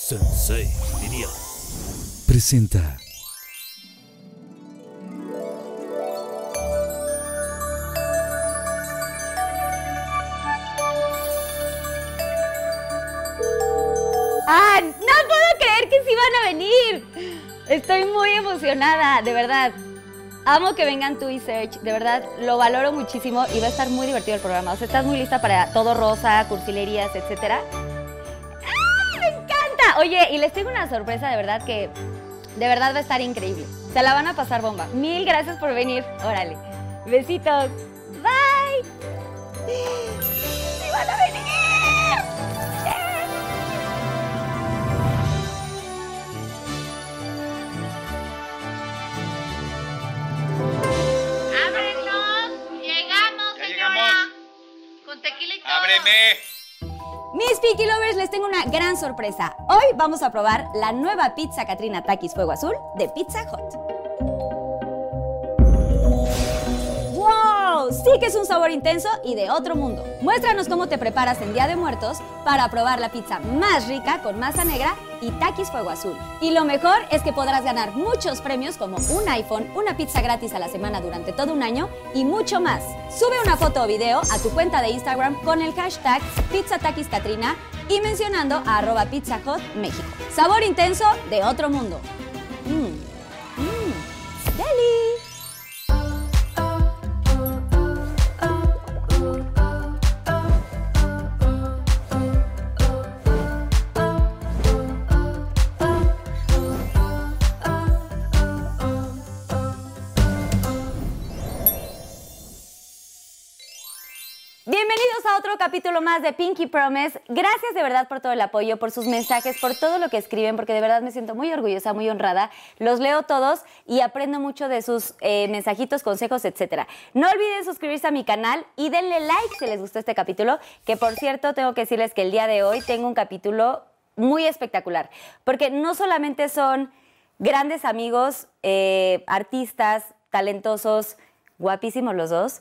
Sensei, diría. presenta ¡Ah! ¡No puedo creer que sí van a venir! Estoy muy emocionada, de verdad. Amo que vengan tú y Serge, de verdad, lo valoro muchísimo y va a estar muy divertido el programa. O sea, estás muy lista para todo rosa, cursilerías, etcétera. ¡Ah! ¡Me encanta! Oye, y les tengo una sorpresa, de verdad, que de verdad va a estar increíble. Se la van a pasar bomba. Mil gracias por venir. Órale. Besitos. Bye. ¡Sí van a venir! ¡Ábrenos! ¡Llegamos, Ya señora! llegamos. Con tequila y todo. ¡Ábreme! Mis Peaky Lovers, les tengo una gran sorpresa. Hoy vamos a probar la nueva pizza Katrina Takis Fuego Azul de Pizza Hut. ¡Wow! Sí que es un sabor intenso y de otro mundo. Muéstranos cómo te preparas en Día de Muertos para probar la pizza más rica con masa negra y Takis Fuego Azul. Y lo mejor es que podrás ganar muchos premios como un iPhone, una pizza gratis a la semana durante todo un año y mucho más. Sube una foto o video a tu cuenta de Instagram con el hashtag PizzaTakisCatrina y mencionando a arroba Pizza Hut México. Sabor intenso de otro mundo. Mmm, mmm, deli. Bienvenidos a otro capítulo más de Pinky Promise. Gracias de verdad por todo el apoyo, por sus mensajes, por todo lo que escriben, porque de verdad me siento muy orgullosa, muy honrada. Los leo todos y aprendo mucho de sus eh, mensajitos, consejos, etc. No olviden suscribirse a mi canal y denle like si les gustó este capítulo, que por cierto tengo que decirles que el día de hoy tengo un capítulo muy espectacular, porque no solamente son grandes amigos, eh, artistas, talentosos, guapísimos los dos,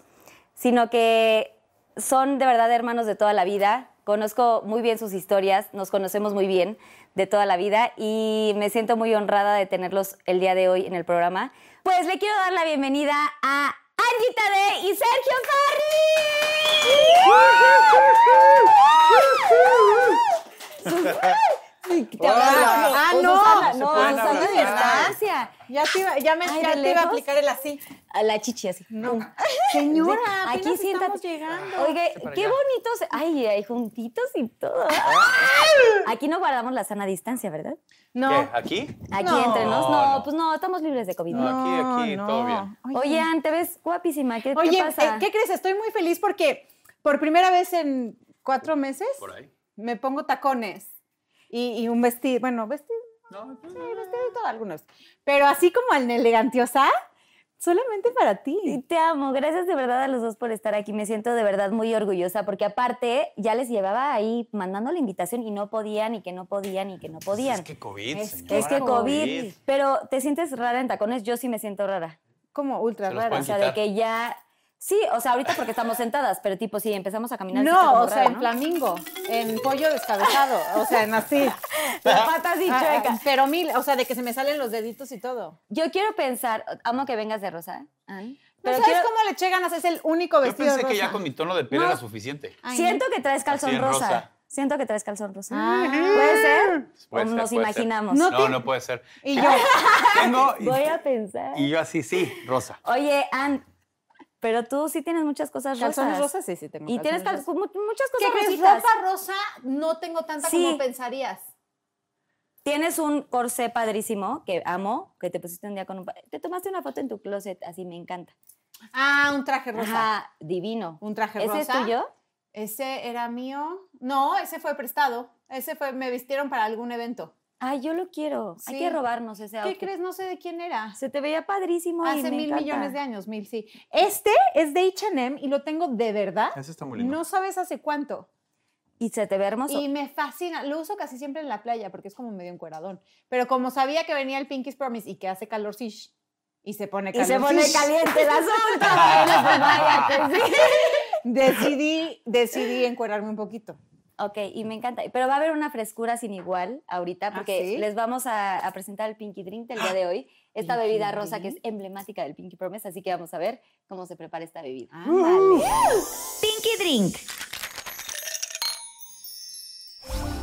sino que son de verdad hermanos de toda la vida. Conozco muy bien sus historias, nos conocemos muy bien de toda la vida y me siento muy honrada de tenerlos el día de hoy en el programa. Pues le quiero dar la bienvenida a Angie Tade y Sergio Farri. Te abrazo, Ah, o no, Susana, se no, pueden Susana de abrazar. distancia. Ya te iba, ya me, Ay, ya te iba ¿de a lejos? aplicar el así. A la chichi así. No. Señora, Aquí apenas siéntate. estamos llegando. Oye, qué bonitos. Ay, ay, juntitos y todo. Aquí no guardamos la sana distancia, ¿verdad? No. ¿Qué? ¿Aquí? Aquí No, entre nos. No, no. pues no, estamos libres de COVID. No. No, aquí, todo bien. Oye, Ann, te ves guapísima. ¿Qué, qué Oye, pasa? eh, ¿qué crees? Estoy muy feliz porque por primera vez en cuatro meses Por ahí. me pongo tacones y, y un vestido. Bueno, vestido. No, Sí, vestido y todo, algunos. Pero así como en elegantiosa, solamente para ti. Te amo, gracias de verdad a los dos por estar aquí. Me siento de verdad muy orgullosa porque aparte ya les llevaba ahí mandando la invitación y no podían y que no podían y que no Pues podían. Pues Es que COVID, Es señora, Es que COVID, COVID. pero te sientes rara en tacones, yo sí me siento rara. Como ultra Se los rara. O pueden sea, de quitar. que ya sí, o sea, ahorita porque estamos sentadas, pero tipo sí empezamos a caminar sí está No, como o sea, rara, en ¿no? flamingo, en pollo descabezado, o sea, en así. la pata así Ah, ah, chueca. pero mil, o sea, de que se me salen los deditos y todo. Yo quiero pensar, amo que vengas de rosa, Ann, ¿No pero sabes quiero- cómo le che ganas? Es el único Yo vestido pensé que ya rosa. con mi tono de piel No. era suficiente. Ay, siento que traes calzón en rosa. rosa. Siento que traes calzón rosa. Ah. ¿Puede ser? Puede o nos ser, puede ser. imaginamos. No No, te- no, puede ser. Y yo, Tengo y, Voy a pensar. y yo así, sí, rosa. Oye, Ann, pero tú sí tienes muchas cosas calzones rosas. rosas, sí, sí tengo Y tienes calzones cal- mu- muchas ¿Qué cosas crees? rositas. Ropa rosa no tengo tanta Sí. como pensarías. Tienes un corsé padrísimo que amo, que te pusiste un día con un... pa- Te tomaste una foto en tu closet, así me encanta. Ah, un traje rosa. Ajá, divino. Un traje ¿Ese rosa. es tuyo? ¿Ese era mío? No, ese fue prestado. Ese fue, me vistieron para algún evento. Ay, yo lo quiero. Hay Sí. que robarnos ese ¿Qué outfit. crees? No sé de quién era. Se te veía padrísimo y Hace Ah, me mil encanta. millones de años, mil, sí. Este es de H&M y lo tengo de verdad. Eso está muy lindo. No sabes hace cuánto. Y se te ve hermoso. Y me fascina. Lo uso casi siempre en la playa porque es como medio encueradón. Pero como sabía que venía el Pinky's Promise y que hace calor, Y se pone Y caliente. se pone caliente el asunto. bueno, pues vaya que sí. Decidí, decidí encuerarme un poquito. Ok, y me encanta. Pero va a haber una frescura sin igual ¿Ah, ahorita, porque sí? les vamos a, a presentar el Pinky Drink del día de hoy. Esta bebida rosa que es emblemática del Pinky Promise, así que vamos a ver cómo se prepara esta bebida. Uh. Pinky Drink. Eh,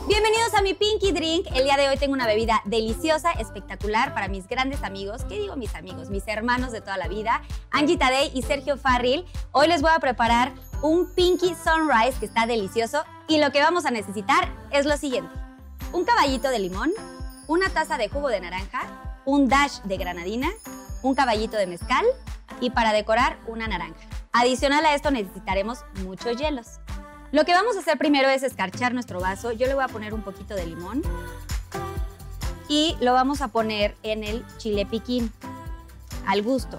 Bienvenidos a mi Pinky Drink. El día de hoy tengo una bebida deliciosa, espectacular para mis grandes amigos. ¿Qué digo mis amigos? Mis hermanos de toda la vida, Angie Tadei y Sergio Farril. Hoy les voy a preparar un Pinky Sunrise que está delicioso y lo que vamos a necesitar es lo siguiente. Un caballito de limón, una taza de jugo de naranja, un dash de granadina, un caballito de mezcal y para decorar una naranja. Adicional a esto necesitaremos muchos hielos. Lo que vamos a hacer primero es escarchar nuestro vaso. Yo le voy a poner un poquito de limón y lo vamos a poner en el chile piquín, al gusto,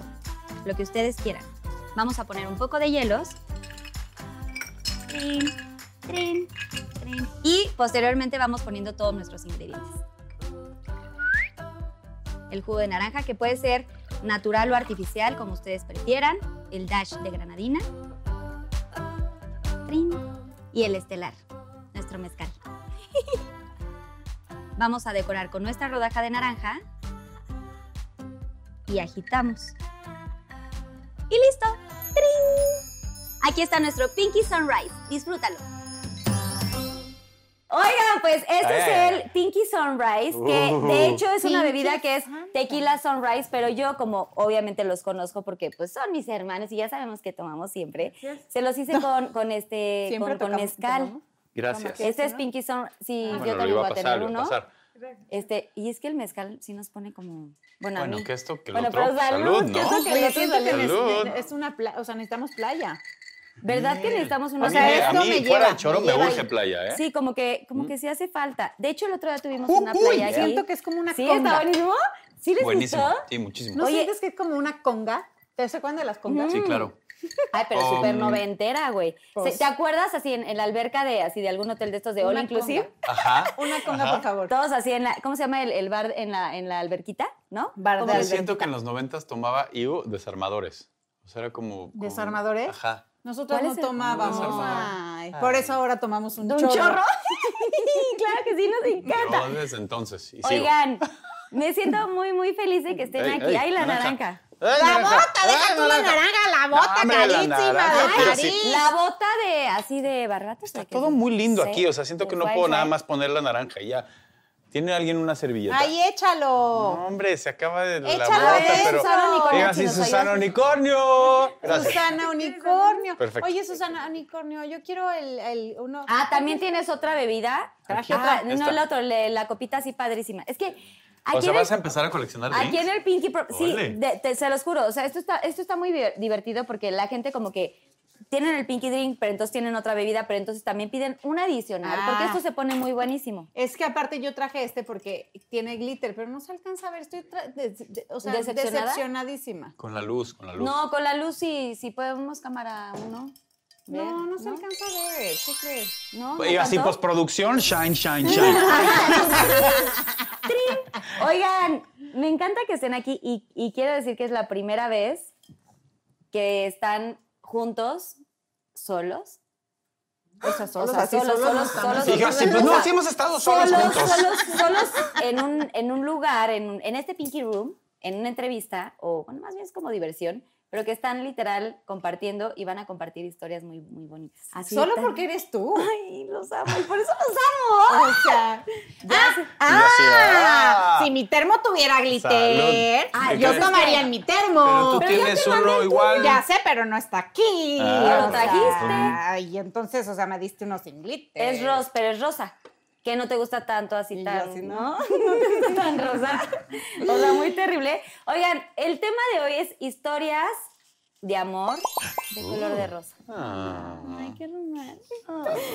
lo que ustedes quieran. Vamos a poner un poco de hielos. Trin, trin, trin. Y posteriormente vamos poniendo todos nuestros ingredientes. El jugo de naranja, que puede ser natural o artificial, como ustedes prefieran. El dash de granadina. Trin. Y el estelar, nuestro mezcal. Vamos a decorar con nuestra rodaja de naranja y agitamos. Y listo. ¡Trin! Aquí está nuestro Pinky Sunrise. Disfrútalo. Oigan, pues este es el Pinky Sunrise, que de hecho es una Pinky bebida que es tequila sunrise, pero yo como obviamente los conozco porque pues son mis hermanos y ya sabemos que tomamos siempre, se los hice con, con este, con, Siempre con tocamos- mezcal. tomamos. Gracias. Este es Pinky Sunrise, sí, Ah, Bueno, yo lo también iba voy a a pasar, tener lo iba a uno. pasar. Este, y es que el mezcal sí nos pone como. Bueno, a Bueno, mí. que esto, que lo Bueno, otro. pero Salud, salud, que ¿no? eso que lo Oye, otro siento que salud. Salud. neces- es una playa, o sea, necesitamos playa. ¿Verdad que necesitamos A unos mí, sea, me- a esto mí me fuera lleva, de choro me me, lleva urge ahí. playa, ¿eh? Sí, como que, como que sí hace falta. De hecho, el otro día tuvimos una playa aquí. Siento que es como una sí, conga. está buenísimo. ¿Sí les Buenísimo. gustó? Sí, muchísimo. ¿No Oye. sientes que es como una conga? ¿Te se acuerdan de las congas? Sí, claro. Ay, pero Um, súper noventera, güey. Se- pues. ¿Te acuerdas así en, en la alberca de así de algún hotel de estos de All Una Inclusive? Ajá. Una conga, por favor. Todos así en la, ¿cómo se llama el, el bar en la, en la alberquita? ¿No? Bar Yo siento que en los noventas tomaba Ivo desarmadores. O sea, era como... como- ¿Desarmadores? Ajá. Nosotros ¿Cuál no es el- tomábamos. No, Ay, por eso ahora tomamos un ¿De un chorro. chorro? claro que sí, nos encanta. Yo desde entonces. Y sigo. Oigan, me siento muy, muy feliz de que estén Ey, aquí. ey, ay, este, la naranja. naranja. ¡Ay, naranja! ¡Ay, naranja! la No, hombre, la naranja, de sí. París. La bota de así de barbatos. Está todo muy lindo aquí. O sea, siento que no puedo nada más poner la naranja y ya. ¿Tiene alguien una servilleta? Ahí No, échalo. hombre, se acaba de la Échalo, bota, eh, pero... Susana Unicornio, Diga si así, nos ayudas. Susana Unicornio. Gracias. Susana Unicornio. Perfecto. Oye, Susana Unicornio, yo quiero el, el uno. Ah, también tienes otra bebida. Traje Ah, otra. No, Esta. la otra, le- la copita así padrísima. Es que aquí, O sea, en, el- vas a empezar a coleccionar aquí en drinks? el Pinky Pro- Sí, Ole. de- te- se los juro. O sea, esto está, esto está muy diver- divertido porque la gente como que tienen el Pinky Drink, pero entonces tienen otra bebida, pero entonces también piden una adicional porque Ah. esto se pone muy buenísimo. Es que aparte yo traje este porque tiene glitter, pero no se alcanza a ver. Estoy tra- de- de- o sea, ¿Decepcionada? decepcionadísima. Con la luz, con la luz. No, con la luz sí, sí podemos cámara uno. Ver, No, no se alcanza a ver. ¿Qué crees? No, no Y así, pues, tanto. postproducción, shine, shine, shine. Oigan, me encanta que estén aquí y, y quiero decir que es la primera vez que están juntos, solos. O sea, solos, O sea, así, solos, solos, solos, solos. Y yo así, pues no, sí hemos estado solos solos, juntos. solos, solos en un, en un lugar, en, un- en este Pinky Room, en una entrevista, o bueno, más bien es como diversión, pero que están literal compartiendo y van a compartir historias muy, muy bonitas. Así Solo tan- porque eres tú. Ay, los amo, y por eso los amo. O sea, Y así, ah. ¡Ah! si mi termo tuviera glitter, Salud. ah, ¿Qué yo crees? tomaría en mi Pero termo. tú tienes uno igual. Ya sé, pero no está aquí. Ah, Lo trajiste. Ay, entonces, o sea, me diste uno sin glitter. Es ros, pero es rosa. Que no te gusta tanto así Y yo tan, así, ¿no? ¿no? No te gusta tan rosa. O sea, muy terrible. Oigan, el tema de hoy es historias de amor de color de rosa. Oh. Ah. Qué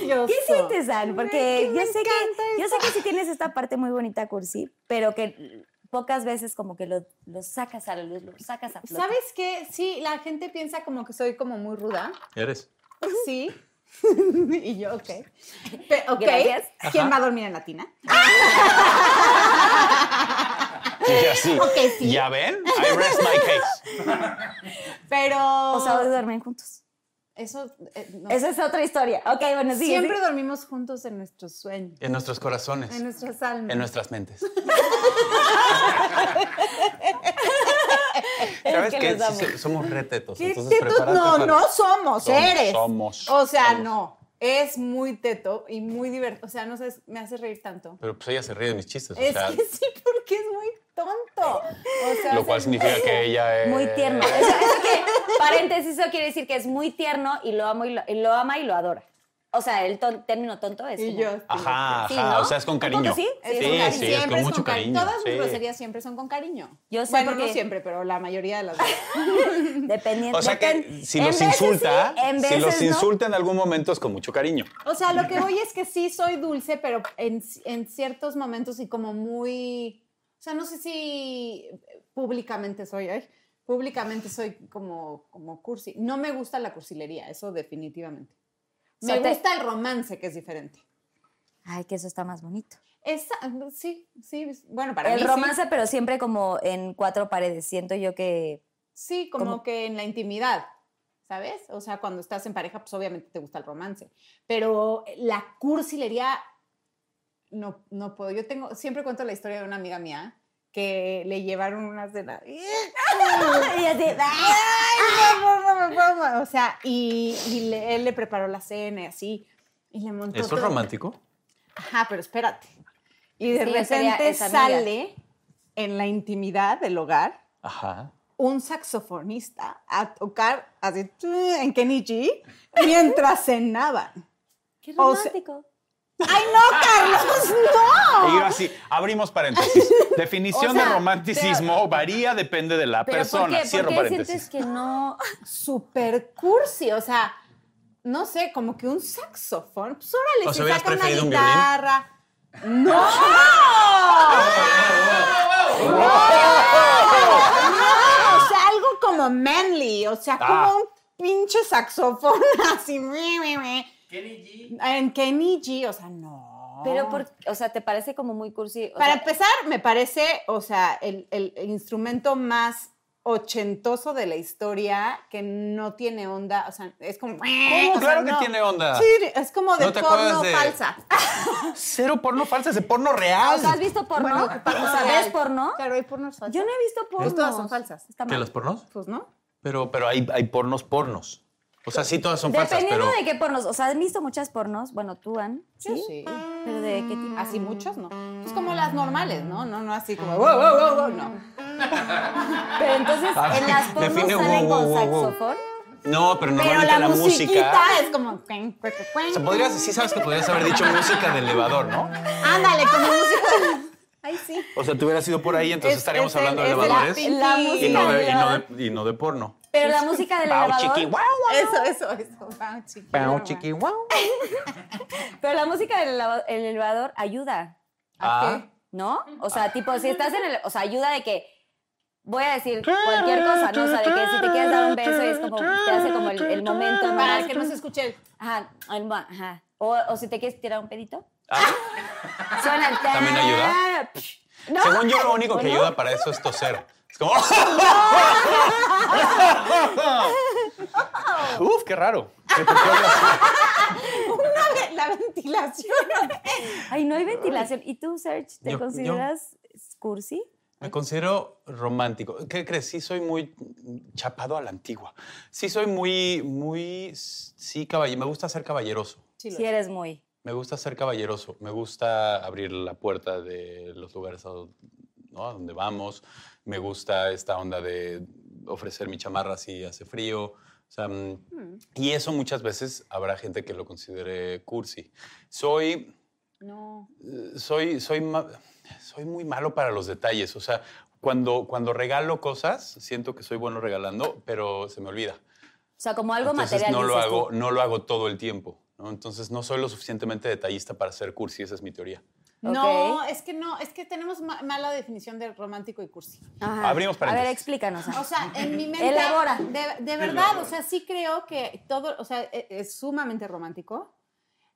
Yo ¿Qué soy. sientes, Al? Porque Ay, yo me sé encanta que yo sé que sí tienes esta parte muy bonita cursi, pero que pocas veces como que lo, lo sacas a la luz, lo sacas a flote. ¿Sabes qué? Sí, la gente piensa como que soy como muy ruda. Eres. Sí. y yo, ok. Pe- ok. Gracias. ¿Quién va a dormir en la tina? Y así. Ok, sí. ¿Ya ven? I rest my case. Pero. O sea, hoy duermen juntos. Eso, eh, no. Esa es otra historia. Ok, bueno, sí. Siempre dormimos juntos en nuestros sueños, En nuestros corazones. en nuestras almas. En nuestras mentes. ¿Sabes que qué? los amo. Sí, sí, somos retetos. ¿Qué entonces tetos? prepárate No, para- no somos, Somos, eres. somos, O sea, somos. no. Es muy teto y muy divertido. O sea, no sé, me hace reír tanto. Pero pues ella se ríe de mis chistes. o Es sea, que sí, porque es muy tonto. O sea, lo cual se- significa que ella es. Muy tierno. Eh. Eso, eso que, paréntesis, eso quiere decir que es muy tierno y lo, amo y lo, y lo ama y lo adora. O sea, el ton- término tonto es. Y como- yo. Ajá, ajá. Sí, ¿no? O sea, es con ¿Un poco cariño. sí? Es sí, con cariño. sí, es Siempre con mucho cari- cariño. Todas mis sí. groserías siempre son con cariño. Yo sé bueno, porque- no siempre, pero la mayoría de las veces. Dependiendo. O sea que depend- si en los veces insulta, sí, en si veces los no. insulta en algún momento es con mucho cariño. O sea, lo que voy es que sí soy dulce, pero en, en ciertos momentos y como muy... O sea, no sé si públicamente soy, ay, públicamente soy como, como cursi. No me gusta la cursilería, eso definitivamente. Me O sea, te- gusta el romance, que es diferente. Ay, que eso está más bonito. Esa, sí, sí, bueno, para mí el sí. romance, pero siempre como en cuatro paredes. Siento yo que. Sí, como ¿Cómo? que en la intimidad, ¿sabes? O sea, cuando estás en pareja, pues obviamente te gusta el romance. Pero eh, la cursilería, no, no puedo. Yo tengo, siempre cuento la historia de una amiga mía que le llevaron una cena. Y así, ¡ah! O sea, y, y le- él le preparó la cena y así. Y le montó. ¿Eso es todo. romántico? Ajá, pero espérate. Y de Sí, yo sería repente esa amiga. sale en la intimidad del hogar Ajá. un saxofonista a tocar así tu, en Kenichi mientras cenaban. ¡Qué O sea- romántico! ¡Ay, no, Carlos! ¡No! Y yo así, abrimos paréntesis. Definición Ah. O sea, de romanticismo varía, depende de la persona. ¿por qué, Cierro ¿por qué paréntesis. sientes que no? Super cursi, o sea, no sé, como que un saxofón. Pues órale, O sea, se ¿hubieras saca una preferido un violín? guitarra. ¡No! O sea, algo como manly, o sea, Ah. como un pinche saxofón así. me, me, me. En Kenny G, o sea, no. Pero, por, o sea, ¿te parece como muy cursi? O Oh. Para sea, empezar, me parece, o sea, el, el instrumento más ochentoso de la historia que no tiene onda, o sea, es como... ¿Cómo? Claro que tiene onda. Sí, es como de ¿No te acuerdas porno de- falsa. Ah, Ah, Cero porno falsa, es de porno ¿o sea, ¿has real. visto porno? Bueno, porno o sea, ¿ves real. porno? Claro, hay pornos falsas. Yo no he visto porno. Pues todas son falsas. Está ¿Que mal. los pornos? Pues, ¿no? Pero, pero hay, hay pornos pornos. O sea, sí, todas son falsas, Dependiendo pero. de qué pornos. O sea, ¿has visto muchas pornos? Bueno, tú, Ann. Yo ¿sí? sí. ¿Pero de qué tipo? Así muchos, ¿no? Es como las normales, ¿no? No, no así como... Wow, wow, wow, wow, no. ah, Pero entonces, A ver, ¿en las pornos Ah, define salen wow, con wow, wow. saxofón? No, pero Pero normalmente la, la, música. musiquita es como... O sea, podrías, sí sabes que podrías haber dicho música de elevador, ¿no? Ándale, como música... Ay, sí. O sea, tú hubieras ido por ahí, entonces Es- estaríamos es el- hablando de es el elevadores. pinky- La Y música no del de, y no elevador. de- y no de porno. Pero la música del Pau chiqui, elevador. guau, guau. Eso, eso, eso. Wow, chiqui. Pau chiqui, guau. Pero la música del eleva- el elevador ayuda. Ah. ¿no? O sea, tipo, si estás en el. O sea, ayuda de que. Voy a decir cualquier cosa, ¿no? O sea, de que si te quieres dar un beso, es como. Te hace como el, el momento, ¿no? Para que no se escuche el... Ajá, el ma- ajá. O, o si te quieres tirar un pedito. Ah. Suena el ¿También ayuda? ¿No? Según yo, lo único que ¿O no? ayuda para eso es toser. Es como. Uf, qué raro. Que te pongas- La ventilación. Ay, no hay ventilación. ¿Y tú, Serge, te Yo- yo- consideras cursi? Me considero romántico. ¿Qué crees? Sí, soy muy chapado a la antigua. Sí, soy muy, muy. Sí, caballero. Me gusta ser caballeroso. Sí, eres muy. Me gusta ser caballeroso, me gusta abrir la puerta de los lugares a, do- ¿no? a donde vamos, me gusta esta onda de ofrecer mi chamarra si hace frío. o sea, mm, Y eso muchas veces habrá gente que lo considere cursi. Soy, No. eh, soy, soy, ma- soy muy malo para los detalles, o sea, cuando, cuando regalo cosas, siento que soy bueno regalando, pero se me olvida. O sea, como algo Entonces material. no lo dices tú. hago, no lo hago todo el tiempo. ¿no? Entonces no soy lo suficientemente detallista para ser cursi, esa es mi teoría. No, es que no, es que tenemos ma- mala definición de romántico y cursi. Ajá. Abrimos A ver, paréntesis. explícanos. Ana. O sea, en mi mente. Elabora. De, de verdad, o sea, sí creo que todo, o sea, e- es, sumamente romántico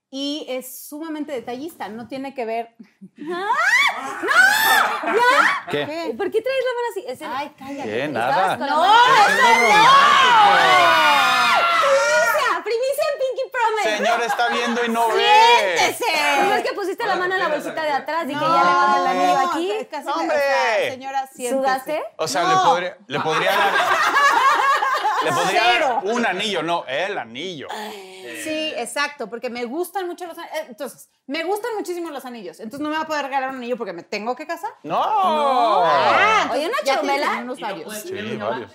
y es sumamente detallista. No tiene que ver. ¿Qué? ¿Por qué traes la mano así? Es el- Ay, cállate. ¿Qué? estabas Nada. con la mano- Eso es romántico. señor está viendo y no ve. Pues es que pusiste la mano en la bolsita de atrás y que No, ya le va a dar el anillo no, aquí. ca- casi me- ¡Hombre! o sea, señora, siéntese. ¿Sudaste? O sea, le No. podría, le podría dar. Le podría dar un anillo, no, el anillo. Sí, exacto, porque me gustan mucho los anillos. Entonces, me gustan muchísimo los anillos. Entonces, no me va a poder regalar un anillo porque me tengo que casar. No. Ah, Oye, una ya tiene chomela. como unos varios. Sí, varios.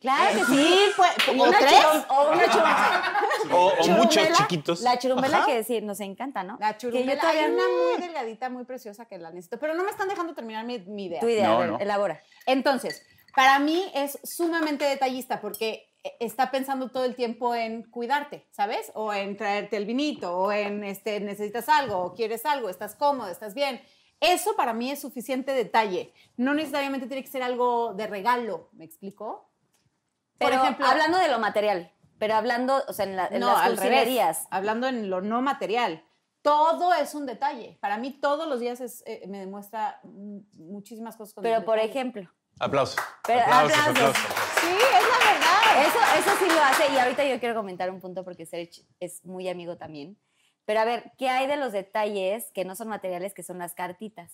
Claro que sí. Sí, pues, ¿o Una tres? churrum- o una churrum- O, o muchos churumela. chiquitos. La churumela que sí, nos encanta, ¿no? La Que yo churumela. todavía Hay una muy delgadita, muy preciosa que la necesito. Pero no me están dejando terminar mi, mi idea. Tu idea, No, a ver, no. elabora. Entonces, para mí es sumamente detallista porque eh, está pensando todo el tiempo en cuidarte, ¿sabes? O en traerte el vinito, o en este, necesitas algo, o quieres algo, estás cómodo, estás bien. Eso para mí es suficiente detalle. No necesariamente tiene que ser algo de regalo, ¿me explicó? Pero Por ejemplo, hablando de lo material, pero hablando, o sea, en, la- en no, las al revés. cursilerías. Hablando en lo no material. Todo es un detalle. Para mí todos los días es, eh, me demuestra mm, muchísimas cosas. con Pero, el por detalle. ejemplo, Aplausos. Pero- aplausos, aplausos. aplausos. Sí, es la verdad. eso, eso sí lo hace. Y ahorita yo quiero comentar un punto porque Serge es muy amigo también. Pero a ver, ¿qué hay de los detalles que no son materiales, que son las cartitas?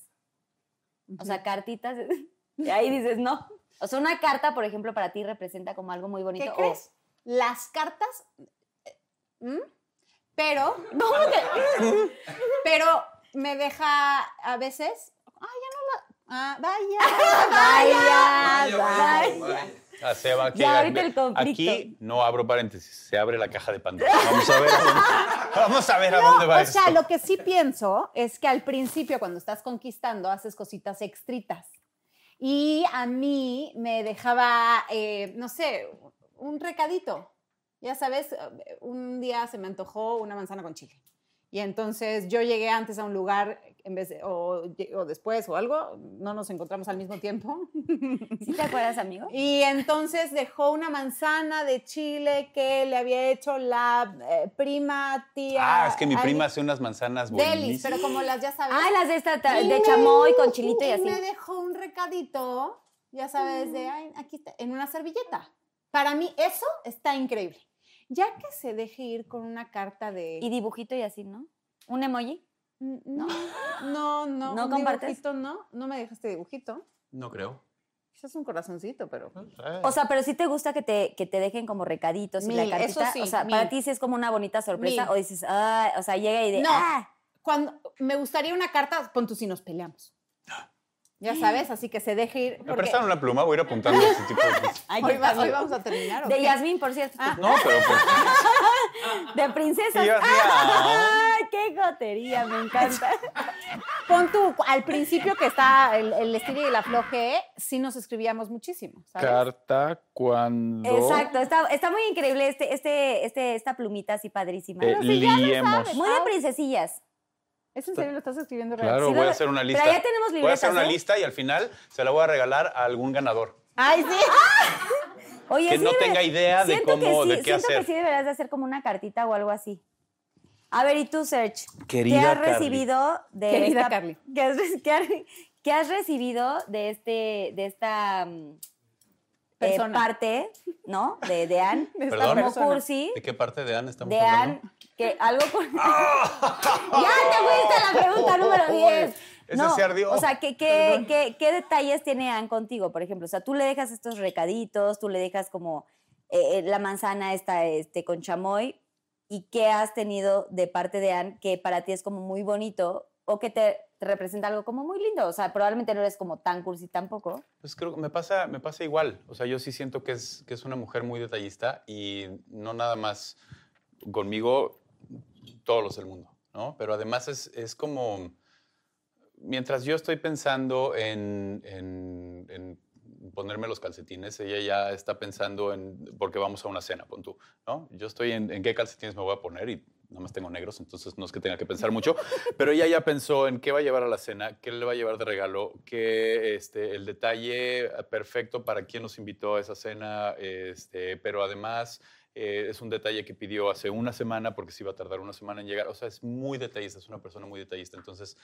O sea, cartitas, y ahí dices no. O sea, una carta, por ejemplo, para ti representa como algo muy bonito. ¿Qué o- crees? Las cartas. eh, ¿mm? Pero. pero me deja a veces. ¡Ay, ya no la. Ah, vaya, vaya, vaya. Ah, se va aquí, Ya, ahorita el conflicto. aquí no abro paréntesis, se abre la caja de Pandora. Vamos a ver, a dónde- vamos a, ver a dónde va O sea, esto. lo que sí pienso es que al principio, cuando estás conquistando, haces cositas extritas. Y a mí me dejaba, eh, no sé, un recadito. Ya sabes, un día se me antojó una manzana con chile. Y entonces yo llegué antes a un lugar, en vez de- o, lle- o después o algo, no nos encontramos al mismo tiempo. ¿Sí te acuerdas, amigo? Y entonces dejó una manzana de chile que le había hecho la eh, prima, tía. Ah, es que mi alguien- prima hace unas manzanas Delis, pero buenísimas. como las ya sabes. Ah, las de esta ta- Y de me- chamoy con chilito y así. Me dejó un recadito, ya sabes, de "Ay, aquí está, en una servilleta. Para mí eso está increíble. Ya que se deje ir con una carta de Y dibujito y así, ¿no? Un emoji. N- no, no, no, ¿No un compartes? dibujito no, no me dejaste dibujito. No creo. Quizás un corazoncito, pero O sea, pero sí te gusta que te, que te dejen como recaditos y la Mm. Mil, eso cartita. sí, o sea, mil. para ti sí es como una bonita sorpresa. Mil. O dices, ah, o sea, llega y de. No. "Ah". cuando me gustaría una carta pon tú si nos peleamos. Ya sabes, así que se deje ir ¿Me porque prestan una pluma? Voy a ir apuntando este tipo de cosas. hoy, va- hoy vamos a terminar. ¿o De qué? Yasmín, por cierto. Ah. No, pero pues, ¿por qué? De princesas. Dios mío. ¡Ah! ¡Qué gotería! Me encanta. Pon tú, al principio que está el, el estilo y el afloje, sí nos escribíamos muchísimo, ¿sabes? Carta cuando Exacto. Está, está muy increíble este, este, este, esta plumita así padrísima. eh, liemos. Muy Ah. de princesillas. ¿Es en serio lo estás escribiendo real? Claro, Sí, voy lo- a hacer una pero lista. ya tenemos Voy a hacer libretas, una ¿eh? lista y al final se la voy a regalar a algún ganador. Ay, sí. Oye, Que sí no debe- tenga idea de siento que cómo, sí, de qué siento que hacer. sí deberás de hacer como una cartita o algo así. A ver, ¿y tú, Serge? Querida ¿Qué has Carly. recibido de Querida esta- Carly. ¿qué has, re- qué has re- qué has recibido de este, de esta mm, eh, Persona. parte, ¿no? De, de Ann. Perdón. Como cursi. ¿De qué parte de Anne estamos De hablando? ¡Ah! Ann, que algo con... ya te fuiste a la pregunta número 10. Ese se ardió. O sea, ¿qué, qué, qué, qué detalles tiene Ann contigo, por ejemplo? O sea, tú le dejas estos recaditos, tú le dejas como eh, eh, la manzana esta este, con chamoy. ¿Y qué has tenido de parte de Ann que para ti es como muy bonito o que te, te representa algo como muy lindo? O sea, probablemente no eres como tan cursi tampoco. Pues creo que me pasa, me pasa igual. O sea, yo sí siento que es, que es una mujer muy detallista y no nada más conmigo, todos los del mundo, ¿no? Pero además es, es como, mientras yo estoy pensando en, en- en ponerme los calcetines, ella ya está pensando en, porque vamos a una cena, pon tú, ¿no? Yo estoy en, en qué calcetines me voy a poner y nada más tengo negros, entonces no es que tenga que pensar mucho, pero ella ya pensó en qué va a llevar a la cena, qué le va a llevar de regalo, qué, este, el detalle perfecto para quien nos invitó a esa cena, este, pero además... eh, es un detalle que pidió hace una semana porque se iba a tardar una semana en llegar. O sea, es muy detallista, es una persona muy detallista. Entonces,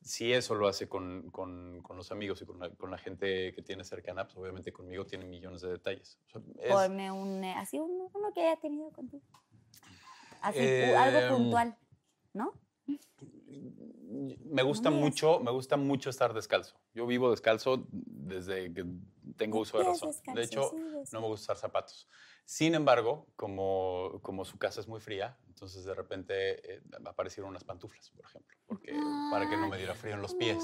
si eso lo hace con, con- con los amigos y con la, con la gente que tiene cercana, pues obviamente conmigo tiene millones de detalles. O sea, es- Ponme un, eh, así uno, uno que haya tenido contigo. Así, Eh, algo puntual, ¿no? Me gusta mucho, me gusta mucho estar descalzo. Yo vivo descalzo desde que tengo uso de pies razón. De descalzos, hecho, sí, descalzo. no me gusta usar zapatos. Sin embargo, como, como su casa es muy fría, entonces de repente eh, aparecieron unas pantuflas, por ejemplo, porque, para que no me diera frío en los pies.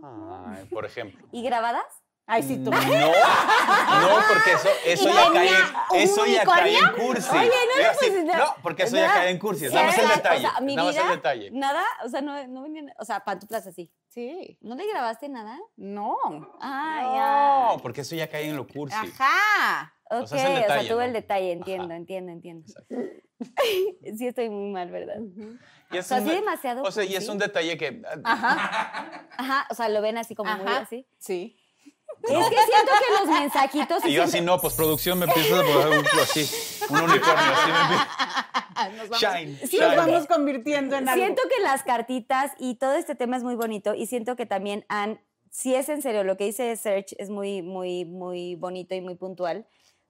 ¿no? Ay, por ejemplo. ¿Y grabadas? Ay, sí, tú. No, no, porque eso, eso ya cae, en- eso ya cae en cursi. Oye, no Mira, le sí, pusiste- no, porque eso ya nada. cae en cursi. Nada más el Era- detalle. O sea, mi Nada más el vida, detalle. Nada, o sea, no, no venía, na- o sea, pantuflas así. Sí. ¿No le grabaste nada? No. Ay, No, porque eso ya cae en lo cursi. ay. Ajá. O Ok, o sea, es el sea, detalle, tuve ¿no? el detalle, entiendo, Ajá. entiendo, entiendo. sí estoy muy mal, ¿verdad? Y es O sea, un sí de- demasiado O sea, y es cursi. un detalle que. ah, Ajá, o sea, lo ven así como muy Ajá. así. Sí. Es que siento que los mensajitos... Y yo así no, postproducción me empieza a poner un, así, un unicornio. Así me empieza- shine. Sí, shine. nos vamos convirtiendo en algo. Ah, Siento que las cartitas y todo este tema es muy bonito y siento que también han, si es en serio, lo que dice Search es muy, muy, muy bonito y muy puntual,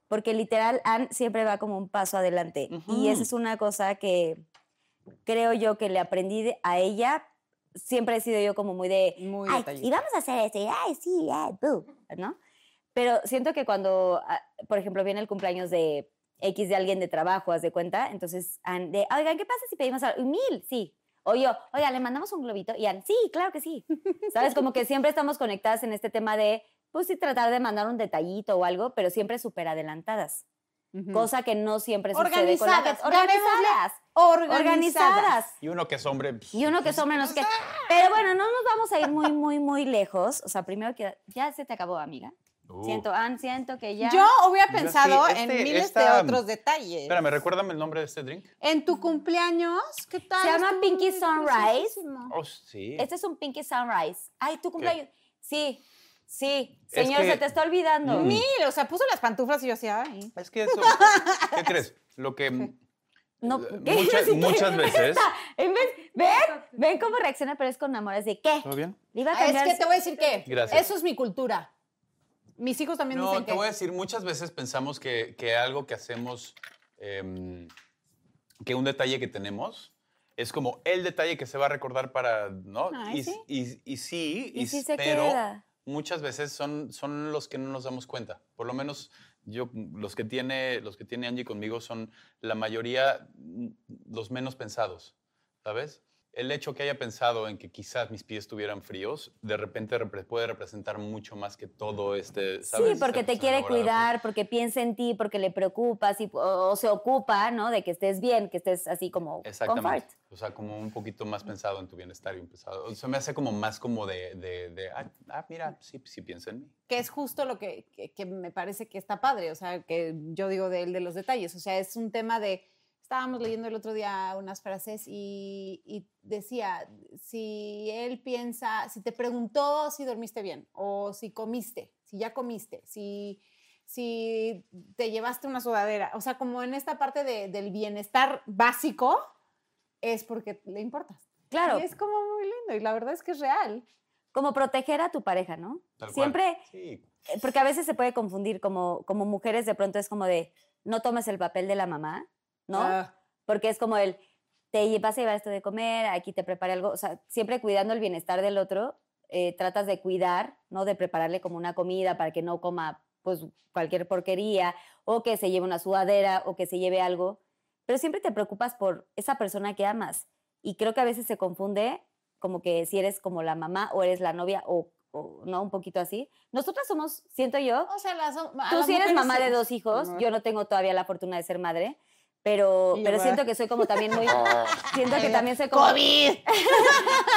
porque literal Ann siempre va como un paso adelante y esa es una cosa que creo yo que le aprendí de- a ella. Siempre he sido yo como muy de, Muy "Ay, detallista. y vamos a hacer esto, y ay, sí, ay, boo", ¿no? Pero siento que cuando, ah, por ejemplo, viene el cumpleaños de X de alguien de trabajo, haz de cuenta, entonces, Ann, de, oigan, ¿qué pasa si pedimos algo? Mil, sí. O yo, oiga, le mandamos un globito. Y Ann, sí, claro que sí. ¿Sabes? Como que siempre estamos conectadas en este tema de, pues sí, tratar de mandar un detallito o algo, pero siempre súper adelantadas. Cosa que no siempre sucede con la Mm. Organizadas, gente. Organizadas. Organizadas. Organizadas. Y uno que es hombre. pues, pff, Y uno que son menos que... Pero bueno, no nos vamos a ir muy, muy, muy lejos. O sea, primero que... Ya se te acabó, amiga. uh. Siento, Ann, siento que ya... Yo hubiera Yo sí, pensado este- en miles esta- de otros detalles. Espérame, recuérdame el nombre de este drink. En tu cumpleaños, ¿qué tal? Se llama Estuvo Pinky muy Sunrise. preciosísimo. Oh, sí. Este es un Pinky Sunrise. Ay, tu cumpleaños. Sí, sí. Es Señor, que- se te está olvidando. Mm. Mira, o sea, puso las pantuflas y yo decía, ay. Es que eso. ¿Qué crees? Lo que. No, Eh, ¿qué? muchas- Sí, muchas ¿qué? veces. En vez- ¿Ven? ¿Ven cómo reacciona? Pero es con amor, es de ¿qué? ¿Todo bien? Le iba a Ah, Es cambiar- que te voy a decir que Gracias. eso es mi cultura. Mis hijos también No, dicen te que. voy a decir, muchas veces pensamos que, que algo que hacemos, em, que un detalle que tenemos, es como el detalle que se va a recordar para, ¿no? y, sí. y- y sí, Y sí se pero queda. muchas veces son, son los que no nos damos cuenta. Por lo menos yo, los que tiene, los que tiene Angie conmigo son la mayoría mm, los menos pensados, ¿sabes? El hecho que haya pensado en que quizás mis pies estuvieran fríos, de repente repre- puede representar mucho más que todo este, ¿sabes? Sí, porque Este te quiere elaborado. cuidar, porque piensa en ti, porque le preocupas y, o, o se ocupa, ¿no? De que estés bien, que estés así como Exactamente. comfort. O sea, como un poquito más pensado en tu bienestar y un pensado. O sea, me hace como más como de, de, de, ah, ah, mira, sí, sí piensa en mí. que es justo lo que, que- que me parece que está padre, o sea, que yo digo del de los detalles, o sea, es un tema de, estábamos leyendo el otro día unas frases y, y decía, si él piensa, si te preguntó si dormiste bien o si comiste, si ya comiste, si, si te llevaste una sudadera, o sea, como en esta parte de- del bienestar básico, es porque le importas. Claro, Y es como muy lindo y la verdad es que es real. como proteger a tu pareja, ¿no? Tal cual. Siempre, Sí. eh, porque a veces se puede confundir, como, como mujeres de pronto es como de, no tomes el papel de la mamá, ¿no? Ah, porque es como el, te lle- vas a llevar esto de comer, aquí te preparé algo, o sea, siempre cuidando el bienestar del otro, eh, tratas de cuidar, ¿no? De prepararle como una comida para que no coma pues cualquier porquería, o que se lleve una sudadera, o que se lleve algo, pero siempre te preocupas por esa persona que amas. Y creo que a veces se confunde como que si eres como la mamá o eres la novia o, o, no, un poquito así. Nosotras somos, siento yo, O sea, las, a Tú las sí eres mujeres mamá se- de dos hijos. Yo no tengo todavía la fortuna de ser madre, pero, Y yo, pero va. siento que soy como también muy. Ah. siento que Ay, también soy como.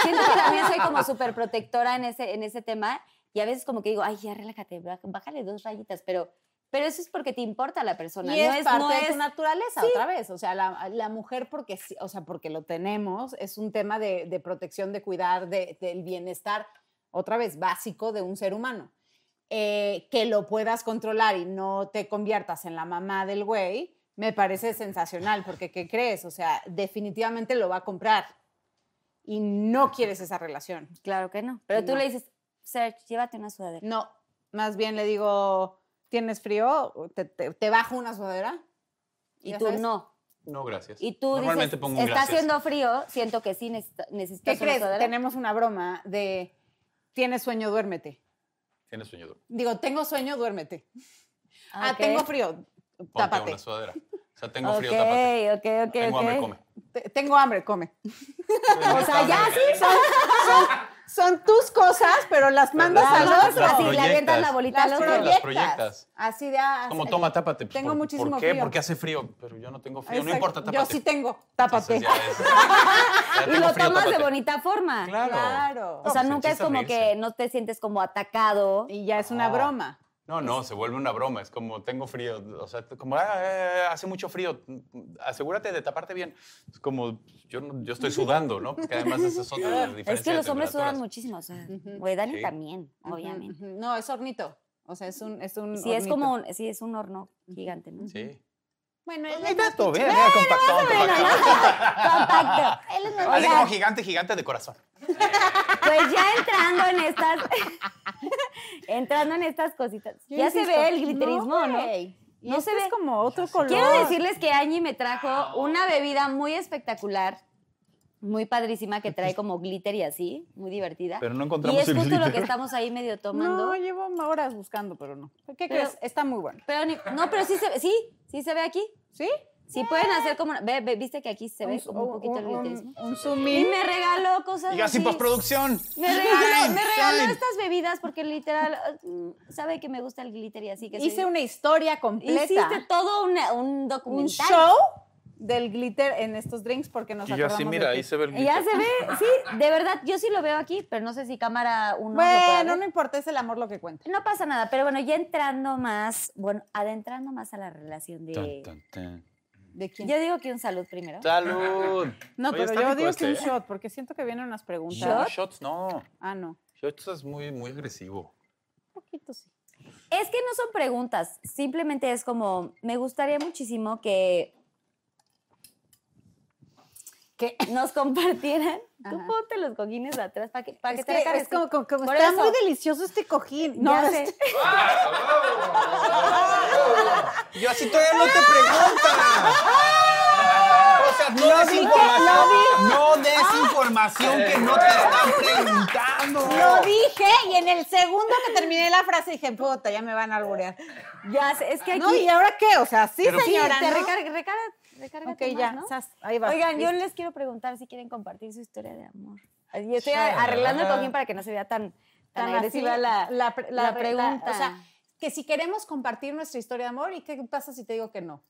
siento que también soy como súper protectora en ese, en ese tema. Y a veces como que digo, ay, ya relájate, bá- bájale dos rayitas, pero, pero eso es porque te importa la persona. Y no es, parte no de es- tu naturaleza, otra vez. O sea, la, la mujer, porque, sí- o sea, porque lo tenemos, es un tema de, de protección, de cuidar, de- del bienestar, otra vez, básico de un ser humano. Eh, que lo puedas controlar y no te conviertas en la mamá del güey, me parece sensacional, porque ¿qué crees? O sea, definitivamente lo va a comprar y no quieres esa relación. Claro que no. Pero tú No. le dices, Serge, llévate una sudadera. No, más bien le digo, ¿tienes frío? ¿Te, te- te bajo una sudadera? Y Ya tú sabes. no. No, gracias. Y tú Normalmente dices, pongo un está gracias. haciendo frío, siento que sí necesito, necesito ¿Qué crees? sudadera. Tenemos una broma de tienes sueño, duérmete. Tienes sueño. Ponte Digo, tengo sueño, duérmete. Ah, ok. tengo frío, tápate. una sudadera. O sea, tengo frío, Ok, tápate. ok, ok, tengo hambre, ok. come. Te- Tengo hambre, come. o sea, ya sí. Son tus cosas, pero las mandas las- al las- otro. las Así le avientas la Ah, proyectas. bolita al Las otro. Las proyectas. Así de... ah, Como así- toma, tápate. Pues, Tengo ¿por- muchísimo ¿Por qué? frío. Porque hace frío, pero yo no tengo frío. No Exacto. importa, tápate. Yo sí tengo, Entonces, tápate. ya es- ya Y tengo lo frío, tomas de tápate. bonita forma. Claro. Claro. O sea, No, pues, nunca es empieza a como reírse. que no te sientes como atacado. Y ya es una No. broma. No, no, se vuelve una broma. Es como, tengo frío. O sea, como, ah, eh, hace mucho frío. Asegúrate de taparte bien. Es como, yo, no- yo estoy sudando, ¿no? Porque además eso es otra diferencia Es que de los hombres sudan temperaturas. muchísimo. O sea, güey, Dani Sí. también, Ujú, obviamente. ujú. No, es hornito. O sea, es un... Es un Sí, es hornito. como, un- sí, es un horno gigante, ¿no? Sí. Bueno, Ahí es- está todo bien, mira, compactón, compactón. Compacto. Así como gigante, gigante de corazón. Pues ya entrando en estas. entrando en estas cositas. Yo ya se insisto, ve el glitterismo, ¿no? güey. Y No este se es ve. como otro color. Quiero decirles que Añi me trajo una bebida muy espectacular, muy padrísima, que trae como glitter y así, muy divertida. Pero no encontramos Y es el justo lo glitter. que estamos ahí medio tomando. No, llevo horas buscando, pero no. ¿Qué Pero- crees? Está muy bueno. Pero ni- no, pero sí se ve, sí, sí se ve aquí. ¿Sí? Sí pueden hacer como, una- ve, ve, viste que aquí se ve Un- como un poquito el un- glitterismo. un Y zoomín. me regaló cosas Y así así. postproducción. Me regaló, Shine, me regaló este shine. estas bebidas porque literal mm, sabe que me gusta el glitter y así que Hice soy- una historia completa. hiciste todo una- un un documental. show del glitter en estos drinks porque nos Y yo así, acordamos mira, de que- ahí se ve el Y ya glitter. se ve, sí, de verdad, yo sí lo veo aquí, pero no sé si cámara uno lo pueda Bueno, ver. no importa, es el amor lo que cuenta. No pasa nada, pero bueno, ya entrando más, bueno, adentrando más a la relación de... Tan, tan, tan. ¿De quién? Yo digo que un salud primero. Salud. no, Oye, pero está yo rico digo este, que un ¿eh? shot porque siento que vienen unas preguntas. No, shots no. Ah, no. Shots es muy, muy agresivo. Un poquito sí. Es que no son preguntas, simplemente es como, me gustaría muchísimo que... Que nos compartieran. Tú Ajá. ponte los cojines atrás para que, para Es que te que recargues. es como, como- como Por está eso. muy delicioso este cojín. Ya No, sé. este- Yo así todavía no te preguntan. O sea, no des información. No des información que no te Ah. están preguntando. lo dije y en el segundo que terminé la frase dije, puta, ya me van a alburear. Ya sé, es que aquí... No, ¿y ahora qué? O sea, sí, Pero- Sí, señora. te ¿no? recarga, recarga- recárgate Ok, más, ya, ¿no? sas, ahí va. Oigan, yo Listo. les quiero preguntar si quieren compartir su historia de amor. Yo estoy arreglando el cojín para que no se vea tan, tan, tan así agresiva la, la pre- la la re- la- pregunta. o sea, que si queremos compartir nuestra historia de amor, ¿y qué pasa si te digo que no?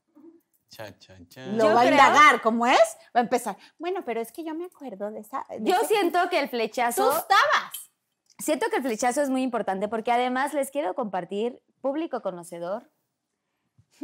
Cha, cha, cha. Lo Yo va creo- a indagar, ¿cómo es? Va a empezar. Bueno, pero es que yo me acuerdo de esa. de yo ese- siento que el Tú flechazo, estabas. siento que el flechazo es muy importante porque además les quiero compartir, público conocedor,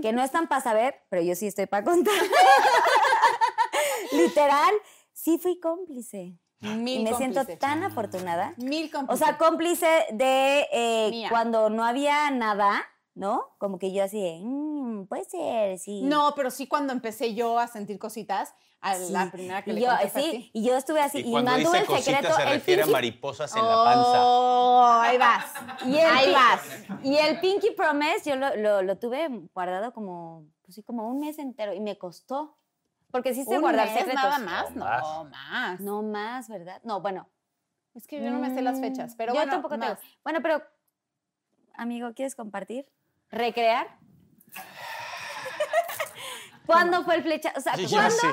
que no están para saber, pero yo sí estoy para contar. Literal, sí fui cómplice. Mil y me siento cómplices. tan afortunada. Mil O cómplices. sea, cómplice de eh, Mía. cuando no había nada, ¿no? Como que yo así, de, "Mm, puede ser, sí. no, pero sí cuando empecé yo a sentir cositas, a sí". la primera que y le yo, conté fue a sí, ti. y yo estuve así, Y y, cuando mantuve dice el cosita secreto, se el refiere a pinky, mariposas en la panza. Oh, ahí vas. y el ahí pin- vas. y el pinky promise yo lo, lo- lo tuve guardado como, pues sí, como un mes entero, y me costó, porque sí sé ¿Un guardar mes secretos. nada más? No, No, más. No más, ¿verdad? No, bueno. Es que yo no me sé las fechas, pero yo bueno, tampoco más. tengo. Bueno, pero, amigo, ¿quieres compartir? ¿Recrear? ¿Cuándo fue el flecha? O sea, Sí, yo ¿cuándo? sí.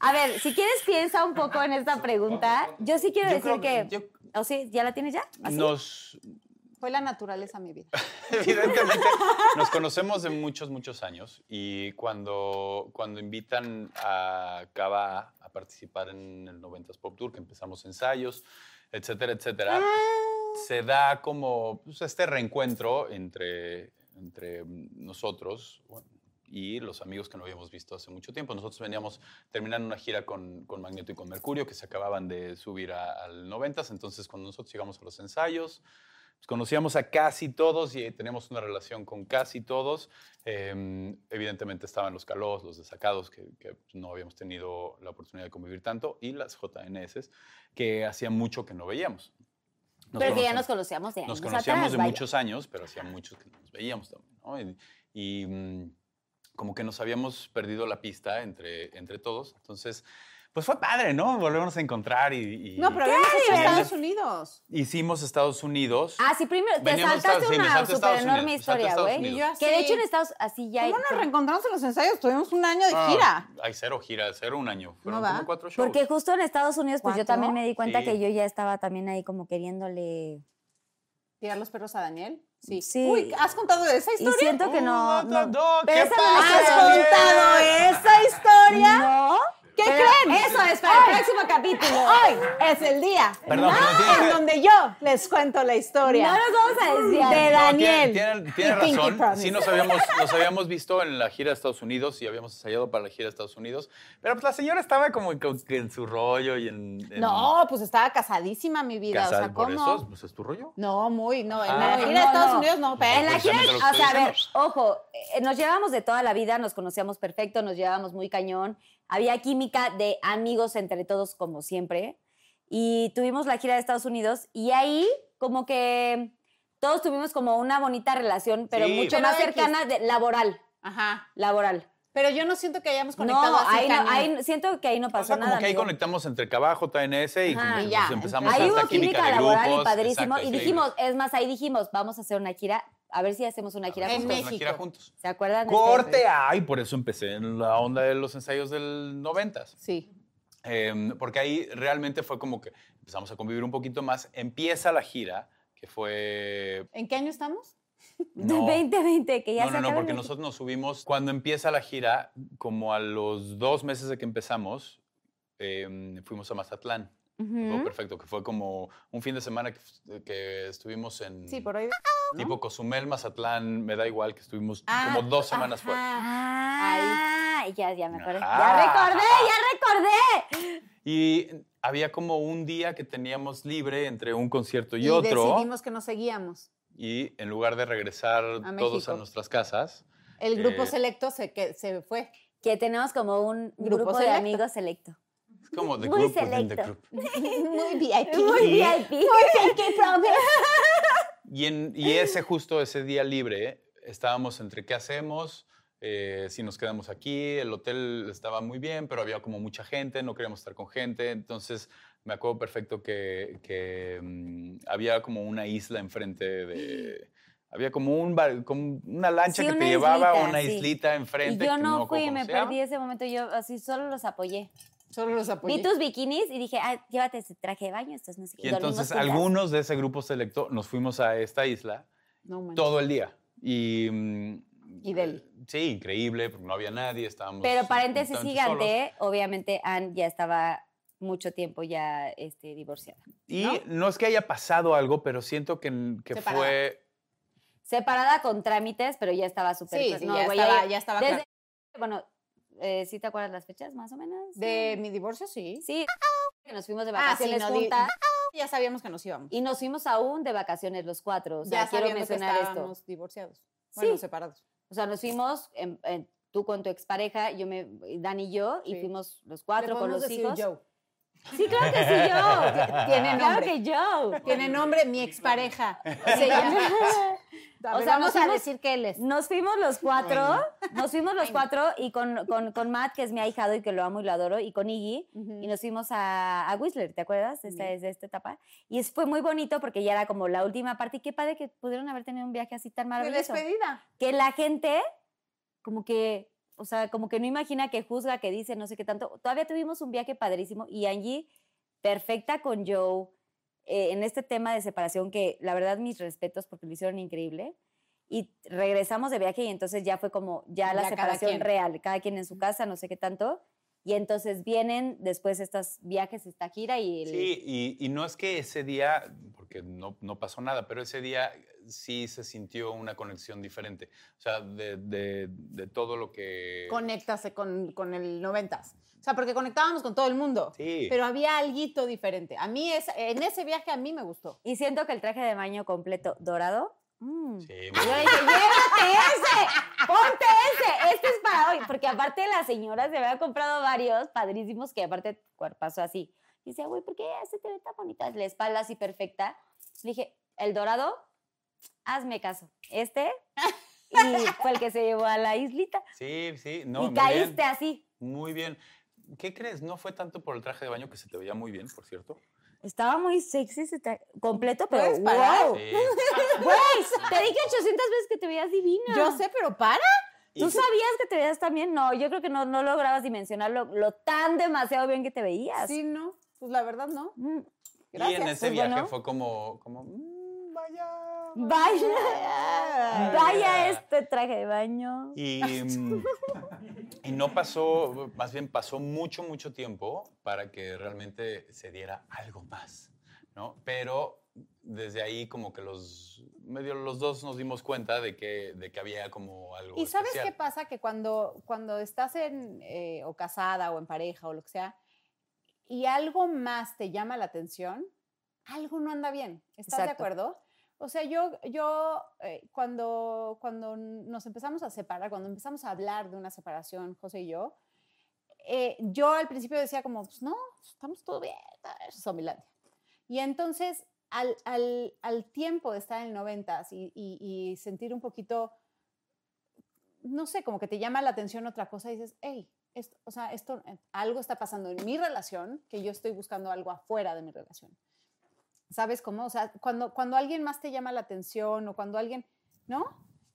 A ver, si quieres piensa un poco en esta pregunta. Yo sí quiero Yo decir creo que- que... ¿O ¿Ah, sí? ¿Ya la tienes ya? ¿Así? Nos, Fue la naturaleza mi vida. evidentemente, nos conocemos de muchos, muchos años y cuando, cuando invitan a Cava a participar en el 90s Pop Tour, que empezamos ensayos, etcétera, etcétera, se da como pues, este reencuentro entre, entre nosotros bueno, y los amigos que no habíamos visto hace mucho tiempo. Nosotros veníamos terminando una gira con, con Magneto y con Mercurio, que se acababan de subir a- al 90s, entonces cuando nosotros llegamos a los ensayos, pues, conocíamos a casi todos y eh, teníamos una relación con casi todos. Eh, evidentemente estaban los calos, los desacados, que, que no habíamos tenido la oportunidad de convivir tanto, y las JNS, que hacía mucho que no veíamos. Nos Pero que ya conocemos- nos conocíamos de nos años conocíamos atrás, de vaya. muchos años, pero hacía muchos que no nos veíamos también, ¿no? Y, y, mm, como que nos habíamos perdido la pista entre, entre todos. Entonces, pues fue padre, ¿no? Volvemos a encontrar y... y- No, pero habíamos hecho divertido. Estados Unidos. Hicimos Estados Unidos. Ah, sí, primero, te Veníamos saltaste Estados- sí, me una salté Estados súper enorme Unidos, me salté historia, Estados güey. Unidos. Y yo así. Que de hecho en Estados, así ya hay... ¿Cómo nos reencontramos en los ensayos? Tuvimos un año de Ah, gira. Hay cero gira, cero un año. Fueron va. como cuatro shows. Porque justo en Estados Unidos, pues yo ¿Cuatro? también me di cuenta Sí. que yo ya estaba también ahí como queriéndole... ¿Tirar los perros a Daniel? Sí. Sí. Uy, ¿has contado de esa Y historia? siento que no... Uno, no, dos, dos, Pero ¿qué esa no la pasa, has Daniel? contado, esa historia? ¿No? ¿Qué Pero creen? eso es para el próximo capítulo. Hoy es el día Perdón, pero tiene en que- donde yo les cuento la No historia nos vamos a desviar. de Daniel. Tiene, tiene- tiene y Pinky razón. Promise. Sí, nos habíamos, nos habíamos visto en la gira de Estados Unidos y habíamos ensayado para la gira de Estados Unidos. Pero pues la señora estaba como que que en su rollo y en. en No, pues estaba casadísima mi vida. casada. o sea, por ¿cómo? eso, pues es tu rollo. No, muy, no. En Ah. la gira de No, Estados no. Unidos no, pero. En la gira, Precisamente lo que o sea, a estoy ver, ojo, eh, nos llevábamos de toda la vida, nos conocíamos perfecto, nos llevábamos muy cañón, había química de amigos entre todos como siempre, y tuvimos la gira de Estados Unidos y ahí como que todos tuvimos como una bonita relación, pero Sí. mucho Pero más X. cercana, de, laboral, Ajá. laboral. Pero yo no siento que hayamos No, conectado así. ahí no, cañón. ahí no- siento que ahí no O pasó sea, como nada. que ahí amigo. conectamos entre Cabajo, TNS y, Ajá. como que Y ya. nos empezamos Ahí a hubo esta química química de laboral y grupos. padrísimo, Exacto, y sí. dijimos, es más, ahí dijimos, vamos a hacer una gira, a ver si hacemos una gira Vamos En juntos. a hacer una México. gira juntos. ¿Se acuerdan? de Corte, ustedes? ay, por eso empecé en la onda de los ensayos del 90s. Sí. Eh, porque ahí realmente fue como que empezamos a convivir un poquito más. Empieza la gira, que fue... ¿En qué año estamos? No, 2020, que ya no, no, no, sacaron porque el- nosotros nos subimos, cuando empieza la gira, como a los dos meses de que empezamos, eh, fuimos a Mazatlán. Me acuerdo Perfecto, que fue como un fin de semana que, que estuvimos en Sí, por ahí. tipo Cozumel, Mazatlán, me da igual que estuvimos Ah, como dos semanas ajá. fuera. Ah, ya, ya me acordé. Ajá. Ya recordé, ya recordé. Y había como un día que teníamos libre entre un concierto y, Y otro. decidimos que nos seguíamos. Y en lugar de regresar A todos a México. nuestras casas, El grupo Eh. selecto se, que, se fue. Que tenemos como un grupo, Grupo de selecto. amigos selecto. es como de Muy grupo de selecto. group. Muy VIP. Muy VIP. Muy Pinky Promise. Y, en, y ese justo ese día libre estábamos entre qué hacemos, Eh, si nos quedamos aquí, el hotel estaba muy bien, pero había como mucha gente, no queríamos estar con gente, entonces me acuerdo perfecto que, que, mm, había como una isla enfrente de... Había como, un bar- como una lancha Sí, que una te llevaba a islita, una sí. islita Y enfrente. yo que me no acuerdo fui, cómo me se llama. perdí ese momento. Yo así solo los apoyé. Solo los apoyé. Vi tus bikinis y dije, ah, llévate ese traje de baño, estos no sé qué. Y dormimos entonces juntas. algunos de ese grupo selecto nos fuimos a esta isla No manches. todo el día. Y, mm, Y Delhi. eh, Sí, increíble, porque no había nadie, estábamos... Pero paréntesis completamente solos. gigante, obviamente Anne ya estaba mucho tiempo ya este, divorciada. Y ¿no? es que haya pasado algo, pero siento que, que Separada. fue... Separada con trámites, pero ya estaba súper... Sí, pues, sí, no, ya, güey, estaba, ya estaba Desde- claro. bueno, eh, ¿sí te acuerdas las fechas más o menos? De mi divorcio, sí. Sí, que nos fuimos de Ah, sí, vacaciones no, di- juntas Ya sabíamos que nos íbamos. y nos fuimos aún de vacaciones los cuatro. O sea, ya quiero sabiendo que mencionar esto. estábamos divorciados. Sí. Bueno, separados. O sea, nos fuimos en- en- tú con tu expareja, yo me, Dan y yo, y Sí. fuimos los Le cuatro con podemos los decir hijos. Joe. Sí, claro que sí, yo. Tiene claro nombre. que yo. Tiene nombre mi expareja. Se llama- A O ver, sea, vamos nos a hemos- decir que él es. Nos fuimos los cuatro, nos fuimos los cuatro y con, con, con Matt, que es mi ahijado y que lo amo y lo adoro, y con Iggy, Ujú. y nos fuimos a, a Whistler, ¿te acuerdas? Esta es de esta etapa. Y es- fue muy bonito porque ya era como la última parte. Y qué padre que pudieron haber tenido un viaje así tan De maravilloso. despedida. Que la gente, como que, o sea, como que no imagina que juzga, que dice, no sé qué tanto. Todavía tuvimos un viaje padrísimo y Angie, perfecta con Joe, eh, en este tema de separación, que la verdad mis respetos porque lo hicieron increíble. Y regresamos de viaje y entonces ya fue como ya la Ya cada separación quien. real, cada quien en su casa, no sé qué tanto. Y entonces vienen después estos viajes, esta gira y... el- Sí, y, y no es que ese día, porque no, no pasó nada, pero ese día sí se sintió una conexión diferente. O sea, de, de- de todo lo que... Conéctase con, con el 90. O sea, porque conectábamos con todo el mundo. Sí. Pero había algo diferente. A mí, es, en ese viaje, a mí me gustó. Y siento que el traje de baño completo dorado. mm. Sí, Y Yo le dije, llévate ese, ponte ese, este es para hoy. Porque aparte las señoras se habían comprado varios padrísimos que aparte cuerpazo así. Y decía, güey, ¿por qué se te ve tan bonita la espalda así perfecta? Le dije, el dorado, hazme caso. Este. Y y fue el que se llevó a la islita. Sí, sí, no. y muy caíste bien. así. Muy bien. ¿Qué crees? No fue tanto por el traje de baño que se te veía muy bien, por cierto. Estaba muy sexy ese tra- completo, pero ¿Puedes parar? wow. Sí. Güey, te dije 800 veces que te veías divina. Yo sé, pero para. ¿Tú sabías que te veías también? No, yo creo que no, no lograbas dimensionar lo, lo tan demasiado bien que te veías. Sí, no. Pues la verdad, no. Mm, y en Gracias. ese pues viaje bueno. fue como, como "Mm, vaya. Vaya, vaya este traje de baño. Y, mm, y no pasó, más bien pasó mucho, mucho tiempo para que realmente se diera algo más, ¿no? Pero desde ahí como que los, medio los dos nos dimos cuenta de que, de que había como algo ¿Y sabes especial. qué pasa? Que cuando, cuando estás en, eh, o casada o en pareja o lo que sea, y algo más te llama la atención, algo no anda bien. ¿Estás de Exacto. acuerdo? O sea, yo, yo eh, cuando, cuando nos empezamos a separar, cuando empezamos a hablar de una separación, José y yo, eh, yo al principio decía como, pues no, estamos todo bien, eso es Zombielandia. Y entonces, al, al, al tiempo de estar en el 90 y, y, y sentir un poquito, no sé, como que te llama la atención otra cosa y dices, hey, esto, o sea, esto, eh, algo está pasando en mi relación que yo estoy buscando algo afuera de mi relación. ¿Sabes cómo? O sea, cuando, cuando alguien más te llama la atención o cuando alguien, ¿no?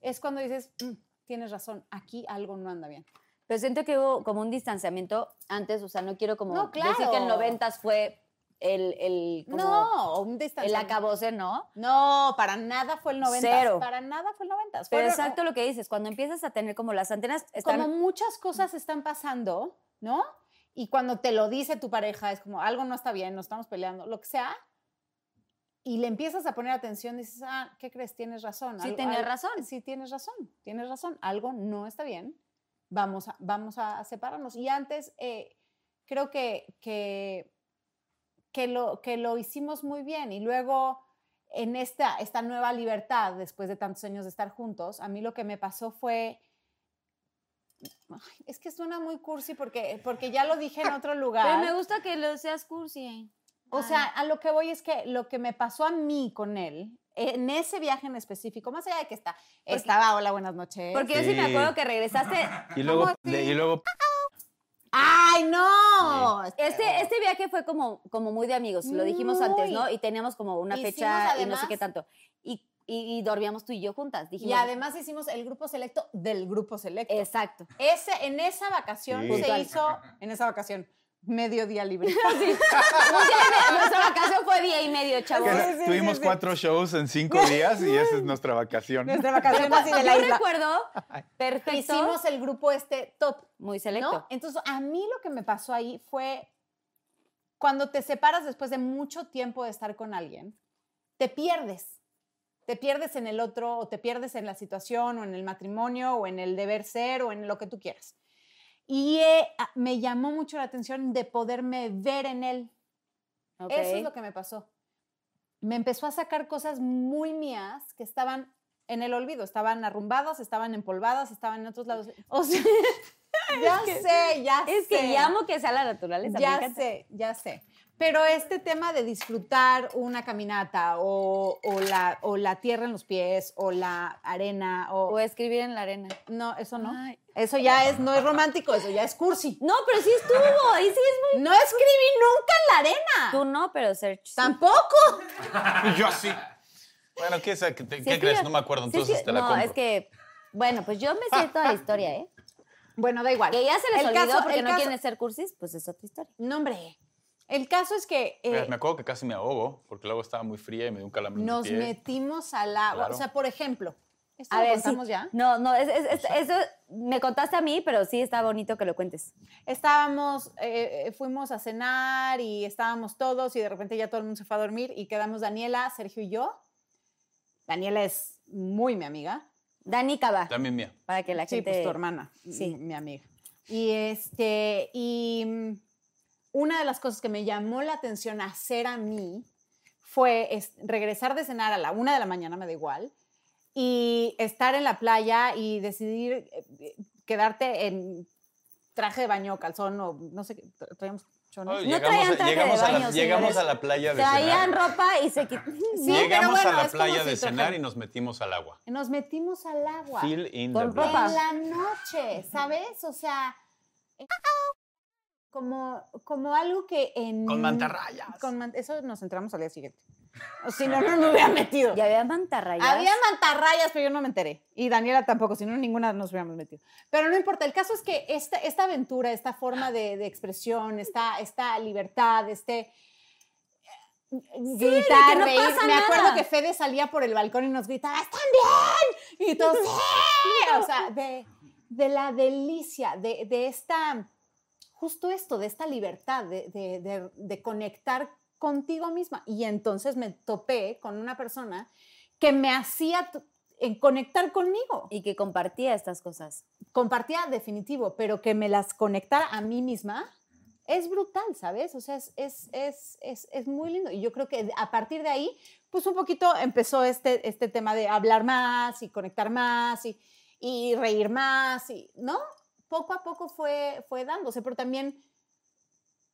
Es cuando dices, "Mm, tienes razón, aquí algo no anda bien. Pero siento que hubo como un distanciamiento antes, o sea, no quiero como No, decir que el claro. 90 fue el, el, como no, un el distanciamiento. acabose, ¿no? No, para nada fue el 90. Cero. Para nada fue el 90. Pero exacto lo que dices, cuando empiezas a tener como las antenas están... Como muchas cosas están pasando, ¿no? Y cuando te lo dice tu pareja, es como algo no está bien, nos estamos peleando, lo que sea. Y le empiezas a poner atención, dices, ah, ¿qué crees? Tienes razón. Sí, algo- tenía algo- razón. Sí, tienes razón. Tienes razón. Algo no está bien. Vamos a, vamos a, a separarnos. Y antes, eh, creo que, que, que, lo, que lo hicimos muy bien. Y luego, en esta, esta nueva libertad, después de tantos años de estar juntos, a mí lo que me pasó fue... Ay, es que suena muy cursi porque, porque ya lo dije en otro lugar. Pero me gusta que lo seas cursi. O sea, a lo que voy es que lo que me pasó a mí con él, en ese viaje en específico, más allá de que está, estaba, hola, buenas noches. Porque yo sí me Sí. acuerdo que regresaste... Y luego, ¿Cómo así? de- y luego ¡Ay, no! Eh, Este, este viaje fue como, como muy de amigos, lo dijimos Muy. antes, ¿no? Y teníamos como una Hicimos fecha y no sé además- qué tanto. Y, y, y dormíamos tú y yo juntas. Dijimos, Y además hicimos el grupo selecto del grupo selecto. Exacto. Ese, en esa vacación Sí. se hizo, en esa vacación, medio día libre. Un día y medio, Nuestra vacación fue día y medio, chavos. Sí, sí, Tuvimos sí, sí. cuatro shows en cinco días y esa es nuestra vacación. Nuestra vacación así de la Yo isla. recuerdo perfecto. Hicimos el grupo este top, muy ¿no? selecto. Entonces, a mí lo que me pasó ahí fue cuando te separas después de mucho tiempo de estar con alguien, te pierdes. Te pierdes en el otro o te pierdes en la situación o en el matrimonio o en el deber ser o en lo que tú quieras. Y eh, a- me llamó mucho la atención de poderme ver en él. Ok. Eso es lo que me pasó. Me empezó a sacar cosas muy mías que estaban en el olvido, estaban arrumbadas, estaban empolvadas, estaban en otros lados. O sea, ya sé, ya sé. Es que llamo que sea la naturaleza. me Ya encanta. sé, ya sé. Pero este tema de disfrutar una caminata o, o la, o la tierra en los pies o la arena o... O escribir en la arena. no, eso no. Ay. Eso ya es, no es romántico, eso ya es cursi. No, pero sí estuvo. Ahí sí es muy. No escribí nunca en la arena. Tú no, pero Serge. sí. Tampoco. Y yo así. Bueno, ¿qué, sa- qué, Sí qué escribió- crees? No me acuerdo, sí entonces escribió- te la No, compro. es que. Bueno, pues yo me sé toda la historia, ¿eh? Bueno, da igual. Que ya se les El olvidó caso- porque el no caso- quieren ser cursis, pues es otra historia. No, hombre. El caso es que eh, Mira, me acuerdo que casi me ahogo porque el agua estaba muy fría y me dio un calambre nos en el pie. metimos al agua. Claro. O sea, por ejemplo, ¿esto A lo ver, contamos sí. ya? No, no, es- es- es- eso me contaste a mí, pero sí está bonito que lo cuentes. Estábamos, eh, eh, fuimos a cenar y estábamos todos y de repente ya todo el mundo se fue a dormir y quedamos Daniela, Sergio y yo. Daniela es muy mi amiga. Dani Cava, También mía. para que la Sí, gente... pues tu hermana, Sí. sí. mi amiga. Y este, y mm, una de las cosas que me llamó la atención hacer a mí fue es- regresar de cenar a la una de la mañana, me da igual, y estar en la playa y decidir eh, eh, quedarte en traje de baño, calzón o no sé, qué, tra- traíamos Oh, no llegamos traían a, traje llegamos de a la, baño, llegamos señores. a la playa de Traían cenar. ropa y se quitaron. Sí, pero llegamos bueno, a la es como playa si de trajeran- cenar y nos metimos al agua. Nos metimos al agua. Fill in the Con blank. ropa. En la noche, ¿sabes? O sea, en- como, como algo que en... Mm. Con mantarrayas. con man- eso nos entramos al día siguiente. O si no, no nos hubiera metido. Y había mantarrayas. Había mantarrayas, pero yo no me enteré. Y Daniela tampoco, si no, ninguna nos hubiéramos metido. Pero no importa, el caso es que esta, esta aventura, esta forma de, de expresión, esta, esta libertad, este... de que Gritar, no reír. pasa Me acuerdo nada. que Fede salía por el balcón y nos gritaba, ¡Están bien! Y todos, ¡Sí! O sea, de, de la delicia, de, de esta, justo esto, de esta libertad, de, de- de- de conectar contigo misma. Y entonces me topé con una persona que me hacía t- en conectar conmigo. Y que compartía estas cosas. Compartía definitivo, pero que me las conectara a mí misma. Es brutal, ¿sabes? O sea, es, es, es, es, es muy lindo. Y yo creo que a partir de ahí, pues un poquito empezó este, este tema de hablar más y conectar más y, y reír más, y, ¿no? Poco a poco fue, fue dándose, pero también,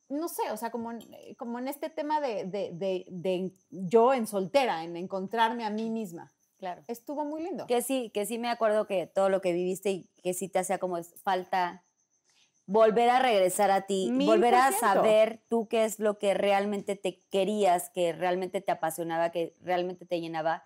no sé, o sea, como en, eh, como en este tema de, de, de, de yo en soltera, en encontrarme a mí misma. Claro. Estuvo muy lindo. Que sí, que sí me acuerdo que todo lo que viviste y que sí te hacía como es- falta volver a regresar a ti, Mil volver a por ciento. saber tú qué es lo que realmente te querías, que realmente te apasionaba, que realmente te llenaba.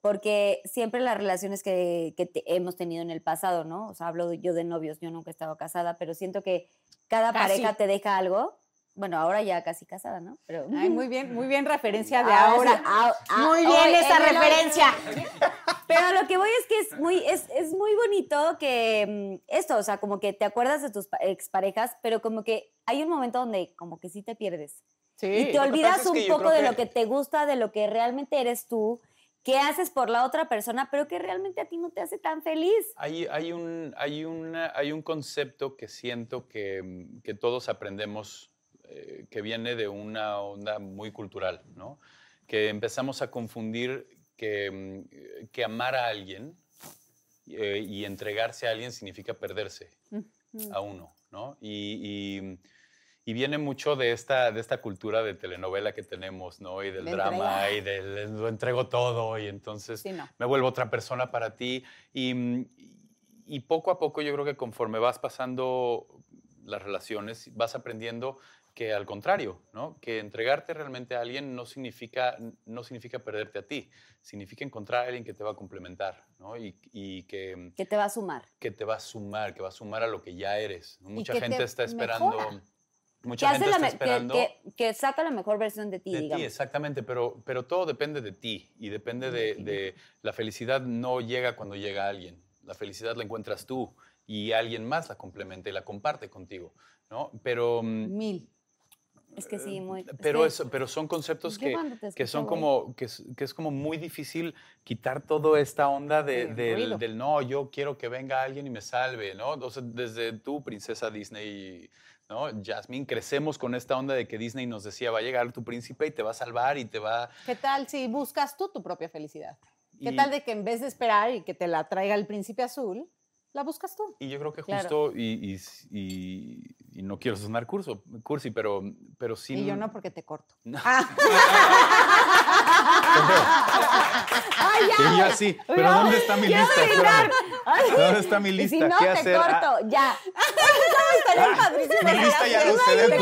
Porque siempre las relaciones que, que te- hemos tenido en el pasado, ¿no? O sea, hablo yo de novios, yo nunca he estado casada, pero siento que cada Casi. pareja te deja algo. Bueno, ahora ya casi casada, ¿no? Pero Ay, muy bien, muy bien referencia de Ah, ahora. sí, ah, ah, Muy bien hoy, esa en el hoy. referencia. eh, Pero lo que voy es que es muy, es, es muy bonito que mm, esto, o sea, como que te acuerdas de tus pa- exparejas, pero como que hay un momento donde como que sí te pierdes. y te lo que olvidas pasa es un que yo poco creo de que- lo que te gusta, de lo que realmente eres tú, qué haces por la otra persona, pero que realmente a ti no te hace tan feliz. Hay, hay, un, hay, una- hay un concepto que siento que, mm, que todos aprendemos eh, que viene de una onda muy cultural, ¿no? Que empezamos a confundir que, mm, eh, que amar a alguien eh, y entregarse a alguien significa perderse a uno, ¿no? Y, y, y viene mucho de esta, de esta cultura de telenovela que tenemos, ¿no? Y del De drama y del lo entrego todo y entonces Sí, no. me vuelvo otra persona para ti. Y, mm, y poco a poco yo creo que conforme vas pasando las relaciones, vas aprendiendo que al contrario, ¿no? que entregarte realmente a alguien no significa, no significa perderte a ti, significa encontrar a alguien que te va a complementar ¿no? y, y que, mm, Que te va a sumar. que te va a sumar, que va a sumar a lo que ya eres. ¿no? Mucha que te gente está esperando... mejora. Que, Mucha hace gente la está me- que- esperando que- que saca la mejor versión de ti, de ti, digamos. exactamente, pero, pero todo depende de ti y depende de, de- la felicidad no llega cuando llega alguien, la felicidad la encuentras tú y alguien más la complementa y la comparte contigo, ¿no? Pero, mm, Mil. Es que sí, muy. es eh, pero, que- eso, pero son conceptos Yo que, cuando te que escucho, son güey. como, que es, que es como muy difícil quitar toda esta onda de- del, del, no, yo quiero que venga alguien y me salve, ¿no? O sea, desde tú, princesa Disney, ¿no? Jasmine, crecemos con esta onda de que Disney nos decía, va a llegar tu príncipe y te va a salvar y te va... ¿Qué tal si buscas tú tu propia felicidad? ¿Qué y- tal de que en vez de esperar y que te la traiga el príncipe azul, la buscas tú? Y yo creo que Claro. justo, y, y s- y- y no quiero sonar curso, cursi, pero, pero sí. Y yo no porque te corto. Ah. Y yo así, pero ¿dónde está mi lista? Espérame. ¿Dónde está mi Y lista? si no, ¿Qué te hacer? Ah, corto, ya. mi lista ya no se ve.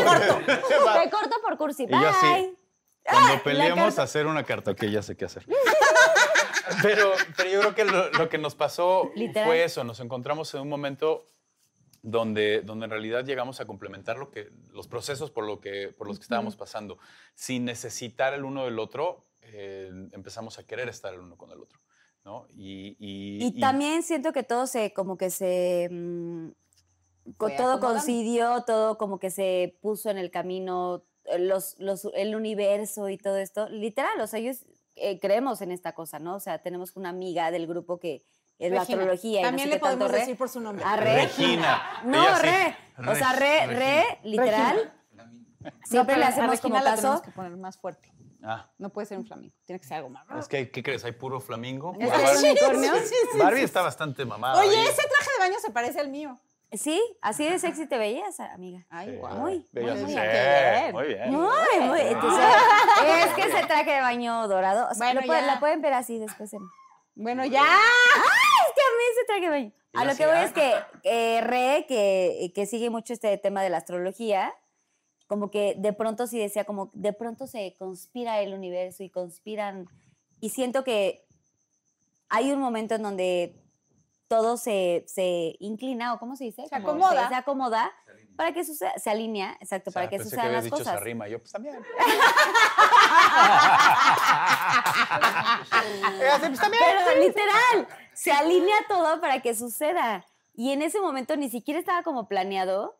Te corto por cursi. Y yo así, Bye. Ah, Cuando peleamos, hacer una carta. Ok, ya sé qué hacer. pero, pero yo creo que lo, lo que nos pasó Literal. fue eso. Nos encontramos en un momento donde, donde en realidad llegamos a complementar lo que, los procesos por, lo que, por los que estábamos pasando. Sin necesitar el uno del otro, eh, empezamos a querer estar el uno con el otro. ¿no? Y, y- Y y- también siento que todo se, como que se, mm, co- Fue todo acomodando. coincidió, todo como que se puso en el camino, eh, los, los, el universo y todo esto. Literal, o sea, ellos eh, creemos en esta cosa, ¿no? O sea, tenemos una amiga del grupo que es la Regina. astrología. y no También sé le qué tanto, podemos re. decir por su nombre. A re. Regina. No, Ella sí. re. O sea, re, re, literal. Siempre No, le pero a hacemos Regina como la caso. tenemos que poner más fuerte. Ah, No puede ser un flamingo. Tiene que ser algo más. es que, ¿qué crees? ¿Hay puro flamingo? ¿Es La que Barbie- es unicornio? Barbie está bastante mamada. Oye, ahí. ese traje de baño se parece al mío. Sí, así de sexy te veías, amiga. Ay, Sí, guau. Muy, muy, Bellas muy de bien. ser, Muy bien. Muy, muy. entonces, es que ese traje de baño dorado. o sea, Bueno, lo pueden- ya. la pueden ver así después. en- Bueno, ya. Es que a mí ese traje de baño. Y ah. A la lo que voy ciudad. es que eh, Re, que, que sigue mucho este tema de la astrología, como que de pronto sí decía, como de pronto se conspira el universo y conspiran. Y siento que hay un momento en donde todo se, se inclina, o ¿cómo se dice? Se Como acomoda. Se, se acomoda para que suceda, se alinea, exacto, para que pensé sucedan habías las dicho cosas. se arrima. Yo, pues también. Pero literal, se alinea todo para que suceda. Y en ese momento ni siquiera estaba como planeado,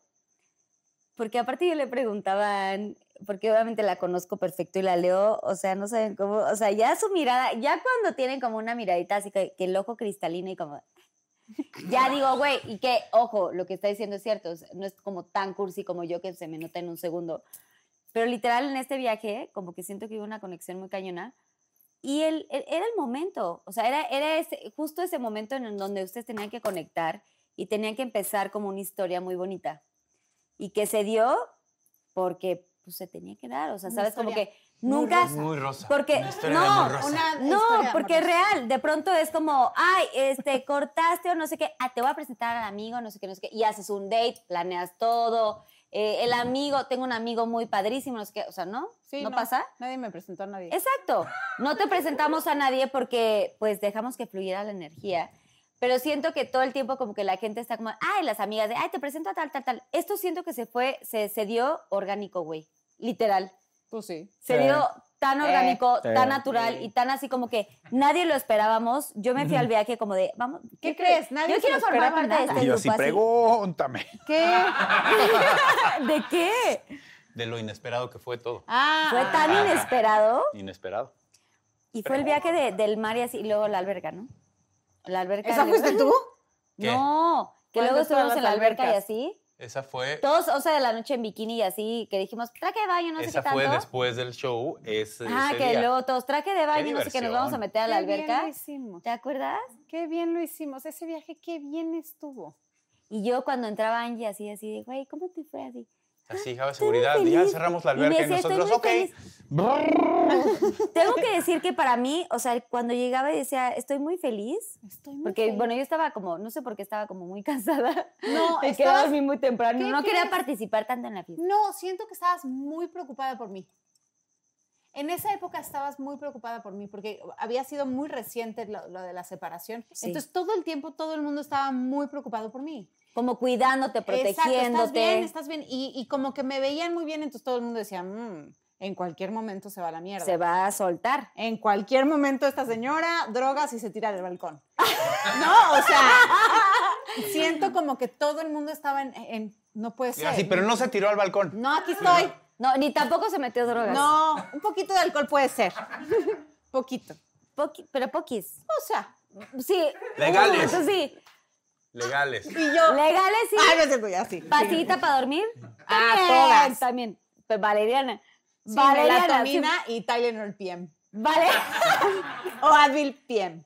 porque aparte yo le preguntaban, porque obviamente la conozco perfecto y la leo, o sea, no saben cómo, o sea, ya su mirada, ya cuando tienen como una miradita así que, que el ojo cristalino y como... Ya digo, güey, y que, ojo, lo que está diciendo es cierto, o sea, no es como tan cursi como yo que se me nota en un segundo. Pero literal en este viaje, como que siento que hubo una conexión muy cañona, y el, el- era el momento, o sea, era, era ese- justo ese momento en donde ustedes tenían que conectar y tenían que empezar como una historia muy bonita. Y que se dio porque pues, se tenía que dar, o sea, Una sabes, como historia que nunca... Muy rosa. Porque, Una historia de amor no, rosa. Una no, historia porque es amorosa. real, de pronto es como, ay, este, cortaste o no sé qué, ah, te voy a presentar al amigo, no sé qué, no sé qué, y haces un date, planeas todo, eh, el amigo, tengo un amigo muy padrísimo, no sé qué, o sea, ¿no? Sí, ¿No pasa? Nadie me presentó a nadie. Exacto. No te presentamos a nadie porque pues dejamos que fluyera la energía. Pero siento que todo el tiempo como que la gente está como, ay, las amigas de, ay, te presento a tal, tal, tal. Esto siento que se fue, se, se dio orgánico, güey. Literal. Pues sí. Se Sí. dio tan orgánico, sí. tan natural y tan así como que nadie lo esperábamos. Yo me fui al viaje como de, vamos, ¿Qué crees? Yo Nadie se quiero lo formar esperaba parte de nada. este Y yo grupo. así, así. pregúntame. ¿Qué? ¿De qué? De lo inesperado que fue todo. Ah, Fue tan inesperado. Inesperado. Y fue el viaje de- del mar y así, y luego la alberga, ¿no? La alberca. ¿Esa de- fuiste tú? ¿Qué? No, que ¿Cuál luego de estuvimos todas en la las alberca y albercas? así. Esa fue. Todos 11 de la noche en bikini y así, que dijimos, traje de baño, no sé esa qué tanto. fue después del show. Ese, ah, ese que día. luego todos traje de baño, no sé qué, nos diversión. vamos a meter a la Qué bien alberca. lo hicimos. ¿Te acuerdas? Qué bien lo hicimos. Ese viaje, qué bien estuvo. Y yo cuando entraba Angie así, así, de, güey, ¿cómo te fue así? Así, hija de Ah, Estoy muy seguridad. Ya feliz. cerramos la Y me alberca y, decía, estoy nosotros, muy ok. feliz. Brrr. Tengo que decir que para mí, o sea, cuando llegaba y decía, estoy muy feliz, Estoy muy porque, feliz. bueno, yo estaba como, no sé por qué estaba como muy cansada. Me no, quedaba a estabas- dormir muy temprano. ¿Qué No quería crees? participar tanto en la fiesta. no, siento que estabas muy preocupada por mí. En esa época estabas muy preocupada por mí porque había sido muy reciente lo, lo de la separación. Sí. Entonces todo el tiempo todo el mundo estaba muy preocupado por mí. Como cuidándote, protegiéndote. Exacto, estás bien, estás bien. Y, y como que me veían muy bien, entonces todo el mundo decía, "Mm, en cualquier momento se va a la mierda. se va a soltar. En cualquier momento esta señora drogas y se tira del balcón. no, o sea, siento como que todo el mundo estaba en, en- no puede Y ser. así, Ah, pero no se tiró al balcón. No, aquí estoy. No, ni tampoco se metió drogas. No, un poquito de alcohol puede ser. Poquito. Poqui- pero poquis. O sea, Sí. Legales. Eso sí. Legales. y yo. Legales sí. Ay, no se cuida así. Pasita para dormir. Ah, También, todas. También. Pues valeriana. Sí, valeriana. sí. melatonina y Tylenol PM. Vale. O Advil PM.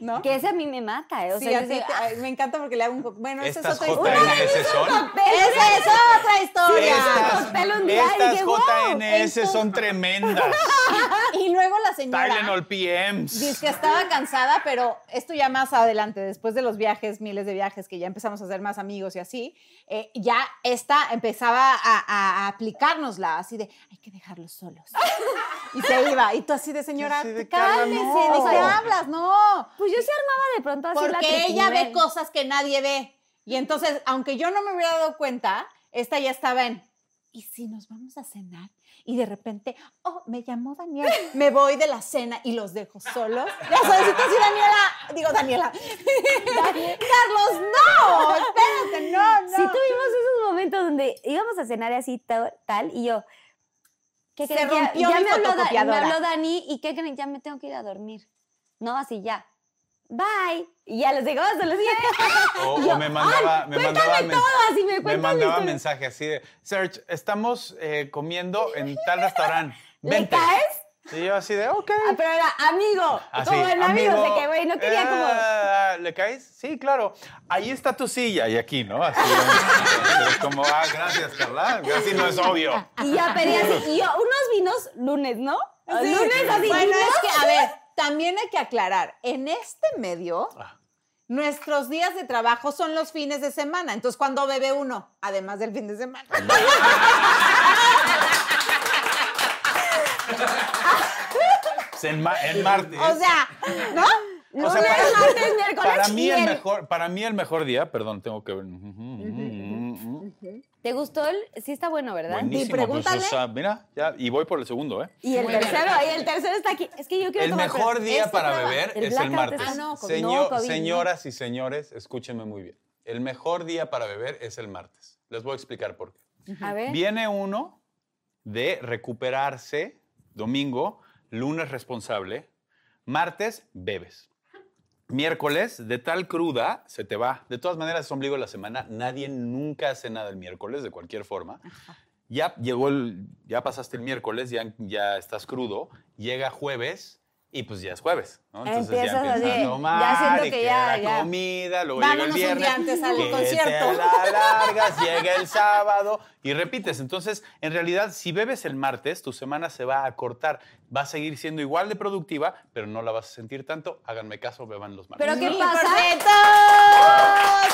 ¿No? que ese a mí me mata. eh, O Sí, sea, ah, a yo ti digo, te- ay, me encanta porque le hago un... co- Bueno, esa es Estas otra historia. JNS son. ¡Esa es otra historia! Estas, cóctel un día, estas dije, wow, JNS son entonces- tremendas. Y luego la señora Tylenol PMs. dice que estaba cansada, pero esto ya más adelante, después de los viajes, miles de viajes, que ya empezamos a ser más amigos y así, eh, ya esta empezaba a, a- a aplicárnosla, así de, hay que dejarlos solos. Y se iba, y tú así de, señora, Así de, Carla, cálmese, no. ¿de qué hablas? No, Pues yo se armaba de pronto así la porque ella ve triquiñuela. cosas que nadie ve. Y entonces, aunque yo no me hubiera dado cuenta, esta ya estaba en. ¿Y si nos vamos a cenar? Y de repente, oh, me llamó Daniela. Me voy de la cena y los dejo solos. Ya sabes, entonces Daniela, digo Daniela. Carlos, no, espérate, no, no. Sí tuvimos esos momentos donde íbamos a cenar y así tal, tal, y yo... ¿qué Se creen? Ya- rompió mi me habló, Da- me fotocopiadora. habló Dani y ¿qué creen? Ya me tengo que ir a dormir. No, así ya. Bye. Y ya les digo, se los dije. O, o Y yo, me mandaba, "Ay, me cuéntame mandaba, todo, mens- así me me cuentas la mandaba historia". mensaje así de, Serge, estamos eh, comiendo en tal restaurante. ¿Le Vente. caes? Y yo así de, ok. Ah, pero era amigo. Ah, Así, como el amigo, de que, güey, no quería como. "Ah, ¿Le caes? Sí, claro. Ahí está tu silla y aquí, ¿no? Así. como, ah, gracias, Carla. Así no es obvio. Y ya pedí así. Y yo, unos vinos lunes, ¿no? Lunes así. Bueno, vinos. es que, a ver, también hay que aclarar, en este medio, Ah. nuestros días de trabajo son los fines de semana. Entonces, ¿cuándo bebe uno? Además del fin de semana. En, ma- en martes. O sea, ¿no? O sea, para- martes, miércoles Para mí, y el el- mejor, para mí el mejor día, perdón, tengo que ver. ¿Te gustó el? Sí está bueno, ¿verdad? Buenísimo. pues, pregúntale. o sea, mira, ya, y voy por el segundo, ¿eh? Y el tercero, y el tercero está aquí. Es que yo quiero El tomar, pero mejor día este para estaba- beber es el blackout martes. está- no, COVID, Señor- no, COVID, no. señoras y señores, escúchenme muy bien. El mejor día para beber es el martes. Les voy a explicar por qué. A ver. Viene uno de recuperarse, domingo, lunes responsable, martes bebes. Miércoles, de tal cruda, se te va. De todas maneras, es ombligo de la semana. Nadie nunca hace nada el miércoles, de cualquier forma. Ya llegó el, ya pasaste el miércoles, ya, ya estás crudo. Llega jueves y pues ya es jueves. ¿no? Entonces Empiezas ya empiezas así, a ya tomar. siento y que ya, la ya. comida, luego Vámonos un llega día el viernes. antes al que te concierto. la largas, llega el sábado y repites. Entonces, en realidad, si bebes el martes, tu semana se va a cortar. Va a seguir siendo igual de productiva, pero no la vas a sentir tanto. Háganme caso, beban los martes. Pero ¿qué Sí, pasa? perfecto.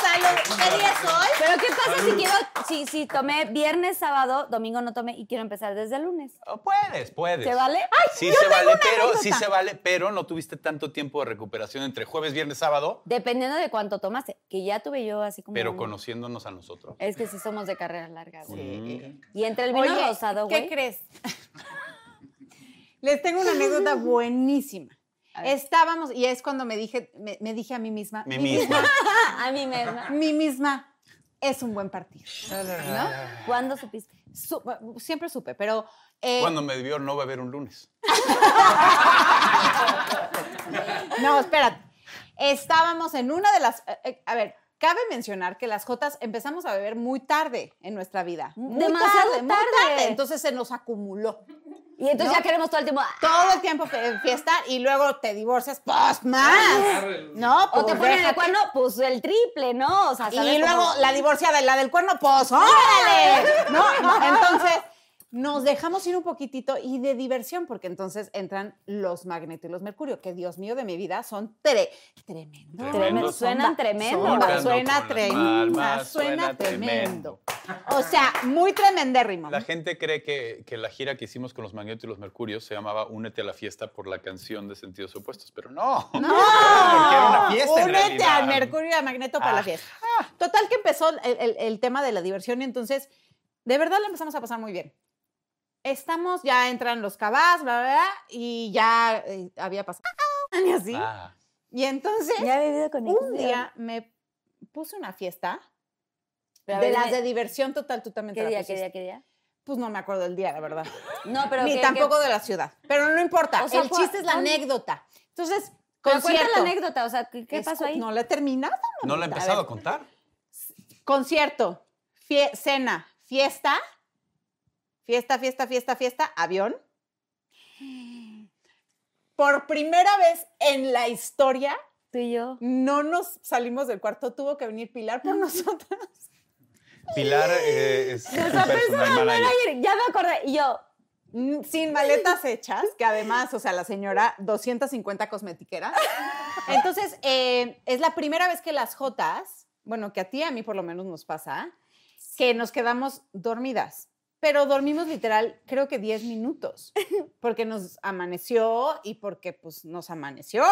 Salud. ¿Qué día es hoy? Pero ¿qué pasa si quiero, si, si tomé viernes, sábado, domingo no tomé y quiero empezar desde el lunes? Oh, puedes, puedes. ¿Se vale? ¡Ay! Sí se vale, pero sí se vale, pero no tuviste tanto tiempo de recuperación entre jueves, viernes, sábado, Dependiendo de cuánto tomaste, que ya tuve yo así como. Pero un- conociéndonos a nosotros. Es que sí somos de carreras largas, güey. Sí. Y entre el vino Oye, rosado, ¿qué güey. crees? Les tengo una anécdota buenísima. Estábamos, y es cuando me dije, me, me dije a mí misma, Mi mí misma. A mí misma. mi misma es un buen partido. ¿no? ¿Cuándo supiste? Su- siempre supe, pero eh, Cuando me vio no beber un lunes. No, espérate. Estábamos en una de las. eh, eh, a ver, cabe mencionar que las Jotas empezamos a beber muy tarde en nuestra vida. Muy Demasiado muy tarde. Entonces se nos acumuló. Y entonces ya queremos todo el tiempo. ¡ah! Todo el tiempo fe- fiesta y luego te divorcias, pues más. No, Ah, O te Pues, ponen el déjate. cuerno, pues el triple, ¿no? O sea, ¿sabes Y luego cómo? la divorciada y la del cuerno, pues órale. No, no, entonces nos dejamos ir un poquitito y de diversión, porque entonces entran los magneto y los mercurio, que Dios mío de mi vida son tre tremendo. Tremendo. Suenan tremendo, Son- güey. Suena Tocando con las tremendo. palmas, Suena suena tremendo. tremendo. O sea, muy tremendérrimo. La gente cree que, que la gira que hicimos con los Magneto y los Mercurios se llamaba Únete a la fiesta por la canción de Sentidos Opuestos, pero no. No. Porque era una fiesta en Únete realidad. Ah. al Mercurio y al Magneto para la fiesta. Total que empezó el, el- el tema de la diversión y entonces de verdad lo empezamos a pasar muy bien. Estamos, ya entran los cabas, bla, bla, bla, y ya eh, había pasado y así. Ah, Y entonces Ya he bebido con un día me puse una fiesta Pero a de ver, las dime, de diversión total, tú también te ¿Qué la día, qué pusiste. día, qué día? Pues no me acuerdo el día, la verdad. No, pero. Ni ¿qué- tampoco qué- de la ciudad. Pero no importa, O sea, el fue- chiste es la fue- anécdota. Entonces, Pero cuenta concierto. la anécdota, o sea, ¿qué, qué Es- pasó ahí? No la he terminado. no la he mamita, empezado ver. a contar. concierto, fie- cena, fiesta, fiesta, fiesta, fiesta, fiesta, avión. Por primera vez en la historia Tú y yo. no nos salimos del cuarto, tuvo que venir Pilar por nosotras. Pilar eh, es un personal manager. Manager, ya me acordé. Y yo, Mm, Sin maletas hechas, que además, o sea, la señora, 250 cosmetiqueras. Entonces, eh, es la primera vez que las Jotas, bueno, que a ti y a mí por lo menos nos pasa, que nos quedamos dormidas. Pero dormimos literal, creo que 10 minutos, porque nos amaneció y porque pues nos amaneció.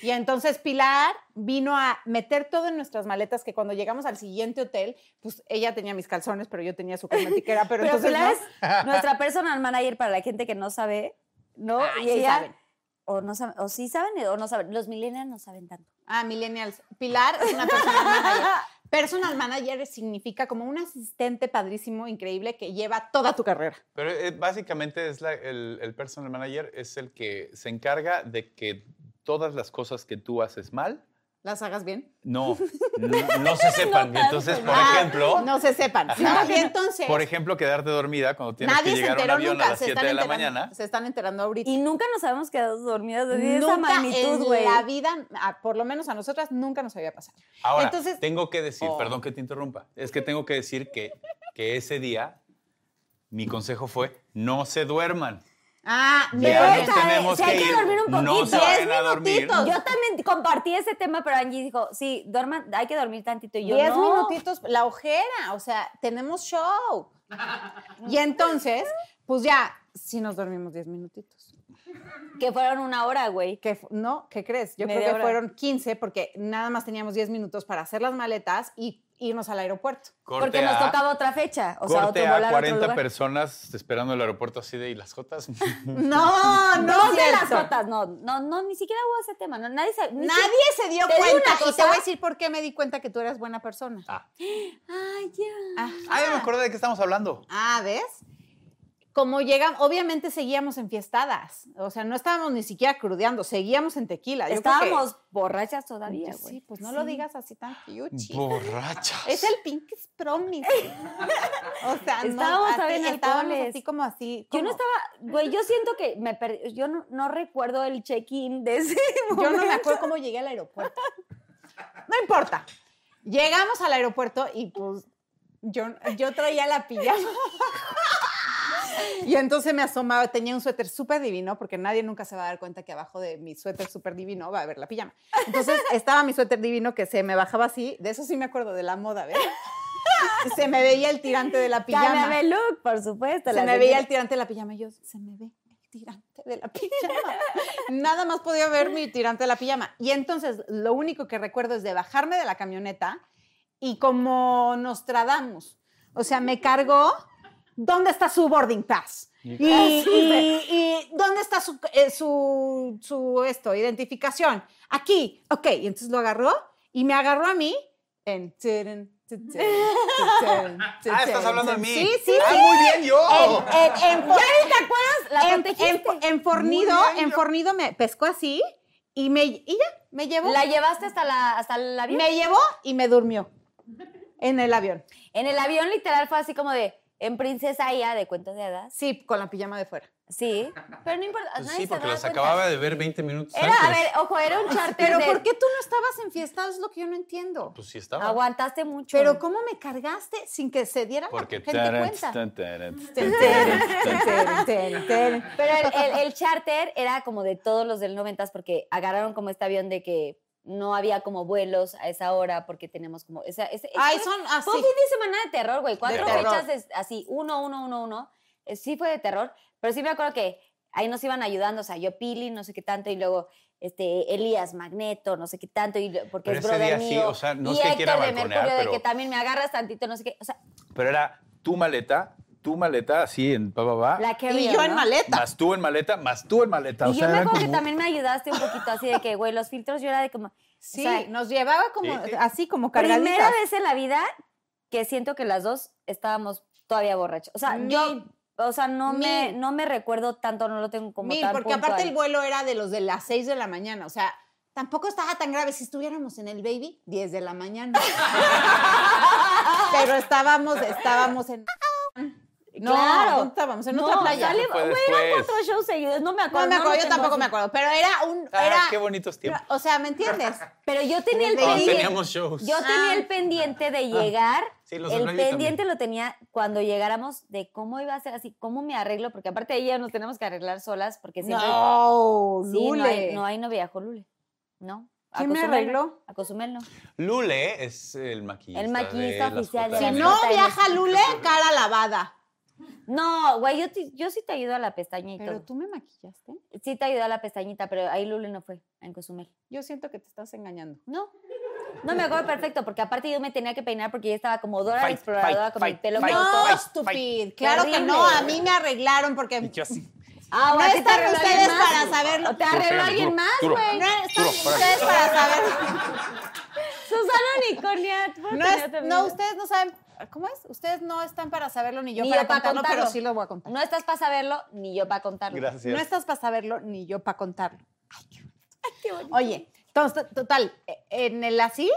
Y entonces Pilar vino a meter todo en nuestras maletas, que cuando llegamos al siguiente hotel, pues ella tenía mis calzones, pero yo tenía su cosmetiquera, pero, pero, entonces Pilar no. es nuestra personal manager para la gente que no sabe, ¿no? Ay, y sí ella. saben. O, no saben, o sí saben o no saben. Los millennials no saben tanto. Ah, millennials. Pilar es una personal manager. Personal manager significa como un asistente padrísimo, increíble, que lleva toda tu carrera. Pero eh, básicamente es la- el, el personal manager es el que se encarga de que todas las cosas que tú haces mal las hagas bien. Ah, No, no, no se sepan. entonces, por ejemplo, No se sepan. No, y entonces. por ejemplo, quedarte dormida cuando tienes Nadie que se llegar a un enteró avión a nunca. las Se 7 están, de la enterando, mañana. se están enterando ahorita. Y nunca nos habíamos quedado dormidas de esa nunca magnitud, en güey. la vida, ah, por lo menos a nosotras, nunca nos había pasado. Ahora, Entonces- tengo que decir, Oh. perdón que te interrumpa, es que tengo que decir que, que ese día mi consejo fue no se duerman. Ah, Ya Neta, nos eh, tenemos si hay que ir. dormir un No poquito. se Diez vayan a dormir. Yo también compartí ese tema, pero Angie dijo, sí, duerman, hay que dormir tantito. Y yo, 10 no. minutitos, la ojera, o sea, tenemos show. Y entonces, pues ya, sí nos dormimos 10 minutitos. Que fueron una hora, güey. Que, fu- no, ¿qué crees? Yo Media creo que hora. fueron 15 porque nada más teníamos 10 minutos para hacer las maletas y irnos al aeropuerto. Corte porque nos A, tocaba otra fecha. O sea, corte otro volar a a otro 40 lugar. personas esperando el aeropuerto así de y las jotas. No, No de las cierto. cotas, no, no, no, ni siquiera hubo ese tema. No, nadie se, ni Nadie se dio Te digo cuenta una y te cosa. voy a decir por qué me di cuenta que tú eras buena persona. ah, se- Ay, ya. ah, ya me acordé de qué estamos hablando. Ah, ¿ves? Como llegamos, obviamente seguíamos enfiestadas. O sea, no estábamos ni siquiera crudeando, seguíamos en tequila. Yo creo que- Estábamos borrachas todavía, güey. Sí, pues no lo digas así tan fiuchi. Borrachas. Es el Pink Promise. o sea, no, Estábamos así- bien estábamos alcoholes. así como así. Yo no como- estaba, güey, yo siento que me perdí, yo no, no recuerdo el check-in de ese Yo no me momento. acuerdo cómo llegué al aeropuerto. No importa. Llegamos al aeropuerto y pues yo, yo traía la pijama. Y entonces me asomaba, tenía un suéter súper divino, porque nadie nunca se va a dar cuenta que abajo de mi suéter súper divino va a haber la pijama. Entonces estaba mi suéter divino que se me bajaba así, de eso sí me acuerdo, de la moda, ¿ves? Se me veía el tirante de la pijama. Pijama. me look, por supuesto. Se la me veía señora. el tirante de la pijama. y Yo, se me ve el tirante de la pijama. Nada más podía ver mi tirante de la pijama. Y entonces, lo único que recuerdo es de bajarme de la camioneta y como nos tradamos. O sea, me cargó, ¿dónde está su boarding pass? Y, y- y ¿dónde está su, eh, su, su esto, identificación? Aquí, ok. Y entonces lo agarró y me agarró a mí en... Ah, Ah, estás hablando de mí. Sí, sí, Ah, sí. muy bien, Eh, yo. Pues En, en, en, ¿Te acuerdas? La en- en- protegiste. en fornido, Muy bien, en yo- fornido me pescó así y me y ya, me llevó. em, la llevaste hasta la hasta el avión. me llevó y me durmió en el avión. En el avión literal fue así como de en princesa Ia de cuentos de hadas. Sí, con la pijama de fuera. Sí, pero no importa, Pues nadie sí, se porque daba los cuenta. acababa de ver 20 minutos Era, antes. a ver, ojo, era un charter Ah, Pero de- ¿por qué tú no estabas enfiestado? Es lo que yo no entiendo. Pues sí estaba. aguantaste mucho. Pero ¿cómo me cargaste sin que se diera la Porque gente taran, cuenta? Tan, taran, Ten, ten, ten, ten, ten. Pero el, el- el charter era como de todos los del 90 porque agarraron como este avión de que no había como vuelos a esa hora porque tenemos como esa, ese, Ay, fue- son Ah, fue un así. fin de semana de terror, güey. Cuatro terror. fechas es- así, uno, uno, uno, uno. Eh, Sí fue de terror, pero sí me acuerdo que ahí nos iban ayudando, o sea, yo Pili, no sé qué tanto, y luego este Elías Magneto, no sé qué tanto, y lo- porque Pero es ese brother día sí, mío. o sea, no y es que quiera Héctor de balconear, Mercurio, de que pero- también me agarras tantito, no sé qué. O sea, Pero era tu maleta, tu maleta, así en pa, pa, pa, la que Y yo en maleta. Más tú en maleta, más tú en maleta. o Y yo sea, me era acuerdo que como- también me ayudaste un poquito así de que, güey, los filtros yo era de como... Sí, o sea, nos llevaba como Sí, sí. así como primera cargaditas. vez en la vida que siento que las dos estábamos todavía borrachas. O sea, Mm, yo... Mil. O sea, no me, Mil. no me recuerdo tanto, no lo tengo como Mil, tan porque aparte puntual. el vuelo era de los de las 6 de la mañana, o sea, tampoco estaba tan grave. Si estuviéramos en el baby, 10 de la mañana. Pero estábamos, estábamos en. No, Claro. ¿dónde estábamos? En No, otra playa. sale- Eso fue güey, eran después. cuatro shows seguidos, no me No acuerdo. me acuerdo, lo yo tengo tampoco así. me acuerdo, pero era un. Ah, era, qué bonitos tiempos. O sea, ¿me entiendes? Pero yo tenía el Cuando Cuando Sí. pendiente. teníamos shows. Ah. Yo tenía el pendiente de llegar. Sí, los el horarios también. pendiente lo tenía cuando llegáramos de cómo iba a ser así, cómo me arreglo, porque aparte de ella nos tenemos que arreglar solas, porque siempre. No, Sí, Lule. no, hay, no, ahí no viajó Lule. No. A ¿Quién me Cozumel no, arregló? A Cozumel no. Lule es el maquillista. El maquillista de las oficial de fotos. Si las no Nota en viaja Lule, cara lavada. No, güey, yo, te- yo sí te ayudo a la pestañita. tú me maquillaste. Sí te ayudé a la pestañita, pero ahí Lule no fue, en Cozumel. Yo siento que te estás engañando. No. No me acuerdo perfecto, porque aparte yo me tenía que peinar porque yo estaba como Dora la Fight, exploradora fight, con fight, mi pelo fight, corto. No, Ay, estúpido. Claro que Terrible. no, a mí me arreglaron porque Y yo así. Ah, No bueno, sí te están arregló ustedes alguien más. para saberlo. ¿Te arregló Duro, alguien duro, más, duro. güey? No están Duro, para ustedes para saber. Susana Unicornia. ¿puedo No, tener es- otra no, amiga? ustedes no saben. ¿Cómo es? Ustedes no están para saberlo ni yo Ni para yo pa' contarlo, contarlo. pero sí lo voy a contar. No estás para saberlo, ni yo para contarlo. Gracias. No estás para saberlo ni yo para contarlo. Oye, Entonces, total, e, en el así,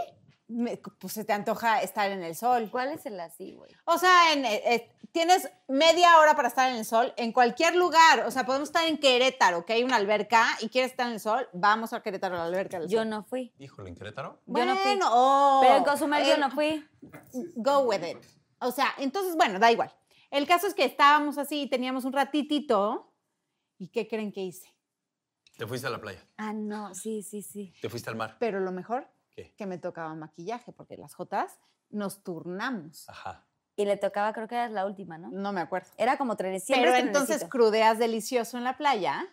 me- pues se te antoja estar en el sol. ¿Cuál es el así, güey? O sea, en- eh, eh, tienes media hora para estar en el sol en cualquier lugar. O sea, podemos estar en Querétaro, que hay una alberca y quieres estar en el sol, vamos a Querétaro a la alberca. del Yo sol. no fui. Híjole, ¿en Querétaro? yo no fui. Bueno, oh, Pero en Cozumel yo eh, no fui. Go with it. O sea, entonces, bueno, da igual. El caso es que estábamos así, teníamos un ratitito. ¿Y qué creen que hice? Te fuiste a la playa, Ah, no, sí, sí, sí. te fuiste al mar. Pero lo mejor, ¿Qué? que me tocaba maquillaje, porque las jotas nos turnamos. Ajá. Y le tocaba, creo que era la última, ¿no? No me acuerdo. Era como trenes. Pero entonces crudeas delicioso en la playa.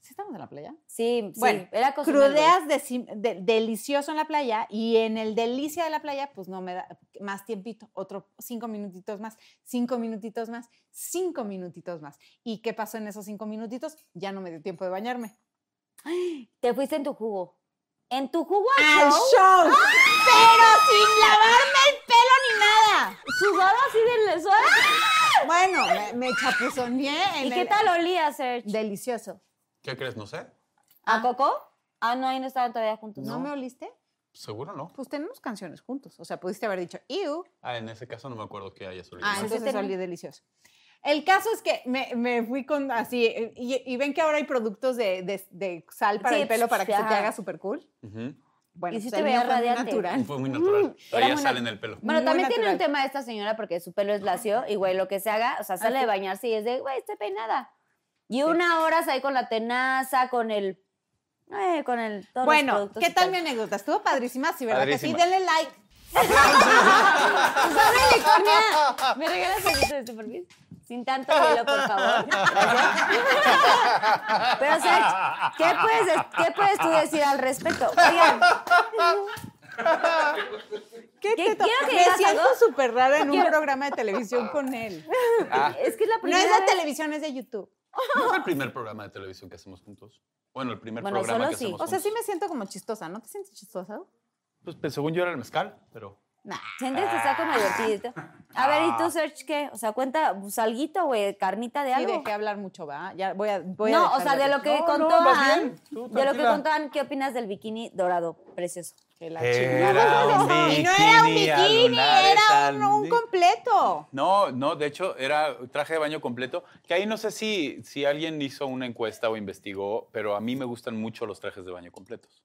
¿Sí estamos en la playa? Sí, sí. Bueno, era Cozumel, güey. Crudeas deci- de- delicioso en la playa y en el delicia de la playa, pues no me da más tiempito, otro cinco minutitos más, cinco minutitos más, cinco minutitos más. ¿Y qué pasó en esos cinco minutitos? Ya no me dio tiempo de bañarme. Te fuiste en tu jugo. En tu jugo al ¡Al show, show! ¡Ah! ¡Pero sin lavarme el pelo ni nada! sudado así del sol. Bueno, me, me chapuzoneé. en ¿Y qué el- tal olía, Serge? Delicioso. ¿Qué crees? No sé. ¿A Coco? Ah, no, ahí no estaban todavía juntos. ¿No me oliste? Seguro no. Pues tenemos canciones juntos. O sea, pudiste haber dicho, ¡Ew! Ah, en ese caso no me acuerdo que haya salido. Ah, ¿no? entonces termina. olí delicioso. El caso es que me, me fui con así, eh, y, y ven que ahora hay productos de, de- de sal para Sí, el pelo para que se te ajá. haga súper cool. Ujú. Bueno, Y sí pues te el veías mío fue muy radiante. natural. Fue muy natural. Traía mm, muy sal nat- en el pelo. Bueno, Muy también tiene un natural. tema esta señora porque su pelo es lacio y, güey, lo que se haga, o sea, sale de bañarse y es de, güey, estoy peinada. Y una hora ahí con la tenaza, con el. eh, con el. todos los Bueno, productos ¿qué y tal mi anécdota? Estuvo padrísima, sí, ¿verdad? Que sí, Padrísima. denle like. Susana Unicornia, ¿me regalas el gusto de este perfil? Sin tanto velo, por favor. Gracias. Pero, o sea, ¿qué puedes, qué puedes tú decir al respecto? Oigan, ¿Qué ¿Qué- te to- quiero que me digas siento algo? súper rara en un Quiero- Pues programa de televisión con él. es que es la No primera es de vez- televisión, es de YouTube. ¿No fue el primer programa de televisión que hacemos juntos? Bueno, el primer Bueno, programa solo que sí. hacemos O sea, juntos. sí me siento como chistosa, ¿no te sientes chistosa? Pues, pues, según yo era el mezcal, pero... Sientes que está como divertidito. A ver, ¿y Ah. tú, Serge, qué? O sea, cuenta pues, alguito, güey, carnita de Y algo. dejé hablar mucho, va. Ya voy a. Voy a no, o dejar sea, de lo que No, contó no, más Ann, bien, tú, de lo que tranquila. contó Ann, ¿qué opinas del bikini dorado? Precioso. Que la Era chingada. un Y no era un bikini bikini, lunar, era era un, un un- completo. No, no, de hecho era traje de baño completo, que ahí no sé si, si alguien hizo una encuesta o investigó, pero a mí me gustan mucho los trajes de baño completos.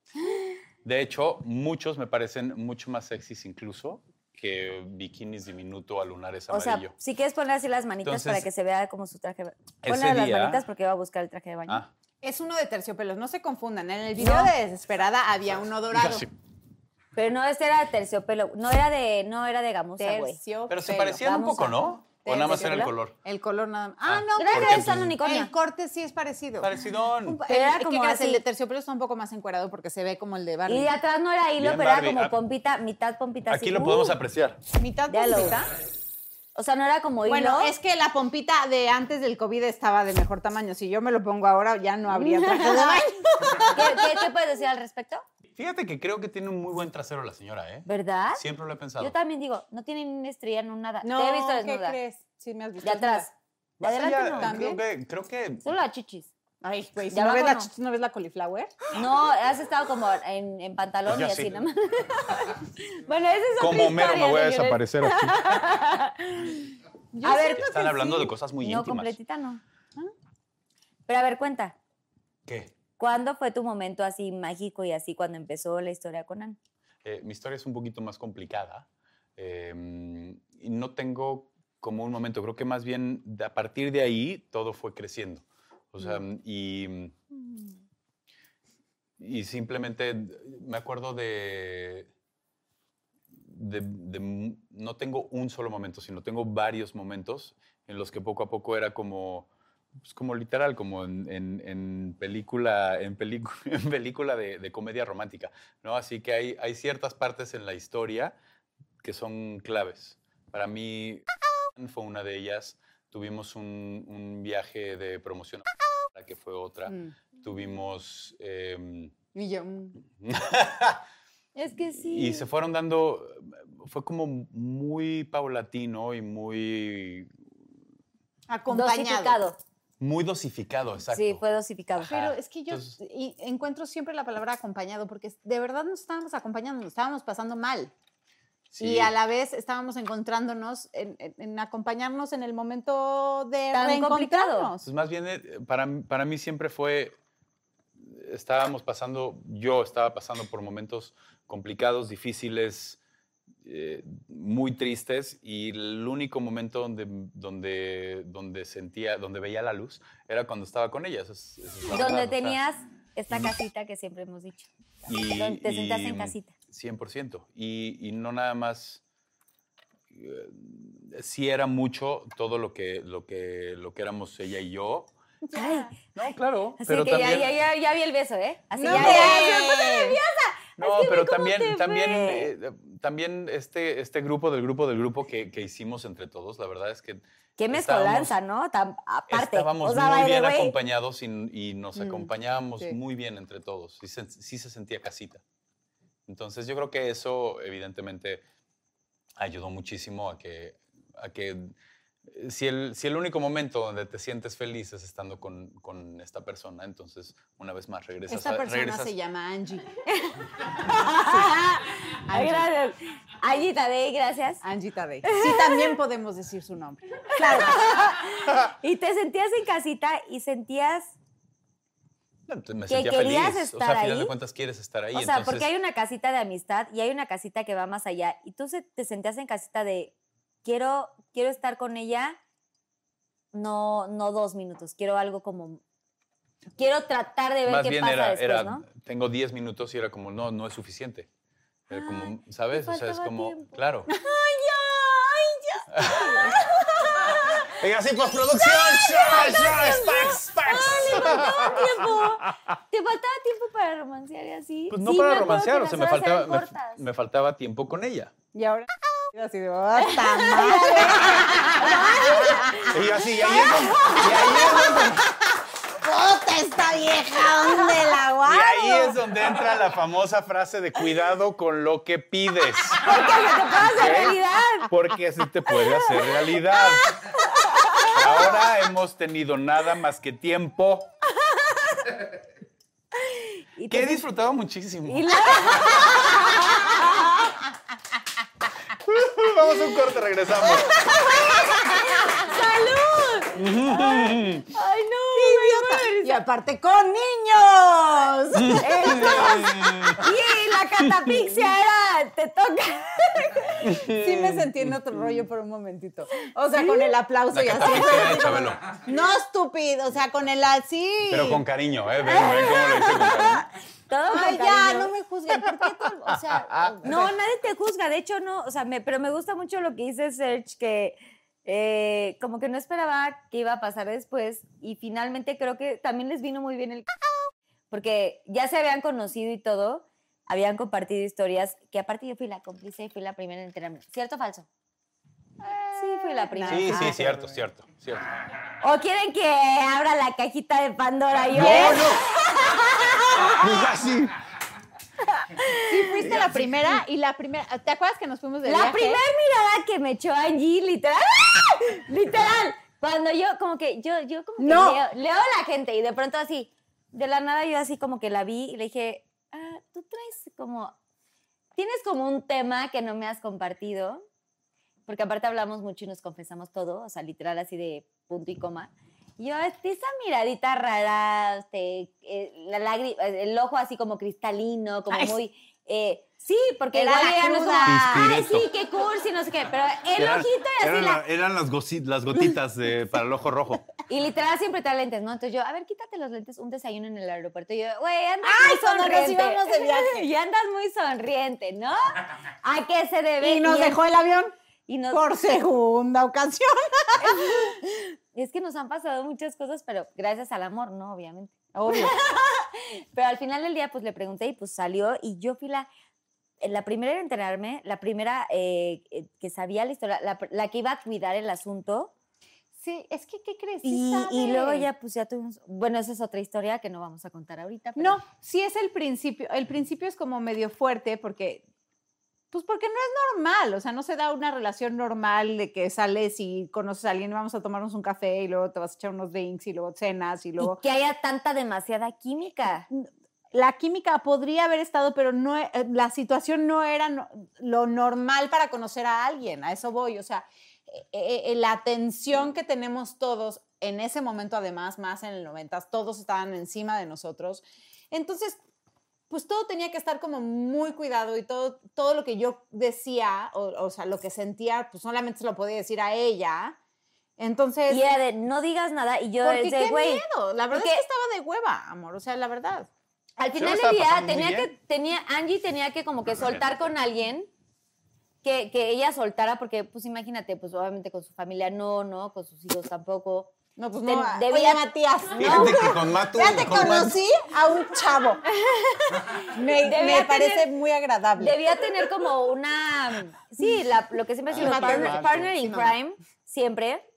De hecho, muchos me parecen mucho más sexys incluso que bikinis diminuto a lunares O sea, amarillo. si quieres poner así las manitas Entonces, para que se vea como su traje. de ba- ese Ponle las día- manitas porque va a buscar el traje de baño. ah, Es uno de terciopelos, no se confundan. En el video de Desesperada había uno dorado. sí. Pero no, este era de terciopelo. No era de, no era de gamuza, güey. Terciopelo. Pero se parecían un vamos poco, a- ¿no? O nada más era el color. El color nada más. Ah, Ah, no, Gracias, Porque, Susana pues, Unicornia. el corte sí es parecido. Parecidón. Pero era el, que como creas, así. el de terciopelo está un poco más encuadrado porque se ve como el de Barbie. Y de atrás no era hilo, Bien, pero era Barbie. como Ah. pompita, mitad pompita. Aquí así. lo Uh, podemos apreciar. mitad ya lo- pompita. O sea, no era como hilo. Bueno, es que la pompita de antes del COVID estaba de mejor tamaño. Si yo me lo pongo ahora, ya no habría traje de baño. ¿Qué, qué, qué puedes decir al respecto? Fíjate que creo que tiene un muy buen trasero la señora, ¿eh? ¿Verdad? Siempre lo he pensado. Yo también digo, no tiene ni una estrella, no nada. No, Te he visto ¿qué desnuda. crees? Sí, me has visto. De atrás. De Más adelante allá, no. creo que, creo que Solo las chichis. Ay, güey, si ¿De no ves, abajo la, no? chis- ¿no ves la cauliflower? No, has estado como en, en pantalón Yo y así, sí. nada más. bueno, esa es otra Pues como mero historia, me voy a señores. desaparecer aquí. A ver, Están hablando de cosas muy no, íntimas. completita no. ¿Ah? Pero a ver, cuenta. ¿Qué? ¿Cuándo fue tu momento así mágico y así cuando empezó la historia con Ann? Eh, mi historia es un poquito más complicada. eh, y no tengo como un momento, creo que más bien de- a partir de ahí todo fue creciendo. O sea, y, y simplemente d- me acuerdo de, de, de mu- No tengo un solo momento, sino tengo varios momentos en los que poco a poco era como... pues, como literal, como en, en- en película, en película, en película de- de comedia romántica. ¿no? Así que hay, hay ciertas partes en la historia que son claves. Para mí fue una de ellas. Tuvimos un, un viaje de promoción a que fue otra. Tuvimos... em, mm, Y yo, mm. Es que sí. y se fueron dando, fue como muy paulatino y muy acompañado. Dosificado. Muy dosificado, exacto. Sí, fue dosificado. Pero es que yo entonces- y encuentro siempre la palabra acompañado, porque es- de verdad nos estábamos acompañando, nos estábamos pasando mal. Sí. Y a la vez estábamos encontrándonos, en, en- en acompañarnos en el momento de Tan reencontrarnos. Entonces, más bien, eh, para, para mí siempre fue, estábamos pasando, yo estaba pasando por momentos complicados, difíciles, eh, muy tristes, y el único momento donde, donde, donde sentía, donde veía la luz, era cuando estaba con ella. eso es- eso es la verdad, o Donde sea, tenías esta casita que siempre hemos dicho. y- donde te sentías y- en casita. 100%. Y, y no nada más. eh, Sí era mucho todo lo que, lo que, lo que éramos ella y yo. no, claro. Así pero que ya, también, ya, ya, ya vi el beso, ¿eh? Así No, ya, hombre. ya, ya. No, que ve pero cómo te también, también, ve. eh, también este, este grupo del grupo del grupo que, que hicimos entre todos, la verdad es que Qué mezcolanza, ¿no? Tan- aparte. estábamos o sea, by muy the bien way, Mm, acompañados y, y nos acompañábamos sí. muy bien entre todos. Sí se, sí se sentía casita. Entonces yo creo que eso evidentemente ayudó muchísimo a que, a que eh, si, el, si el único momento donde te sientes feliz es estando con, con esta persona, entonces una vez más regresas Esta Pues, a- persona regresas- se llama Angie. ay, gracias. Ayita de gracias. Angie Tadei. Sí, también podemos decir su nombre. Claro. y te sentías en casita y sentías. me que sentía querías feliz. estar o sea, al final ahí. de cuentas quieres estar ahí. o sea, entonces, porque hay una casita de amistad y hay una casita que va más allá. Y tú se- te sentías en casita de quiero, quiero estar con ella, no, no dos minutos, quiero algo como. Quiero tratar de ver más qué bien pasa era, después, era, ¿no? tengo 10 minutos y era como, no, no es suficiente. Era como, ¿sabes? Ah, te O sea, es faltaba como, tiempo. claro. ¡Ay, Venga, sí, postproducción. Ya, ya, Spax, Spax. ya! ¡Te faltaba tiempo! ¿Te faltaba tiempo para romancear y así? Pues no Sí, me para acuerdo romancear, que o sea, me las horas faltaba, eran me, cortas. me faltaba tiempo con ella. Y ahora así de "Oh, Y yo así, ya llego. Y ahí, es donde, esta vieja! ¿Dónde la y ahí es donde entra la famosa frase de cuidado con lo que pides. ¡Pasa ¿ok? realidad! Porque se te puede hacer realidad. Ahora hemos tenido nada más que tiempo. Y Que he te- disfrutado muchísimo. y la- Vamos a un corte, regresamos. ¡Ay, no! Y aparte con niños. Y la catapixia era, te toca. Sí me sentí en otro rollo por un momentito. O sea, con el aplauso La y así. catapixia de Chabelo. No estúpido, o sea, con el así. Pero con cariño, ¿eh? Ven, ven cómo lo hice con cariño. Todo con Ay, ya, cariño. no me juzguen. ¿Por qué todo? O sea, No, nadie te juzga. De hecho, no, o sea, me- pero me gusta mucho lo que dice Serge, que eh, como que no esperaba que iba a pasar después. Y finalmente creo que también les vino muy bien el. Porque ya se habían conocido y todo, habían compartido historias, que aparte yo fui la cómplice y fui la primera en enterarme. ¿Cierto o falso? Sí, fui la primera. Sí, sí, Ah. cierto, cierto, cierto. ¿O quieren que abra la cajita de Pandora yo? Así. fuiste la primera y la primera. ¿Te acuerdas que nos fuimos de La viaje? primera mirada que me echó Angie, literal, ¡ah! literal, cuando yo como que, yo, yo como que No. leo, leo a la gente y de pronto así, de la nada yo así como que la vi y le dije, ah, tú traes como, tienes como un tema que no me has compartido, porque aparte hablamos mucho y nos confesamos todo, o sea, literal así de punto y coma. Y Yo, este, esa miradita rara, este, eh, la lágri- el ojo así como cristalino, como Ay. muy... eh, sí, porque Era igual la ella no es como, cruda. Ay, Pispireto. sí, qué cursi, no sé qué. Pero el Eran- ojito y así eran, la. la- eran las, gosi- las gotitas de- para el ojo rojo. Y literal siempre trae lentes, ¿no? Entonces yo, a ver, quítate los lentes, un desayuno en el aeropuerto. Y yo, güey, andas Ay, muy cuando nos sonriente. íbamos de viaje. y andas muy sonriente, ¿no? ¿A qué se debe? Y nos dejó el avión y nos- por segunda ocasión. Es que nos han pasado muchas cosas, pero gracias al amor, ¿no? Obviamente. Obvio. Pero al final del día, pues le pregunté y pues salió y yo fui la, eh, la primera en enterarme, la primera eh, eh, que sabía la historia, la, pr- la que iba a cuidar el asunto. Sí, es que, ¿qué crees? Sí Y, y sabe. luego ya, pues ya tuvimos, bueno, esa es otra historia que no vamos a contar ahorita. pero- No, sí es el principio. El principio es como medio fuerte porque Pues porque no es normal, o sea, no se da una relación normal de que sales y conoces a alguien y vamos a tomarnos un café y luego te vas a echar unos drinks y luego cenas y luego... Y que haya tanta demasiada química. La química podría haber estado, pero no, eh, la situación no era no- lo normal para conocer a alguien, a eso voy, o sea, eh, eh, la atención que tenemos todos en ese momento, además, más en el 90, todos estaban encima de nosotros. Entonces, pues todo tenía que estar como muy cuidado y todo, todo lo que yo decía, o, o sea, lo que sentía, pues solamente se lo podía decir a ella. Entonces, Y era de, no digas nada. Y yo porque es de, qué güey. miedo. La verdad porque- es que estaba de hueva, amor, o sea, la verdad. Al Yo la final estaba del día pasando muy tenía que, bien. tenía, Angie tenía que como que No, la soltar neta, con alguien que, que ella soltara, porque pues imagínate, pues obviamente con su familia no, ¿no? Con sus hijos tampoco. No, pues Ten- no. a- debía- Oye, Matías, Fíjate que con Matu. ya te con Matu- conocí a un chavo. Me, Debía me tener- parece muy agradable. Debía tener como una, sí, la- lo que siempre Ah, decimos, sí, partner, mamá, partner sí, in mamá. crime, siempre,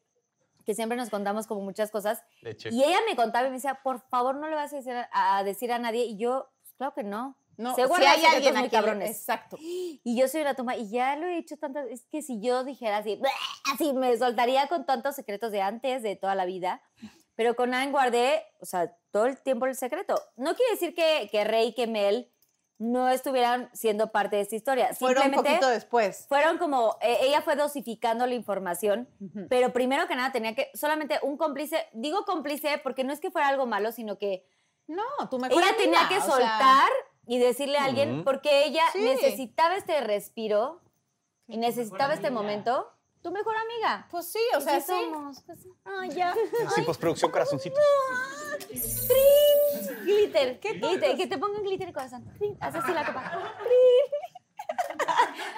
que siempre nos contamos como muchas cosas. Leche. Y ella me contaba y me decía, por favor, no le vas a decir a, a decir a nadie. Y yo, pues claro que no. No, Seguro si hay hay secretos alguien muy aquí, cabrones. Exacto. Y yo soy la toma, y ya lo he dicho tantas es que si yo dijera así, así me soltaría con tantos secretos de antes, de toda la vida, pero con Anne guardé, o sea, todo el tiempo el secreto. No quiere decir que, que Rey y que Mel no estuvieran siendo parte de esta historia. Fueron un Simplemente poquito después. fueron como, eh, ella fue dosificando la información, pero primero que nada tenía que, solamente un cómplice, digo cómplice porque no es que fuera algo malo, sino que No, tú me ella tenía que soltar y decirle a alguien Ujú. porque ella Sí. necesitaba este respiro y necesitaba este momento. Tu mejor amiga. pues sí, o sea, Así sí. somos. pues, ay, ya. Sí, postproducción, corazoncitos. Trin. Glitter. glitter. Que te pongan glitter corazón. Trin. Haz así la copa.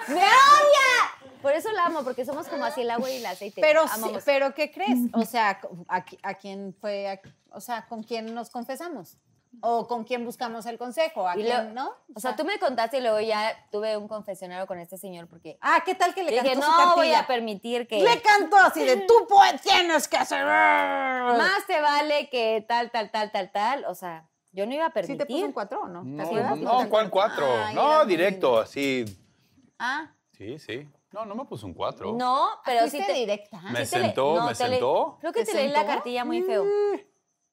Trin. ¡Me odia! Por eso la amo, porque somos como así el agua y el aceite. Pero, sí, Amamos. pero ¿qué crees? O sea, ¿a, qui- a quién fue? a- o sea, ¿con quién nos confesamos? ¿O con quién buscamos el consejo? ¿A Y quién, luego- no? O sea, tú me contaste y luego ya tuve un confesionario con este señor porque Ah, ¿qué tal que le le cantó dije, no su cartilla? voy a permitir que... Le cantó así de, tú pues, tienes que hacer... más te vale que tal, tal, tal, tal, tal. O sea, yo no iba a ¿Sí permitir. te puso un cuatro o no? ¿Te No, acuerdas? no, ¿cuál cuatro? Ay, era no, muy directo, así. Ah, Sí, sí. No, no me puso un cuatro. no, pero sí fuiste te... directa. Me sí te le- sentó, no, me te le- sentó. Creo que ¿Te te, Mm. leí la sentó? Mm. cartilla muy feo.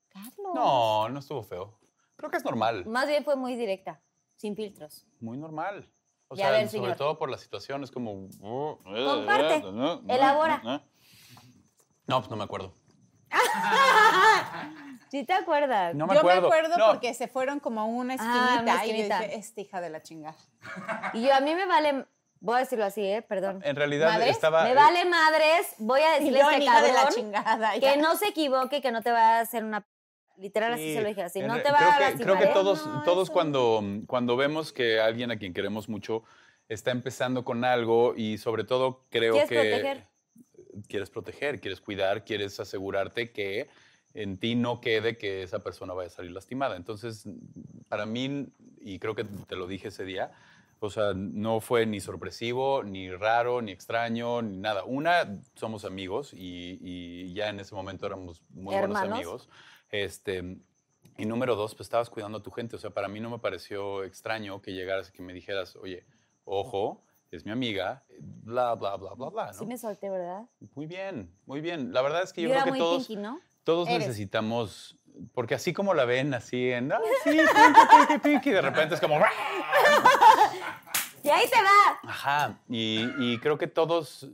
Carlos. No, no estuvo feo. Creo que es normal. Más bien fue muy directa, sin filtros. Muy normal. O Y a sea, ver, sobre señor. todo por la situación, es como... uh, eh, Comparte, elabora. No, pues no me acuerdo. ¿Sí te acuerdas? No me Yo acuerdo. me acuerdo No. porque se fueron como a una Ah, esquinita, una y esquinita. yo dije, esta hija de la chingada. Y yo, a mí me vale... Voy a decirlo así, ¿eh? Perdón. En realidad ¿Madres? estaba... me vale madres, voy a Y decirle yo, a este hija de la cabrón chingada. ya. que no se equivoque, que no te va a hacer una... Literal, así Sí, se lo dije, así, en no re- te va a creo que, lastimar, creo que ¿eh? todos, No, todos eso- cuando, cuando vemos que alguien a quien queremos mucho está empezando con algo y sobre todo creo ¿Quieres que proteger? quieres proteger, quieres cuidar, quieres asegurarte que en ti no quede que esa persona vaya a salir lastimada. Entonces, para mí, y creo que te lo dije ese día, o sea, no fue ni sorpresivo, ni raro, ni extraño, ni nada. Una, somos amigos y, y ya en ese momento éramos muy buenos Hermanos. amigos. Este, y número dos, pues estabas cuidando a tu gente. O sea, para mí no me pareció extraño que llegaras y que me dijeras, oye, ojo, es mi amiga, bla, bla, bla, bla, bla. ¿no? Sí me solté, ¿verdad? Muy bien, muy bien. La verdad es que yo, Yo era creo que muy todos, pinky, ¿no? todos Eres. necesitamos, porque así como la ven, así en, "Ay, sí, pinky, pinky, pinky", y de repente es como, Y ahí te va. Ajá, y, y creo que todos,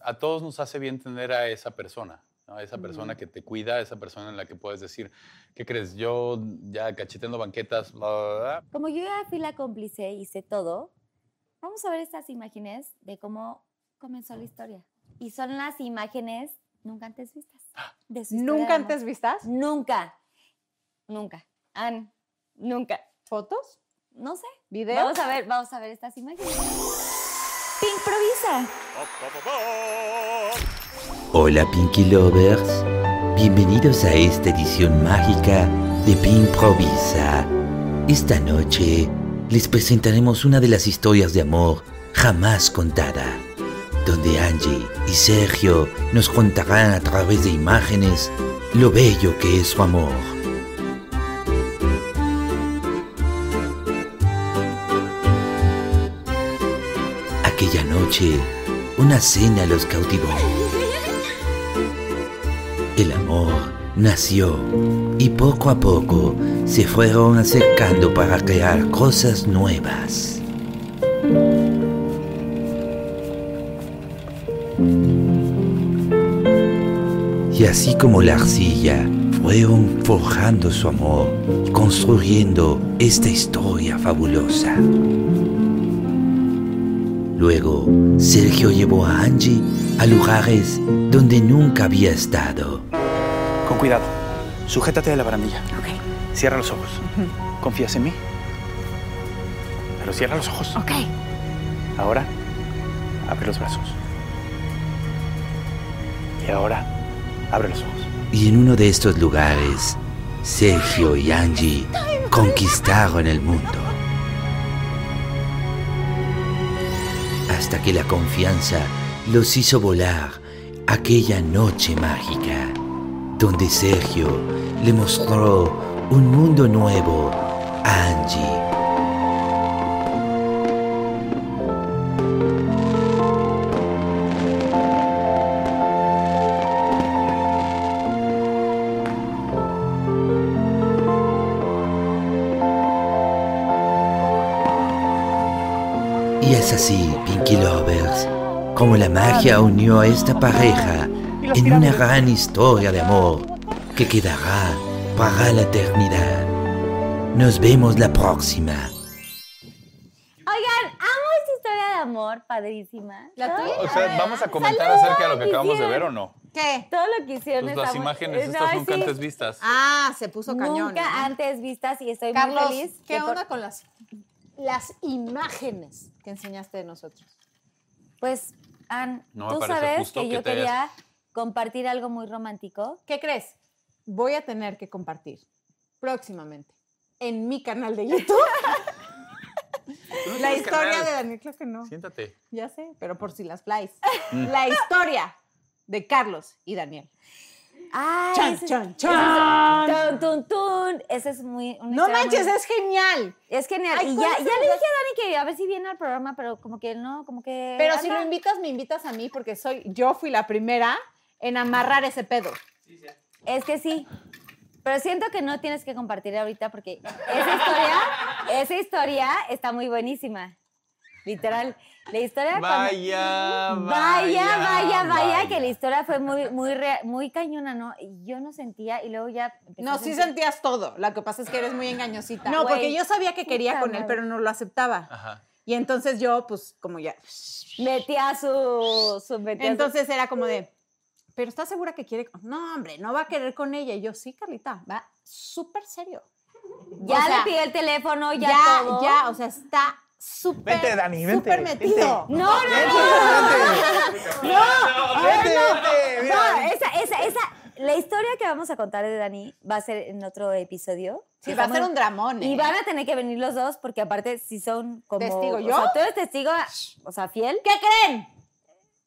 a todos nos hace bien tener a esa persona, ¿no? a esa persona que te cuida, a esa persona en la que puedes decir, ¿qué crees? Yo ya cacheteando banquetas, bla, bla, bla". Como yo ya fui la cómplice y sé todo, vamos a ver estas imágenes de cómo comenzó la historia. Y son las imágenes nunca antes vistas. de su historia ¿Nunca de amor. antes vistas? Nunca. Nunca. Ann, nunca. ¿Fotos? No sé. ¿Videos? Vamos a ver, vamos a ver estas imágenes. Pink Provisa. Hola Pinky Lovers, bienvenidos a esta edición mágica de Pimprovisa. Esta noche les presentaremos una de las historias de amor jamás contada, donde Angie y Sergio nos contarán a través de imágenes lo bello que es su amor. Aquella noche, una cena los cautivó. El amor nació y poco a poco se fueron acercando para crear cosas nuevas. Y así como la arcilla, fueron forjando su amor y construyendo esta historia fabulosa. Luego, Sergio llevó a Angie a lugares donde nunca había estado. Con cuidado. Sujétate de la barandilla. Cierra los ojos. ¿Confías en mí? Pero cierra los ojos. Ok. Ahora, abre los brazos. Y ahora, abre los ojos. Y en uno de estos lugares, Sergio y Angie conquistaron el mundo. Hasta que la confianza los hizo volar aquella noche mágica, donde Sergio le mostró un mundo nuevo a Angie. Y es así, Pinky Lovers, como la magia unió a esta pareja en una gran historia de amor que quedará para la eternidad. Nos vemos la próxima. Oigan, amo esta historia de amor, padrísima. ¿La Todo- tuya? O sea, ¿vamos a comentar acerca de lo que acabamos de ver o no? ¿Qué? Todo lo que hicieron Pues está las muy- imágenes No, estas nunca sí, antes vistas. Ah, se puso cañón. Nunca ¿no? antes vistas y estoy Carlos, muy feliz. ¿qué que por- onda con las, las imágenes que enseñaste de nosotros? Pues, Ann, No me tú parece sabes justo que que yo te quería compartir algo muy romántico. ¿Qué crees? Voy a tener que compartir próximamente en mi canal de YouTube la historia de Daniel. Creo que no. Siéntate. Ya sé, pero por si las flies. La historia de Carlos y Daniel. ¡Ay! Chan, ese es- chan, ese Es, ¡Tun, tun, tun! Ese es muy... una No historia manches, muy- es genial. Es genial. Ay, y ¿cuál ya, es ya el le dije a lugar? Dani que a ver si viene al programa, pero como que no, como que... Pero si lo anda- invitas, me invitas a mí porque soy yo fui la primera en amarrar ese pedo. Es que sí. Pero siento que no tienes que compartir ahorita porque esa historia, esa historia está muy buenísima. Literal. La historia cuando- Vaya, Vaya, vaya, vaya, que la historia fue muy, muy, rea- muy cañona, ¿no? Y Yo no sentía y luego ya. empecé a No, sí sentir- sentías todo. Lo que pasa es que eres muy engañosita. No, No, güey. porque yo sabía que quería Puta con él, madre. pero no lo aceptaba. Ajá. Y entonces yo, pues, como ya. Metía su. su metía su- Entonces era como de, pero ¿estás segura que quiere? con-?" No, hombre, no va a querer con ella. Y yo, sí, Carlita, va súper serio. ya o sea, le pide el teléfono, ya, Ya, ya, todo. o sea, está súper. Vente, Dani, vente, Súper vente. metido. No, no, no. Vente, No, vente, mira. esa, esa, esa. La historia que vamos a contar de Dani va a ser en otro episodio. Sí, va a ser un dramón. Y ¿eh? van a tener que venir los dos porque aparte si son como... ¿Testigo o yo? sea, tú eres testigo, o sea, fiel. ¿Qué creen?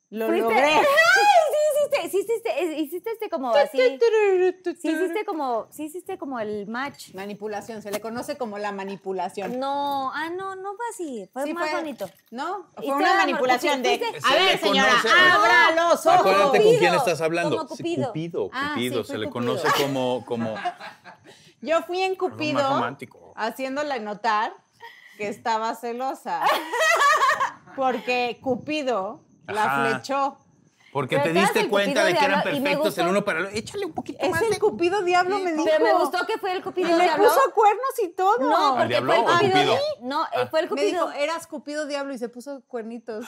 Lo Fuiste- logré. ¡Ay! Sí, hiciste, sí, hiciste, eh, hiciste este como así. Sí, hiciste como, sí, hiciste como el match. Manipulación, se le conoce como la manipulación. No, ah, no, no fue así. Fue Sí, más fue- bonito. ¿No? Fue Historia una de amor, manipulación de. porque fuiste- A Se ver, le señora, conoce- abra No, los ojos. Acuérdate con quién Cupido, estás hablando. como Sí, Cupido. Cupido, Ah, sí, Cupido, fue se le Cupido. conoce como, como Yo fui en Algo más Cupido romántico. haciéndole notar que estaba celosa. Porque Cupido la Ajá. flechó. Porque Pero te te das el diste cuenta de que cupido eran diablo y me perfectos el gustó- uno para el otro. Échale un poquito Es más el de- Cupido Diablo, me dijo. Pero me gustó que fue el Y cupido le que habló. puso cuernos y todo. No, ¿Al porque diablo fue el o al cupido. cupido? de- No, eh, fue el Me dijo, cupido. Ah, eras Cupido Diablo y se puso cuernitos.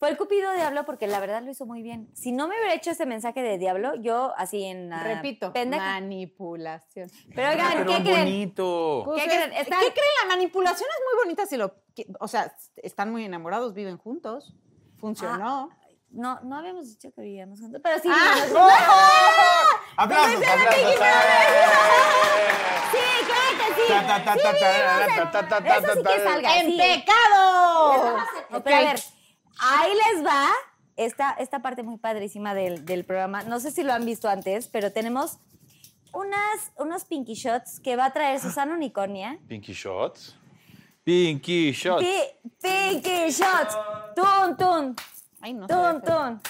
Fue el cupido diablo porque la verdad lo hizo muy bien. Si no me hubiera hecho ese mensaje de diablo, yo así en... ah, Repito, pendeja. manipulación. Pero oigan, Pero ¿qué creen? bonito. Pues, creen? es- Están- ¿Qué creen? La manipulación es muy bonita si lo. que- O sea, están muy enamorados, viven juntos. Funcionó. No, no habíamos dicho que vivíamos juntos, pero Ah, sí Ah, ¡Oh! vivíamos juntos. Aplausos, aplausos. Sí, claro que sí. Ta, ta, ta, Sí ta, ta, vivimos en- ta, ta, ta, ta, Eso sí ta, que ta. salga. sí. pecado! No, Pero a ver, ahí les va esta, esta parte muy padrísima del, del programa. No sé si lo han visto antes, pero tenemos unas, unos pinky shots que va a traer Susana Unicornia. Pinky Shots. Pinky Shots. Pi- pinky shots. Tun, tun, Ay, no. tun, tun.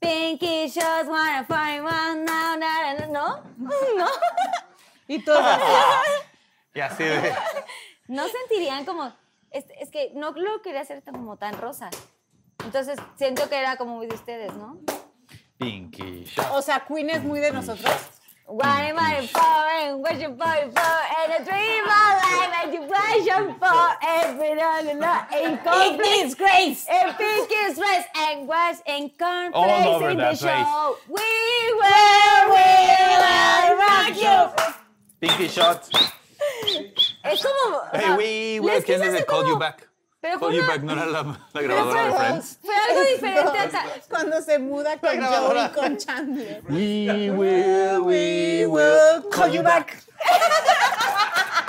Pinky just wanna find one now, na, na, na. ¿No? ¿No? Y todo. Y así de. ¿No sentirían como.? Es, es que no lo quería hacer tan- como tan rosa. Entonces siento que era como muy de ustedes, ¿no? Pinky shot. O sea, Queen es muy de nosotros. What am I for and what you for for and a dream of life and you passion for every day and not in conflict. Grace. And pink is dress and was in All conflict over in the that place. show. We will, we will rock you. Pinky shot. Es como... o Hey, sea, Ah, les we will quise can I hacer call como- you back. Pero fue Call you una- back, no era la, la pero grabadora de fue, Friends. fue algo diferente. a ta- Cuando se muda con Joey grabadora. y con Chandler. We will, we will call you back.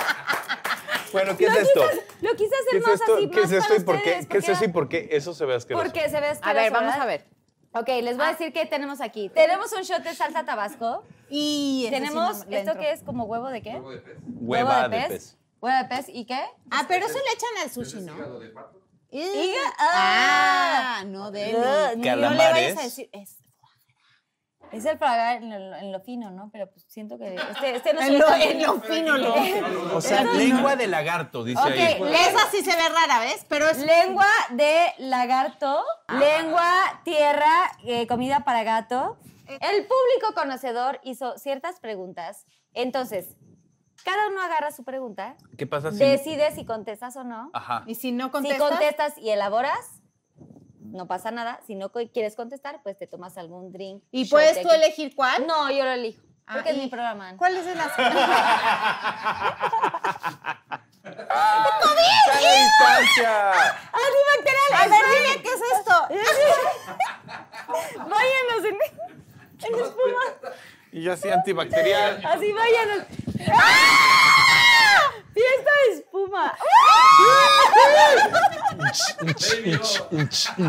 Bueno, ¿qué es lo, esto? quise, lo quise hacer ¿Qué es más esto? así, ¿Qué es más esto para y por ustedes, qué? ¿Qué es porque eso y era- por qué? Eso se ve asqueroso. Porque se ve A ver, asqueroso, vamos ¿verdad? a ver. Ok, les Ah, voy a decir qué tenemos aquí. Tenemos un shot de salsa tabasco. Y ese sí Tenemos no le esto entro. que es como huevo de qué? Huevo de pez. Hueva de pez. Huevo de pez. ¿Y qué? Ah, pero eso le echan al sushi, ¿no? Y- Hígado. ah. Ah, no, Deli. Ah, No le calamares. vayas a decir. Es, Es el pagar en lo, en lo fino, ¿no? Pero pues siento que este, este no se en, lo, echa- en lo fino, lo O sea, lengua de lagarto, dice Ok, ahí. Esa sí se ve rara, ¿ves? Pero es. Lengua de lagarto, Ah. lengua, tierra, eh, comida para gato. Eh. El público conocedor hizo ciertas preguntas. Entonces, cada uno agarra su pregunta, ¿Qué pasa si.? Ah. decide si contestas o no. Ajá. Y si no Si contestas. contestas y elaboras, no pasa nada. Si no co- quieres contestar, pues te tomas algún drink. ¿Y shot puedes de tú aquí. elegir cuál? No, yo lo elijo. Ah, Porque es ¿y mi programa. ¿Cuál es el azul? ¡A la distancia! A ver, dime qué es esto. Váyanos en, en espuma. Y yo así antibacterial. Así váyanos. Fiesta de espuma.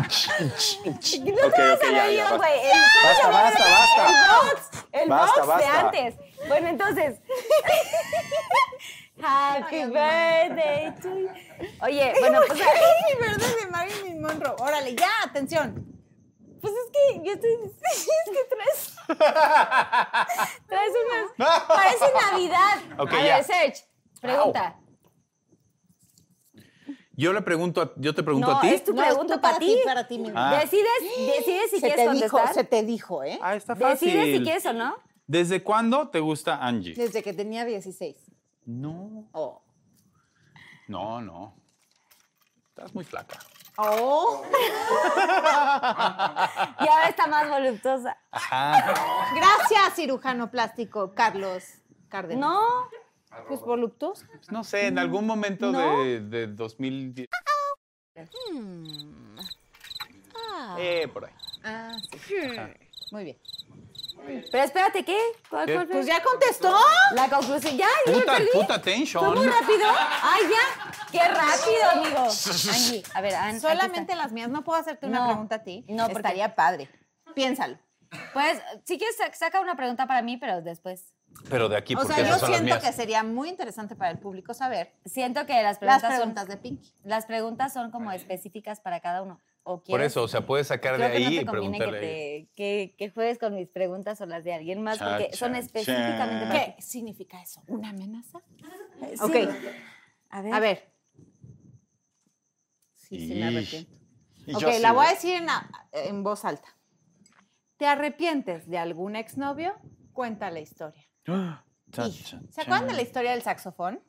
No te vas Ok, ok, a ya, reír, ya, güey. El- Basta, basta, basta. El box. El Basta, box basta. de antes. Bueno, entonces. Happy birthday to you. Oye, bueno, pues. Ay, verde de Marilyn Monroe. Órale, ya, atención. Pues es que yo estoy. Es que traes. Traes unas. Parece Navidad. Ok, a ya. ver, Serge, pregunta. Yo le pregunto a- yo te pregunto No, a ti. es tu No, pregunta tú para ti. para ti, para ti mismo. Ah. Decides, decides si se quieres te dijo, contestar. se te dijo, ¿eh? Ah, está fácil. decides si quieres o no. ¿Desde cuándo te gusta Angie? Desde que tenía 16. No. Oh. No, no. Estás muy flaca. Oh. Y ahora está más voluptuosa. Ajá. Gracias, cirujano plástico Carlos Cárdenas. No. pues voluptuoso. Pues no Mm, sé, en algún momento de, de 2010. Hmm. Eh, por ahí. Ah, sí. Muy bien. Pero espérate, ¿qué? ¿Cuál, ¿Qué? cuál fue? Pues ya contestó. La conclusión. Ya, ya me Puta, perdí. puta ¿Fue tension. muy rápido? ¡Ay, ya! ¡Qué rápido, amigo! Angie, a ver, Angie. Solamente las mías. No puedo hacerte una No. pregunta a ti. No, porque- Estaría padre. Piénsalo. Pues, sí que sa- saca una pregunta para mí, pero después. Pero de aquí, O porque sea, yo esas son las siento que mías. sería muy interesante para el público saber Siento que las las preguntas, preguntas son, de Pinky. las preguntas son como específicas para cada uno. ¿O Por quieres- eso, o sea, puedes sacar de Creo que ahí no y te conviene que, preguntarle. a ella. te, que, que juegues con mis preguntas o las de alguien más, Cha, porque cha, son cha. específicamente para ti. ¿Qué significa eso? ¿Una amenaza? Sí. Ok, A ver. a ver. Sí, sí, me Ish. arrepiento. Y yo Ok, así la de- voy a decir en, en voz alta. ¿Te arrepientes de algún exnovio? Cuenta la historia. Cha, Ish. cha, ¿Se acuerdan cha. de la historia del saxofón?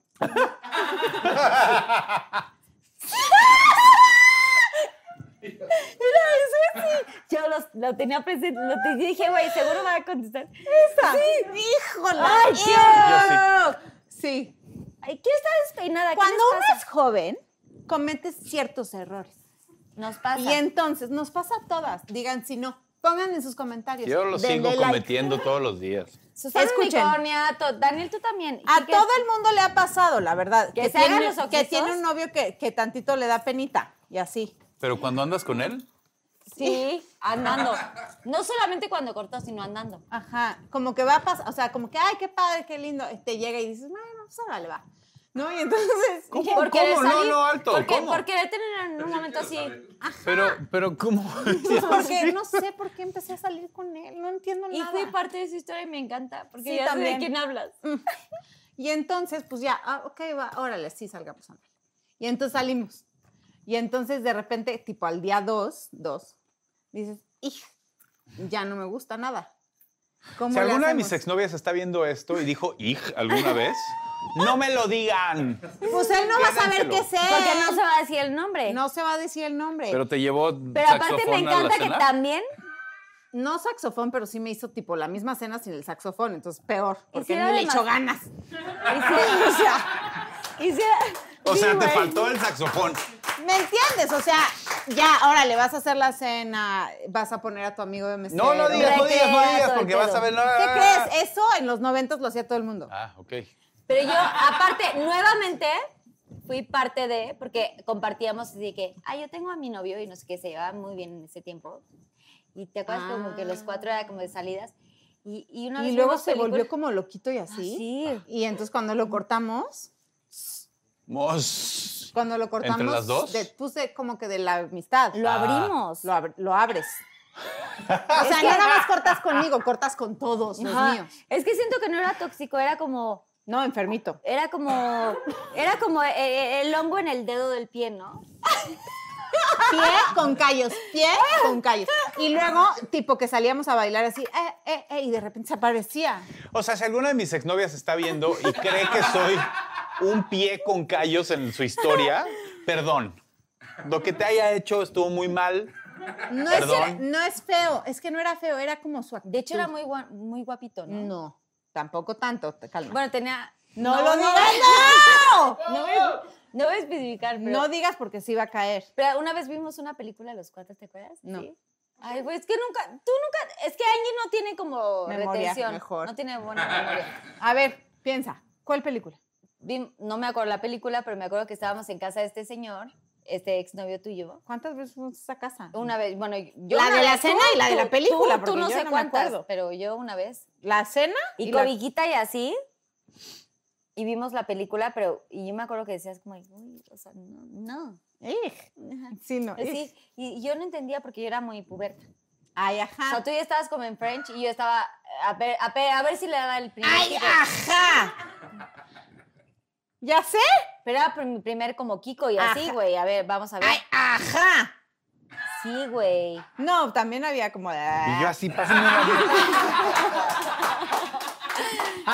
Yo los- lo tenía presente, lo te- dije, güey, seguro va a contestar. ¡Esa! ¡Sí! ¡Híjole! ¡Ay, ¡Ew! Yo Sí. Ay, ¿qué está despeinada? ¿Qué Cuando les uno pasa? es joven, cometes ciertos errores. Nos pasa. Y entonces, nos pasa a todas. Digan si no. Pongan en sus comentarios. Yo lo sigo Denle like. cometiendo todos los días. Susana Escuchen. Unicornia, a to- Daniel, tú también. A Y que- todo el mundo le ha pasado, la verdad. Que se hagan los que ojitos. tiene un novio que, que tantito le da penita. Y así. Pero cuando andas con él, Sí, andando. No solamente cuando cortó, sino andando. Ajá, como que va a pasar, o sea, como que, ay, qué padre, qué lindo, este llega y dices, no, no, pues órale, va. ¿No? Y entonces. ¿Cómo? Por ¿Cómo? querer No, salir. no, alto. Porque, ¿Cómo? por querer tener en un momento así. Pero, pero, ¿cómo? Porque no sé por qué empecé a salir con él, no entiendo Y nada. fui parte de esa historia y me encanta. Porque Sí, ya sé de también. Mm. quién hablas. Y entonces, pues ya, ah, ok, va, órale, sí, salgamos a andar. Y entonces salimos. Y entonces, de repente, tipo al día dos, dos, dices, "Ij, ya no me gusta nada. ¿Cómo Si le alguna de mis hacemos? exnovias está viendo esto y dijo, ¡ij! alguna vez, no me lo digan. Pues él no va a saber qué Quédenselo. es él. Porque no se va a decir el nombre. Eh. No se va a decir el nombre. Pero te llevó Pero aparte me saxofón a la encanta que cena. también. No saxofón, pero sí me hizo tipo la misma cena sin el saxofón, entonces peor, porque era no le demasi- echó ganas. Hiciera, O sea, hiciera- O sea, Sí, te güey. faltó el saxofón. ¿me entiendes? O sea, ya, ahora le vas a hacer la cena, vas a poner a tu amigo de mesero. No, no digas, no digas, no Recrea digas, todo el porque vas a pedo. ver. no, ¿Qué ah, crees? Eh. Eso en los noventas lo hacía todo el mundo. Ah, ok. Pero yo, aparte, nuevamente fui parte de, porque compartíamos así de que, ah, yo tengo a mi novio y no sé qué, se llevaba muy bien en ese tiempo. Y te acuerdas como que los cuatro era como de salidas. Y, y una vez Ah. Y luego vimos se volvió película- Ah, como loquito y así. Sí. Y entonces cuando lo cortamos, Mos. cuando lo cortamos, las dos? Ah. de- puse como que de la amistad. Lo abrimos. Lo, ab- lo abres. O sea, no nada más cortas conmigo, cortas con todos los Ajá. míos. Es que siento que no era tóxico, era como, No, enfermito. era como, era como eh, eh, el hongo en el dedo del pie, ¿no? pie con callos, pie con callos. Y luego, tipo que salíamos a bailar así, eh, eh, eh, y de repente se aparecía. O sea, si alguna de mis exnovias está viendo y cree que soy un pie con callos en su historia, perdón. Lo que te haya hecho estuvo muy mal. No es, Perdón. no es feo, es que no era feo, era como su actitud. De hecho, era muy, gua- muy guapito, ¿no? No, tampoco tanto, te calma. Bueno, tenía... no, lo no, digas, no. no voy a- no voy a especificar, pero... No digas porque sí va a caer. Pero una vez vimos una película de los cuatro, ¿te acuerdas? No. Sí. Ay, pues es que nunca, tú nunca, es que Angie no tiene como Memoria, retención. mejor. No tiene buena memoria. A ver, piensa, ¿cuál película? Vim- no me acuerdo la película, pero me acuerdo que estábamos en casa de este señor, este exnovio tuyo. ¿Cuántas veces fuimos a esa casa? Una vez, bueno, yo La una de la vez, tú, cena y la de la tú, Tú, película, tú porque no yo sé no me cuántas, acuerdo. pero yo una vez. La cena Y, la- cobijita y así. Y vimos la película, pero y yo me acuerdo que decías como, uy, o sea, no, Ij, no. Ajá. Sí, no. ij. Sí, y yo no entendía porque yo era muy puberta. Ay, O sea, ajá. tú ya estabas como en French y yo estaba a ver, a ver, a ver si le daba el primer. Ay, ah. kiko. ajá. Ya sé. Pero era pr- mi primer como Kiko y así, Ajá. güey. A ver, vamos a ver. Ay, ajá. Sí, güey. No, también había como de... "Ah". Y yo así, pásenme una birra.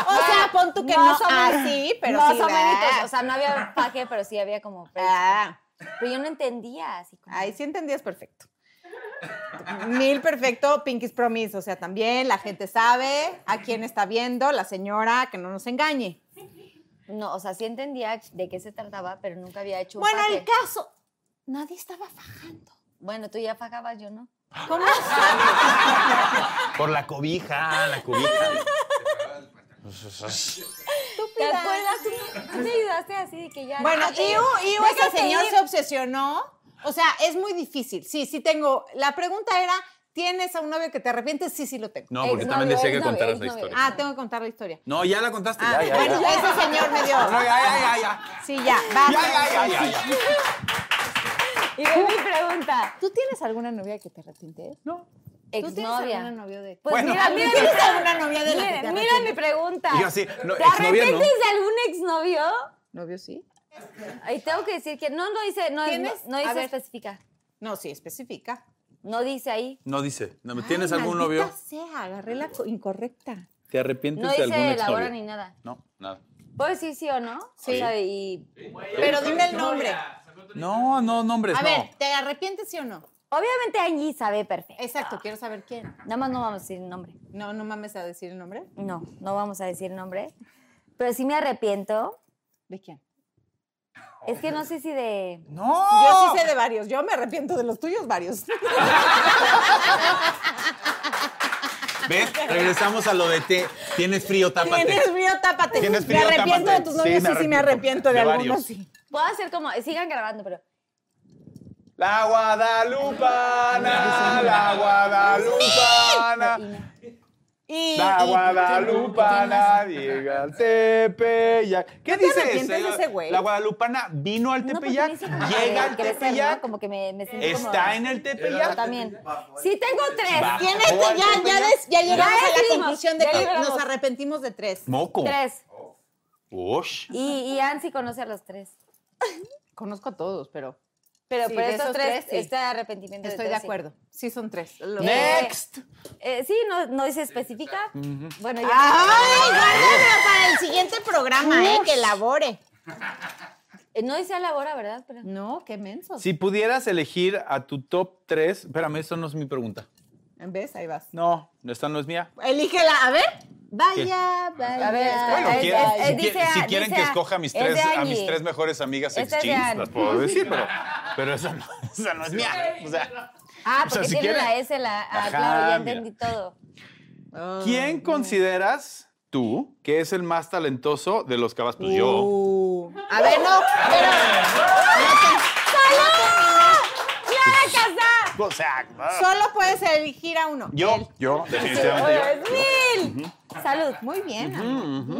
O sea, pon tú que no, Más o menos. así, pero Más sí. o ¿verdad? menos, O sea, no había paje, pero sí había como French. Ah, Pero yo no entendía así como. ahí sí entendías perfecto. Mil perfecto, Pinky's Promise. O sea, también la gente sabe a quién está viendo, la señora, que no nos engañe. No, o sea, sí entendía de qué se trataba, pero nunca había hecho un Bueno, paje. el caso. Nadie estaba fajando. Bueno, tú ya fajabas, yo no. ¿Cómo sabes? Por la cobija, la cobija. ¿Te acuerdas? Tú me- Tú me ayudaste así de que ya. Bueno, déjate ir, Iu, Iu, ese déjate señor ir. se obsesionó. O sea, es muy difícil. Sí, sí tengo. La pregunta era, ¿tienes a un novio que te arrepientes? Sí, sí lo tengo. No, porque Exnovio, también decía que exnovio, contaras la exnovio. historia. Ah, tengo que contar la historia. No, ya la contaste. Ah, ya, ya, bueno, ya. ese señor me dio. No, ya, ya, ya, ya. Sí, ya, va. Ya, ya, ya, ya, ya. Y ve mi pregunta. ¿Tú tienes alguna novia que te arrepientes? ¿Tú tienes alguna Exnovia. novia de Pues Bueno. mira, mira, ¿Tienes alguna novia de la que te Mira, mira mi arrepientes? pregunta. Y yo así, no, ¿Te exnovia, arrepientes ¿no? de algún exnovio? ¿Novio sí? Ahí tengo que decir que no lo dice, no, no, ¿Tienes? no A dice ver. específica. No, sí, especifica. No dice ahí. No dice. No, ¿Tienes Ay, algún maldita novio? sea, agarré la co- incorrecta. ¿Te arrepientes No de algún dice elabora exnovio? ni nada. No, nada. ¿Puedo decir sí o no? Sí. O sea, y Pero dime el nombre. A No, no, nombres, no. ver, ¿te arrepientes sí o no? obviamente Angie sabe perfecto. Exacto, quiero saber quién. Nada más no vamos a decir el nombre. No, no mames a decir el nombre. No, no vamos a decir el nombre. Pero sí me arrepiento. ¿De quién? Es que no sé si de. Yo sí sé de varios. Yo me arrepiento de los tuyos varios. ¿Ves? Regresamos a lo de te. Tienes frío, tápate. Tienes frío, tápate. Tienes me frío, arrepiento tápate. de tus Sí, novios, me sí, sí me arrepiento. arrepiento de, De algunos, varios. sí. Puedo hacer como. Sigan grabando, pero. La Guadalupana, la Guadalupana. Y, La y- Guadalupana llega al Tepeyac. ¿Qué te dice arrepientes de ese? ese güey? La Guadalupana vino al No, porque me Tepeyac, hice como llega que al crecer, ¿no? Tepeyac, Como que me, me siento como- está en el Yo Tepeyac. también. Sí, tengo tres. Va. Y en este Igual, ya, ya- ya, des- ya Ya llegamos a la decidimos, conclusión de ya que liberamos. nos arrepentimos de tres. Moco. Tres. Ush. Y, y Ansi conoce a los tres. Conozco a todos, pero Pero Sí, por de estos esos tres, tres, sí. este arrepentimiento. estoy de tres, sí. acuerdo. Sí, son tres. Lo- Eh, Next. eh, sí, no, no se especifica. Bueno, ya. ¡Ay! Guárdamelo para el siguiente programa, ¿eh? Que elabore. Eh, No dice a la hora, ¿verdad? Pero- No, qué menso. Si pudieras elegir a tu top 3, espérame, esto no es mi pregunta. ¿Ves? Ahí vas. No, esta no es mía. Elígela, a ver. Vaya, vaya. A ver, espera. Bueno, Es- quieren- es- si, dice quieren- si a- quieren dice que a- escoja a mis, es de tres, a Angie. mis tres mejores amigas Esta es de exchange, Angie. las puedo decir, pero, pero esa, no, esa no es mía. O sea, Ah, O sea, porque si tiene quiere- la S, la A. Ajá, claro, ya mira. entendí todo. Ah. ¿Quién consideras tú que es el más talentoso de los cabas? Pues yo. Uh, a ver, no, pero. O sea, ah, Solo puedes elegir a uno. yo, Él. yo, definitivamente yo. Salud. Muy bien. Ana.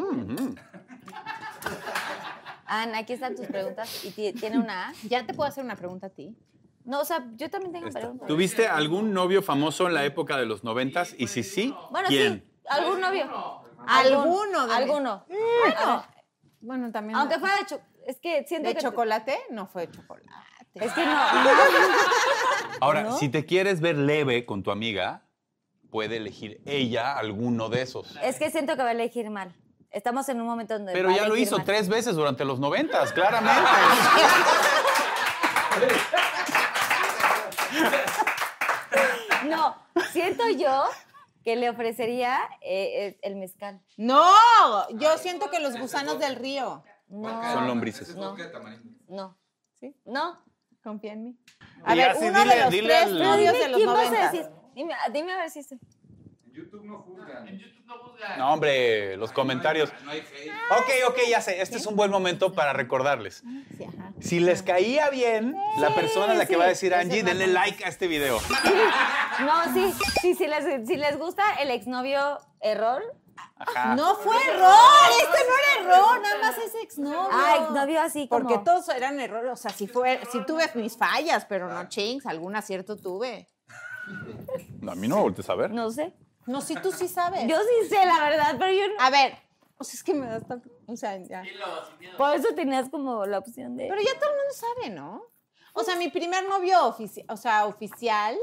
Ana, aquí están tus preguntas. ¿Y ti- tiene una A? Ya te puedo hacer una pregunta a ti. No, o sea, yo también tengo preguntas. ¿Tuviste algún novio famoso en la época de los noventas? Y si sí, Bueno, ¿quién? sí. ¿Algún novio? Alguno de- Alguno. Bueno, también. Aunque fuera de cho- Es que siento de que... chocolate, Ah. no fue de chocolate. Es que no. Ahora, si te quieres ver leve con tu amiga, puede elegir ella alguno de esos. Es que siento que va a elegir mal. Estamos en un momento donde Pero va a ya lo elegir hizo mal. tres veces durante los noventas, claramente. No, siento yo que le ofrecería eh, eh, el mezcal. No, yo siento que los gusanos del río. No. Son lombrices. No. No. ¿Sí? No. Confía en mí. A Y ver, así uno dile- de los dile tres al- novios de los ¿Quién vas a 90. decir? Dime, dime a ver si estoy. No, hombre, los comentarios. Ok, ok, ya sé. Este es un buen momento para recordarles. Si les caía bien, la persona a la que va a decir Angie, denle like a este video. No, sí, sí, si les, si les gusta el exnovio error. Ajá. Ah, No fue error, este no era error, nada más es exnovio. Ah, exnovio así como. Porque todos eran errores, o sea, sí, fue, sí tuve mis fallas, pero no chings, algún acierto tuve. A mí no me voltees a ver. No sé. No, sí, tú sí sabes. Yo sí sé, la verdad, pero yo no. a ver, o sea, es que me das tanto, o sea, ya. Por eso tenías como la opción de. Pero ya todo el mundo sabe, ¿no? O sea, mi primer novio ofici- o sea, oficial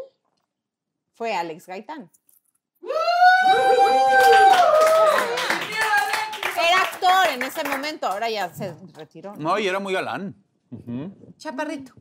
fue Alex Gaitán. Era actor en ese momento, ahora ya se retiró. ¿no? No, y era muy galán. Chaparrito.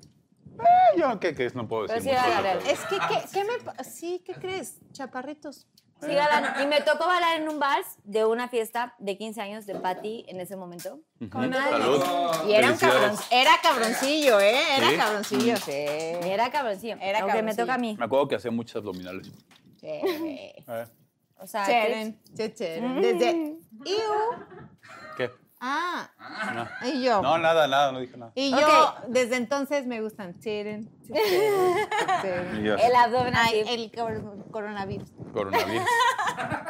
Eh, yo qué crees, no puedo Pero decir sí mucho era de galán. todo. Es que, ¿qué, qué me pa- Sí, ¿qué crees? Chaparritos. Sí, galán. Y me tocó bailar en un bar de una fiesta de 15 años de Patty en ese momento. Ujú. Salud. Y era un Felicidades. cabron, era cabroncillo, ¿eh? Era Sí. cabroncillo, sí. Era cabroncillo. Era Aunque me cabroncillo. toca a mí. Me acuerdo que hacía muchas abdominales. Sí. Eh, O sea, Cheren, Mm. che, cheren. Desde. Iu. ¿Qué? Ah. No. Y yo. No, nada, nada, no dije nada. Y Ok. yo, desde entonces me gustan cheren, che, cheren, che, cheren. Y yo, el abdomen. Ay, así. el cor- coronavirus. Coronavirus.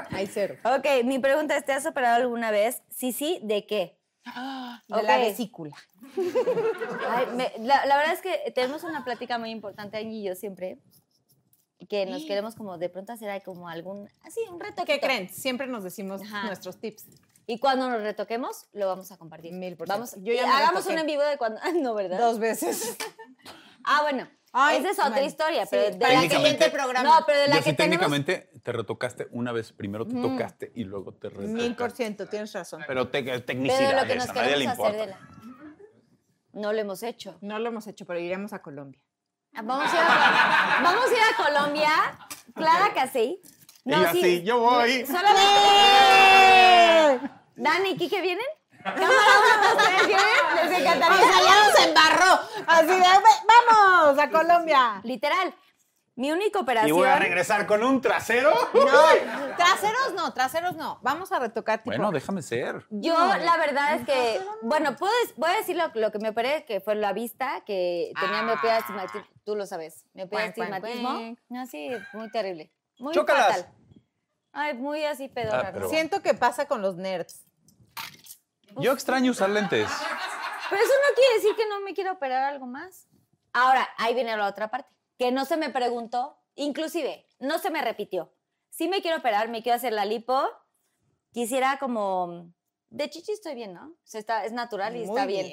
Ay, cero. Ok, mi pregunta es, ¿te has operado alguna vez? Sí, sí, ¿de qué? De la Ok. vesícula. Ay, me- la, la verdad es que tenemos una plática muy importante, Angie y yo siempre, que nos queremos como de pronto hacer ahí como algún, así, un reto. ¿Qué creen? Siempre nos decimos Ajá. nuestros tips. Y cuando nos retoquemos, lo vamos a compartir. Mil por Vamos, ciento. Yo ya y me hagamos retoqué. un en vivo de cuando... Ah, no, ¿verdad? Dos veces. Ah, bueno. Ay, Esa es otra bueno, historia, sí, pero de para la el que... siguiente programa. No, pero de la Y así que tenemos... técnicamente te retocaste una vez. Primero te tocaste y luego te retocaste. Mil por ciento, tienes razón. Pero te, tecnicidad, Pero de lo que nos esa, a nadie le queremos hacer importa. de la... No lo hemos hecho. No lo hemos hecho, pero iremos a Colombia. Vamos a ir a, vamos a, ir a Colombia. Clara Casey. Ella sí, yo voy. Solamente. Dani y Kike vienen. Cámara uno, ¿ustedes vienen? Les encantaría. O sea, ya nos embarró. Así de, "Ve- vamos a Colombia. Literal. Mi única Y voy a operación. regresar con un trasero. No, traseros no, traseros no. Vamos a retocar tipo. Bueno, déjame ser. Yo, la verdad es que, bueno, puedo, des- voy a decir lo, lo que me operé, que fue la vista, que tenía mi miopía de astigmatismo. Tú lo sabes, miopía de Ah. Cuac, cuac, astigmatismo. cuac. No, sí, muy terrible. Muy Chócalas. fatal. Ay, muy así pedorra. Ah, pero- Siento que pasa con los nerds. Yo extraño usar lentes. Pero eso no quiere decir que no me quiera operar algo más. Ahora, ahí viene la otra parte, que no se me preguntó, inclusive, no se me repitió. Sí me quiero operar, me quiero hacer la lipo, quisiera como... De chichi estoy bien, ¿no? O sea, está, es natural y Muy está bien.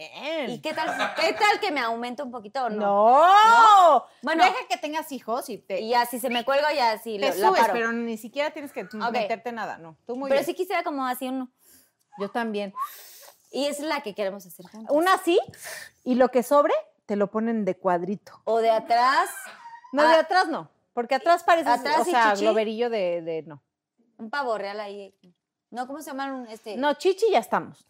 ¿Y qué tal, qué tal que me aumente un poquito o no? No. Bueno, Deja que tengas hijos y te, y ya si se me cuelga, ya si te lo- la subes, paro. Pero, pero ni siquiera tienes que meterte nada, no. Tú muy bien. sí quisiera como así uno. Yo también. Y es la que queremos hacer juntos. Una así y lo que sobre te lo ponen de cuadrito. O de atrás, No, Ah. de atrás no, porque atrás parece Atrás o y sea, chichi. globerillo de, de no. un pavo real ahí. No, ¿cómo se llama? Un, este, No, chichi ya estamos.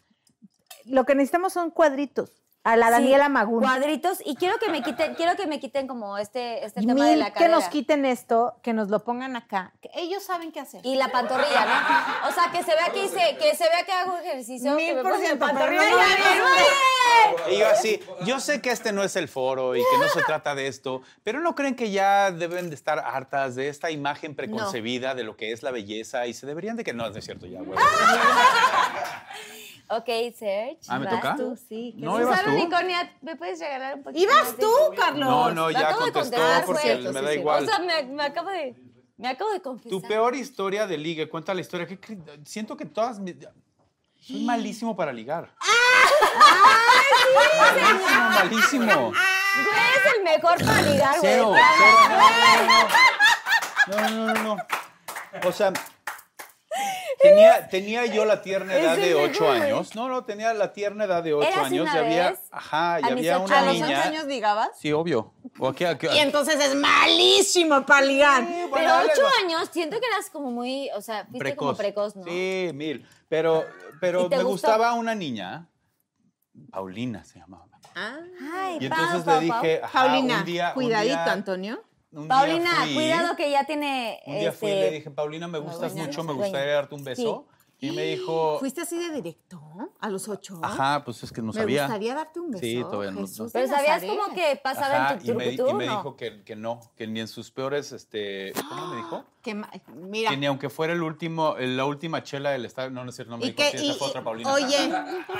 Lo que necesitamos son cuadritos. A la Sí, Daniela Magún. cuadritos y quiero que me quiten quiero que me quiten como este este tema de Mil, la que cadera nos quiten esto, que nos lo pongan acá. Que ellos saben qué hacer. y la pantorrilla no o sea que se vea que hice- que se vea que hago ejercicio que me pongo la pantorrilla pero no y ya, lo ¡muy bien! Y yo así, yo sé que este no es el foro y que no se trata de esto, pero ¿no creen que ya deben de estar hartas de esta imagen preconcebida de lo que es la belleza y se deberían de que no, no es cierto ya, güey. Ah, Ok, Serge Ah, ¿me vas toca? tú sí No, que- ibas Susana tú. Unicornia, me puedes regalar un poquito Ibas más de- tú, Carlos. No, no, La ya acabo de contestó contestar, porque güey. me da o igual. sea me, me acabo de me acabo de confesar Tu peor historia de ligue, cuenta la historia. que- que- siento que todas mis- Soy malísimo para ligar. Ah. malísimo, Ah. malísimo. Güey, es el mejor para ligar güey Cero, cero. Ah, No, no, no, no, no, no, no. O sea, tenía, tenía yo la tierna edad de 8 años. No, no, tenía la tierna edad de 8 Eras años. una y había, vez, ajá, y a mis había ocho- una a los niña. ocho ligabas? Sí, obvio. O aquí, aquí- Y entonces es malísimo para ligar. Sí, bueno, pero dale, ocho no. años siento que eras como muy o sea fuiste como precoz no Sí, mil. Pero, pero ¿Y te me gustó? gustaba una niña, Paulina se llamaba. me acuerdo. Ay, Y Pau, entonces Pau, le Pau. dije, ajá, Paulina, Ah, un día. un cuidadito, día- Antonio. un día Paulina, fui- cuidado que ya tiene. Un día fui y este, le dije, Paulina, me gustas mañana mucho, es me dueño". gustaría darte un beso. Y me dijo, ¿Fuiste así de directo a los ocho? ajá, pues es que no Me sabía. gustaría darte un beso. Sí, todavía no. Jesús Pero de sabías Nazaret. como que pasaba Ajá, en tu y me, di- truco, y me ¿no? dijo que, que no, que ni en sus peores, este, ¿cómo me dijo? Que ma- mira. Que ni aunque fuera el último, la última chela del estadio, no, no es cierto, no me y dijo, que, sí, y- esa fue otra Paulina. oye,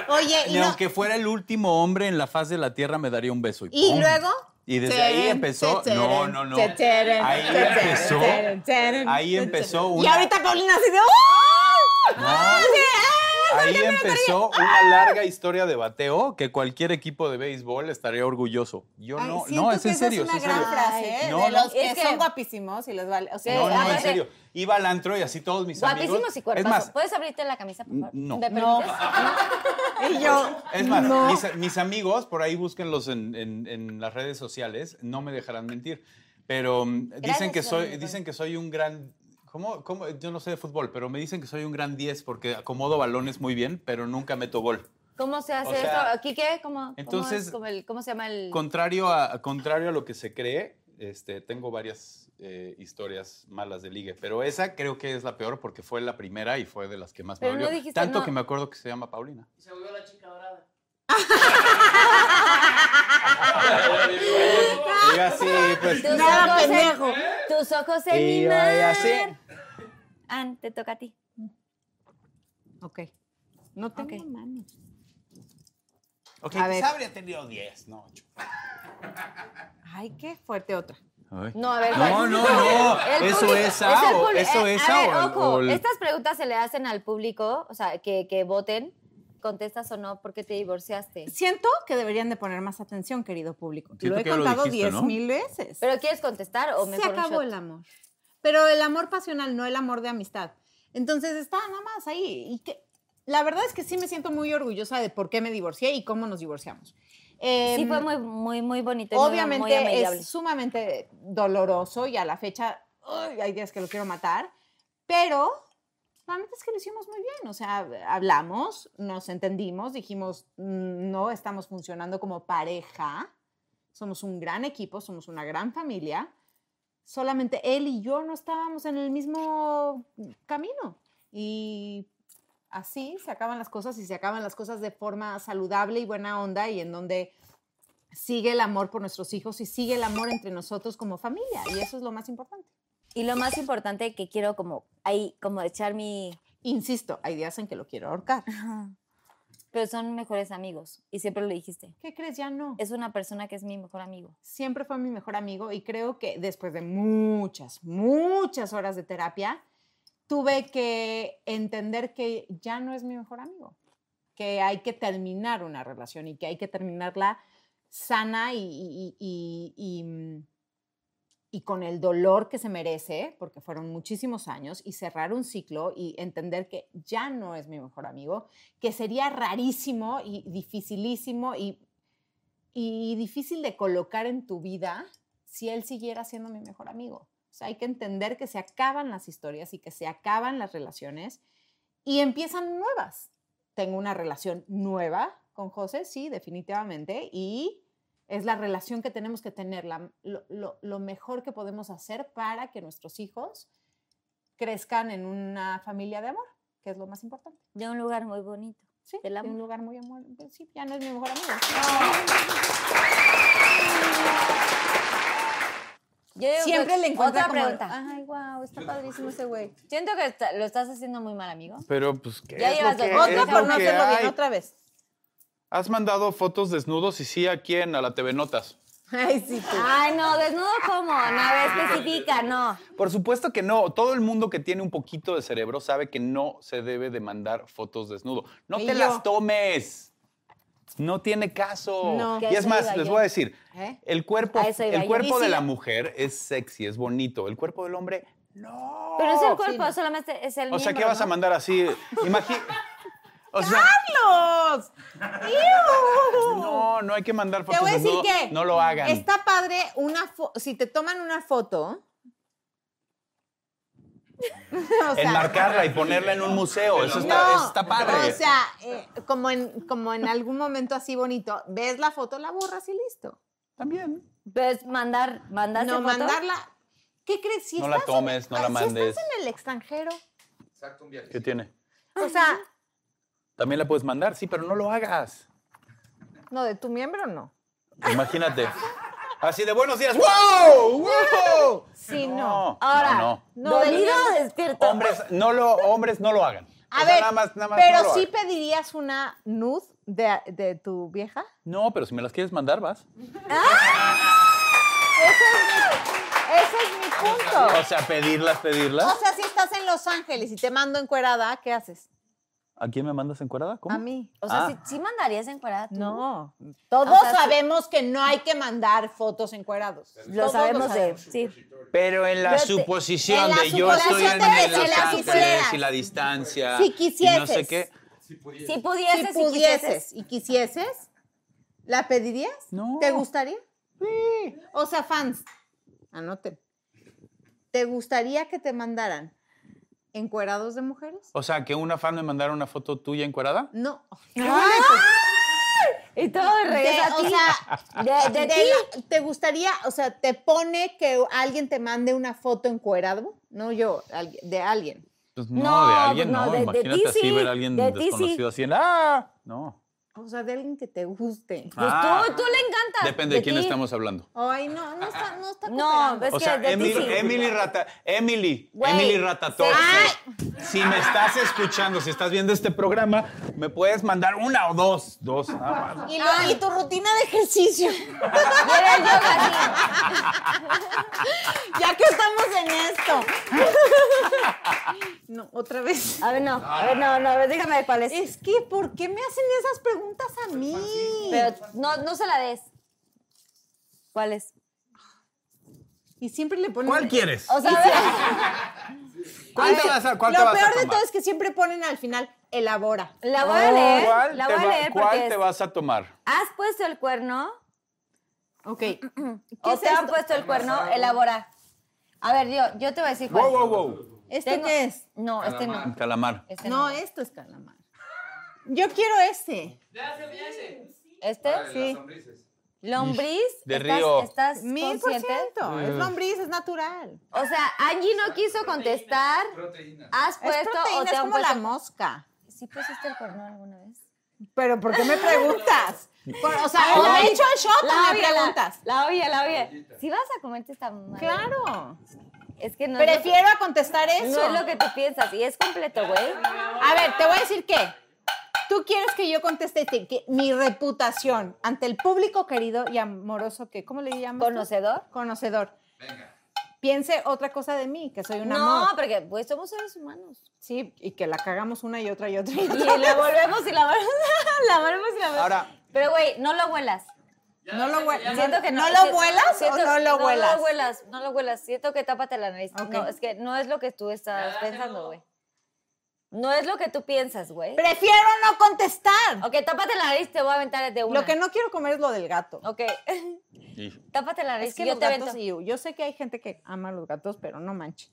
oye, y, Ni no- aunque fuera el último hombre en la faz de la tierra me daría un beso. Y, y ¡pum! luego. Y desde ahí Teren, empezó. teren, No, no, no. teren, Ahí teren, empezó. teren, teren, Ahí teren. empezó Y una. ahorita Paulina así de. ¡Oh! No. ¡Ah! Ahí empezó una larga historia de bateo que cualquier equipo de béisbol estaría orgulloso. Yo Ay, no, siento no, es que en esa serio, Es es una en gran serio. frase, ¿eh? No, de no. los que, Es que- son guapísimos y les vale. O sea, No, no, en Aparte- serio. Iba al antro y así todos mis amigos. Guapísimos y cuerpazos. Es más, ¿Puedes abrirte la camisa, por favor? No. ¿Me permites? y yo. Es más, no. mis, mis amigos, por ahí búsquenlos en, en- en las redes sociales, no me dejarán mentir. Pero mm, dicen que Gracias, soy, amigo. dicen que soy un gran. ¿Cómo, cómo? Yo no sé de fútbol, pero me dicen que soy un gran 10 porque acomodo balones muy bien, pero nunca meto gol. ¿Cómo se hace O sea, esto? ¿Quique? ¿Cómo, cómo, entonces- es como el- cómo se llama el...? Contrario a, contrario a lo que se cree, este, tengo varias eh, historias malas de ligue, pero esa creo que es la peor porque fue la primera y fue de las que más Pero me no dolió. dijiste, Tanto no. que me acuerdo que se llama Paulina. Y yo así, pues. Tus Nada, ojos en- pendejo. Tus ojos en Y mi yo ahí mar. así. Ann, te toca a ti. Ok. Ah, No tengo Ok. manos. Ok, A ver. quizá habría tenido 10, no 8. Ay, qué fuerte otra. No, a ver. No, ¿cuál? no, no. El Eso público- es el AO. público- Eso eh, es A ver, AO. ojo, estas preguntas se le hacen al público, o sea, que, que voten. ¿Contestas o no? ¿Por qué te divorciaste? Siento que deberían de poner más atención, querido público. Siento lo he que ya lo contado dijiste, diez ¿no? mil veces. ¿Pero quieres contestar o se mejor un acabó shot? el amor. Pero el amor pasional, no el amor de amistad. Entonces está nada más ahí. Y que, la verdad es que sí me siento muy orgullosa de por qué me divorcié y cómo nos divorciamos. Sí, Em, fue muy, muy, muy bonito. y muy- Obviamente muy amigable. es sumamente doloroso y a la fecha ¡ay! hay días que lo quiero matar, pero la neta es que lo hicimos muy bien, o sea, hablamos, nos entendimos, dijimos, "Mm, no estamos funcionando como pareja, somos un gran equipo, somos una gran familia, solamente él y yo no estábamos en el mismo camino y así se acaban las cosas y se acaban las cosas de forma saludable y buena onda y en donde sigue el amor por nuestros hijos y sigue el amor entre nosotros como familia y eso es lo más importante. Y lo más importante que quiero como ahí, como echar mi... Insisto, hay días en que lo quiero ahorcar. Pero son mejores amigos. Y siempre lo dijiste. ¿Qué crees? Ya no. Es una persona que es mi mejor amigo. Siempre fue mi mejor amigo y creo que después de muchas, muchas horas de terapia, tuve que entender que ya no es mi mejor amigo, que hay que terminar una relación y que hay que terminarla sana y, y- y- y- y con el dolor que se merece, porque fueron muchísimos años, y cerrar un ciclo y entender que ya no es mi mejor amigo, que sería rarísimo y dificilísimo y, y difícil de colocar en tu vida si él siguiera siendo mi mejor amigo. O sea, hay que entender que se acaban las historias y que se acaban las relaciones y empiezan nuevas. Tengo una relación nueva con José, sí, definitivamente, y es la relación que tenemos que tener, la- lo, lo- lo mejor que podemos hacer para que nuestros hijos crezcan en una familia de amor, que es lo más importante. De un lugar muy bonito. Sí, Del de amor. un lugar muy amor. pues Sí, ya no es mi mejor amigo. Yo digo que Siempre le encuentro Otra como- pregunta. Ay, wow, está padrísimo ese güey. Siento que está- lo estás haciendo muy mal, amigo. Pero, pues, ¿qué Ya es llevas lo que, dos. es Otra lo por no que hacerlo hay? bien, otra vez. ¿Has mandado fotos desnudos y sí a quién? A la TV Notas. Ay, sí, tú. Ay, no, desnudo cómo. No, Ah. a ver, especifica, no. Por supuesto que no. Todo el mundo que tiene un poquito de cerebro sabe que no se debe de mandar fotos desnudo. No Y te yo. las tomes. No tiene caso. No. Y es más, les voy a decir, ¿Eh? el cuerpo, A eso iba el yo. cuerpo Y de sí. la mujer es sexy, es bonito. El cuerpo del hombre, no. Pero es el Oh, sí, cuerpo, no. solamente es el O sea, ¿qué miembro, vas a ¿no? mandar así? Imagina. O sea, ¡Carlos! ¡Iu! no, no hay que mandar Te fotos voy a decir desnudo. que No lo hagan. Está padre una foto. Si te toman una foto. o sea, Enmarcarla y ponerla en un museo. Eso está, no, eso está padre. O sea, eh, como, en, como en algún momento así bonito, ves la foto, la borras y listo. También. Pero es mandar, mandarse No foto. mandarla. ¿Qué crees? Si No la estás en- tomes, no la si mandes. estás en el extranjero. ¿Qué tiene? O sea, También la puedes mandar, sí, pero no lo hagas. no, de tu miembro no. Imagínate. Así de buenos días. ¡Wow! ¡Wow! Sí, no. Ahora, no, no. no, ¿dormido del- o despierto? Hombres, no lo, hombres, no lo hagan. A O sea, ver, nada más, nada más pero no lo sí hagan. pedirías una nude de, de tu vieja. No, pero si me las quieres mandar, vas. Ese es mi, ese es mi O punto. sea, pedirlas, O pedirlas. sea, si estás en Los Ángeles y te mando encuerada, ¿qué haces? ¿A quién me mandas encuerada? ¿Cómo? A mí. O sea, Ah. ¿sí, sí mandarías encuerada tú? No. Todos O sea, sí. sabemos que no hay que mandar fotos encuerados. Lo sabemos de... Sí. Pero en la Vete. suposición En la de yo estoy suposición en, de que en Los si la Ángeles supieras. y la distancia. Si Y no sé quisieses. qué. Si pudieses, Si si quisieses. pudieses y quisieses, ¿la pedirías? No. ¿Te gustaría? Sí. O sea, fans, anoten. ¿Te gustaría que te mandaran encuerados de mujeres? O sea, que una fan me mandara una foto tuya encuerada. No. Y todo regresa Te- a o ti. sea, de, de ¿Te, ti. Eh, la- te gustaría, o sea, te pone que alguien te mande una foto encuerado? No yo, alguien- de alguien. Pues no, No, de alguien pues no, no. de- de Imagínate ti así sí, ver a alguien de ti sí. desconocido así en. ¡Ah! No. O sea, de alguien que te guste. Pues Ah. tú, tú le encantas. Depende de quién ti. estamos hablando. Ay, no, no está, no pues, está No, cooperando. es O que sea, de ti Emily, sí. Emily Rata, Emily, Güey, Emily Ratatouille. Si me estás escuchando, si estás viendo este programa, me puedes mandar una o dos, dos. nada más. Y, lo- y tu rutina de ejercicio. Era el yoga, sí. ya que estamos en esto. no, otra vez. A ver, no. A ver, no, no. A ver, dígame cuál es. Es que, ¿por qué me hacen esas preguntas a mí? Pero no, no se la des. ¿Cuál es? y siempre le ponen. ¿Cuál quieres? O sea, a ver, ¿Cuál te Ay, vas a, cuál lo te vas a peor de tomar? todo es que siempre ponen al final, elabora. la voy a leer. ¿Cuál, ¿Eh? la te, voy a va- leer cuál porque te es, vas a tomar? ¿Has puesto el cuerno? Ok. pues, ¿Qué ¿O es te han esto? puesto el cuerno? Elabora. A ver, yo, yo te voy a decir cuál. Wow, wow, wow. ¿Esto Tengo- qué ¿Este es? No, este no. Calamar. Este No, no. esto es calamar. Yo quiero ese. ¿Este? Sí. Lombriz. De ¿Estás- río. ¿Estás Mil por consciente? ciento. Eh. Es lombriz, es natural. O sea, Angie no quiso contestar. ¿Has Es puesto o proteína, te es han como la puesto? mosca. ¿Sí pusiste el cuerno alguna vez? Pero ¿por qué me preguntas? Por- o sea, ¿lo Ah, he hecho en shot o me oye, Ah, la- preguntas? La, oye, la oye. Si vas a comerte esta madre. Claro. Es que no es lo que- Prefiero a contestar eso. no es lo que tú piensas. Y es completo, güey. A ver, te voy a decir qué. Tú quieres que yo conteste te- que mi reputación ante el público querido y amoroso que, ¿cómo le llamas? tú? ¿Conocedor? Conocedor. Piense otra cosa de mí, que soy un No, amor. porque pues somos seres humanos. Sí, y que la cagamos una y otra y otra. Y Y otra. la volvemos y la volvemos, la volvemos y la volvemos. Ahora- Pero, güey, no lo huelas. No lo vuelas. Siento que no. lo si- vuelas siento- o no lo No vuelas? lo huelas, no lo huelas. Siento que tápate la nariz. Ok. No, es que no es lo que tú estás pensando, güey. No es lo que tú piensas, güey. Prefiero no contestar. Ok, tápate la nariz, te voy a aventar de una. Lo que no quiero comer es lo del gato. Ok. tápate la nariz, Es que yo los te gatos, avento. y- yo sé que hay gente que ama los gatos, pero no manches.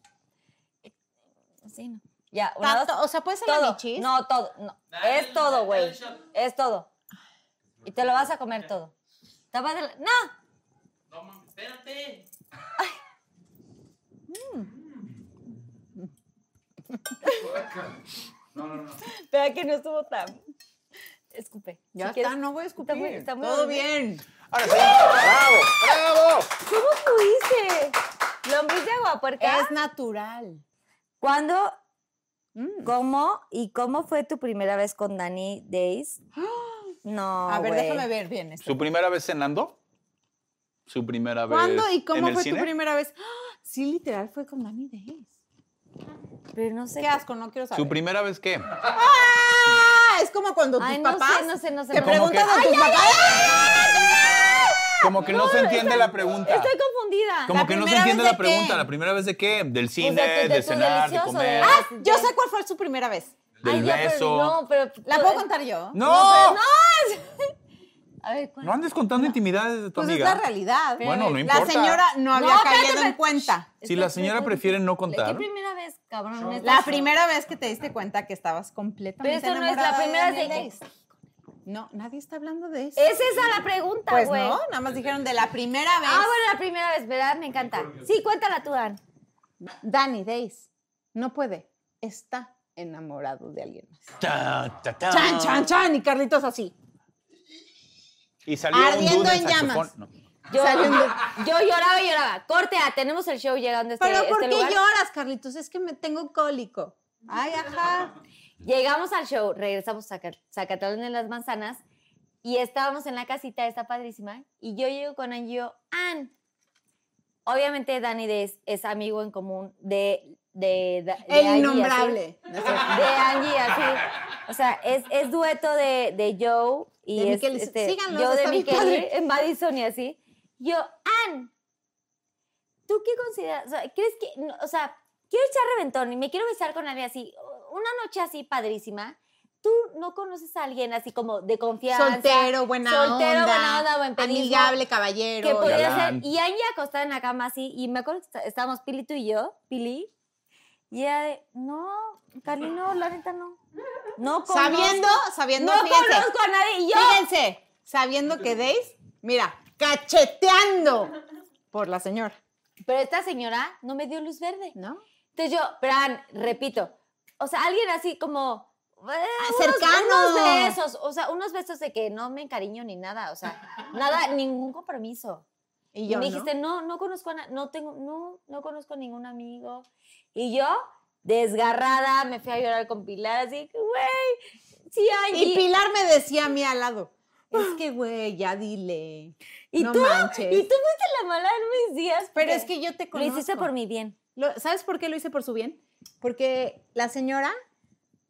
Sí, no. Ya, una, Tanto, dos. o sea, puede ser la todo. michis. No, todo. no. Es todo, güey. Es todo. Y te lo vas a comer todo. Tápate la... ¡No! Espera que no estuvo tan. Escupe. Ya Si está, quieres- no voy a Está escupir. muy- está muy Todo bien. Ahora sí. ¡Bravo! ¡Bravo! ¿Cómo pudiste? ¿Lombriz de agua puerca? Es natural. ¿Cuándo, Mm. cómo y cómo fue tu primera vez con Dani Days? No. a ver, güey. déjame ver bien este. esto. ¿Su primera vez cenando? ¿Su primera vez ¿Cuándo y en cómo el fue cine? tu primera vez? ¡Ah! Sí, literal, fue con Dani Days. Pero no sé. Qué asco, no quiero saber. ¿Su primera vez qué? ¡Ah! Es como cuando Ay, tus no sé, papás no sé, no sé, te no sé. preguntan a tus papás. Como que no, se entiende la pregunta. Estoy confundida. Como ¿La que no se primera entiende vez la de pregunta. qué? ¿La primera vez de qué? Del Pues cine, de de, tu- de tu cenar, de delicioso, de- comer, ¡Ah! Yo sé cuál fue su primera vez. del Ay, ya, pero beso. no, pero. ¿La puedo contar yo? ¡No! No, pero no. A ver, ¿cuál? No andes contando intimidades de tu Pues amiga. es la realidad. Bueno, no La importa. señora no había No, espérate, caído en espérate. cuenta. Si la señora prefiere no ¿Qué contar. primera vez, cabrón? Neta, La sí. primera vez que te diste cuenta que estabas completamente Pero eso no es la enamorada primera Daniel vez de- Day. No, nadie está hablando de eso. Es esa la pregunta, güey. pues no, nada más dijeron de la primera vez. Ah, bueno, la primera vez, ¿verdad? Me encanta. Sí, cuéntala tú, Dan. Danny Days no puede, está enamorado de alguien más. Ta, ta, ta. Chan, chan, chan, y Carlitos así. Y salió Ardiendo un dude en saxofón. llamas. No. Yo, yo lloraba y lloraba. Corte A, tenemos el show llegando a este, Pero ¿por este qué lugar. lloras, Carlitos? Es que me tengo cólico. Ay, ajá. Llegamos al show, regresamos a Zaca- Zacatlán de las Manzanas y estábamos en la casita, está padrísima. Y yo llego con Angio, Ann. Obviamente Dani de- es, amigo en común de... de, de- de El Angie, innombrable. así. De Angie, así. O sea, es, es dueto de, de Joe y De es, Miquelis. este, Síganlos, yo de está bien Miquel padre. en Madison y así. Yo, Ann, ¿tú qué consideras? O sea, ¿crees que, no, o sea, quiero echar reventón y me quiero besar con alguien así, una noche así padrísima? ¿Tú no conoces a alguien así como de confianza? Soltero, buena soltero, onda. buena onda, buen pedismo, amigable, Que caballero. podría galán. ser. Y Angie acostada en la cama así, y me acuerdo que está- estábamos Pili tú y yo, Pili, y ella de, no, Carly, no, la neta no. No conozco. Sabiendo, sabiendo, No fíjense. conozco a nadie y yo. Fíjense, sabiendo que Days, mira, cacheteando por la señora, Pero esta señora no me dio luz verde. ¿no? Entonces yo, Bran, repito, o sea, alguien así como... eh, cercano. Unos besos, o sea, unos besos de que no me encariño ni nada, o sea, nada, ningún compromiso. Y Y, yo, me ¿no? dijiste, no, no conozco a na- no tengo, no, no conozco a ningún amigo. Y yo, desgarrada, me fui a llorar con Pilar, así, güey, sí, Y Angie. Pilar me decía a mí al lado, es que, güey, ya dile. Y, no tú, manches. y tú fuiste la mala en mis días. Pero porque es que yo te Lo conozco. hiciste por mi bien. Lo- ¿Sabes por qué lo hice por su bien? Porque la señora,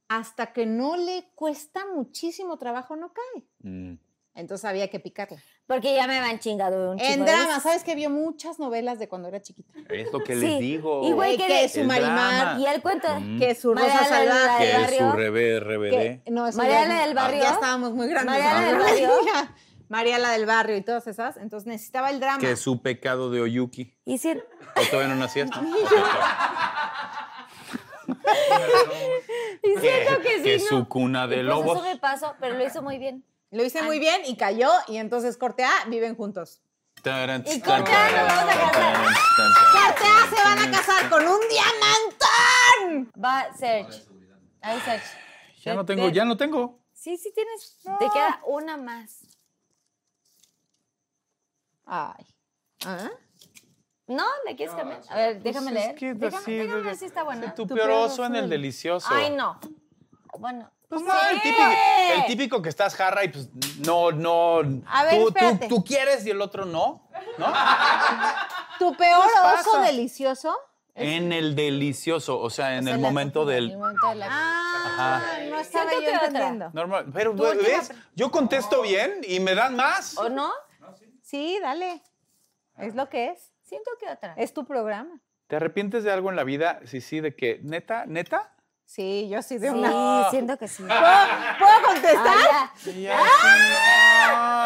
hasta que no le cuesta muchísimo trabajo, no cae. Mm. Entonces había que picarla. Porque ya me van chingado un En chingo de drama, veces. ¿sabes que vio muchas novelas de cuando era chiquita? Eh, Es lo que Sí. les digo. Y güey, que, que su el Marimar, drama. Y el cuento Mm. que su María Rosa la del Salvaje. que es su barrio. revés, que- revés. no, eso María ya- la del barrio. Ya estábamos muy grandes. María la ¿no? del barrio. María la del barrio y todas esas. Entonces necesitaba el drama. Que su pecado de Oyuki. Y si- ¿O todavía no nacías? tú? y siento que sí, Eh, que ¿no? su cuna de Y pues lobos. Eso me pasó, pero lo hizo muy bien. Lo hice muy bien y cayó. Y entonces corte A, viven juntos. Taran, Y tan, con Carla nos vamos a casar. tan, Corte A se van a casar con un diamantón. Va, Serge. Ahí, Serge. Ya no tengo, ya no tengo. Sí, sí tienes. Te queda una más. Ay. ¿Ah? ¿No? ¿Le quieres cambiar? A ver, déjame leer. Pues que Déjame, así, déjame de- ver si está buena. Tu peor oso en el delicioso. Ay, no. Bueno. Pues no, el típico, el típico que estás jarra y pues no, no. A ver, tú, tú, espérate. tú quieres y el otro no. ¿No? Tu peor Les oso pasa. delicioso. en el delicioso, o sea, en Pues el momento del. Ajá. Ah, No estaba Ah, Siento yo que otra. entendiendo. Normal. Pero, ¿ves? Yo contesto bien y me dan más. ¿O no? Sí, dale. Ah. Es lo que es. Siento que otra. Es tu programa. ¿Te arrepientes de algo en la vida? Sí, sí, de que, neta, neta. Sí, yo sí de Sí, una. siento que sí. Ah, Ah, ¿Puedo contestar?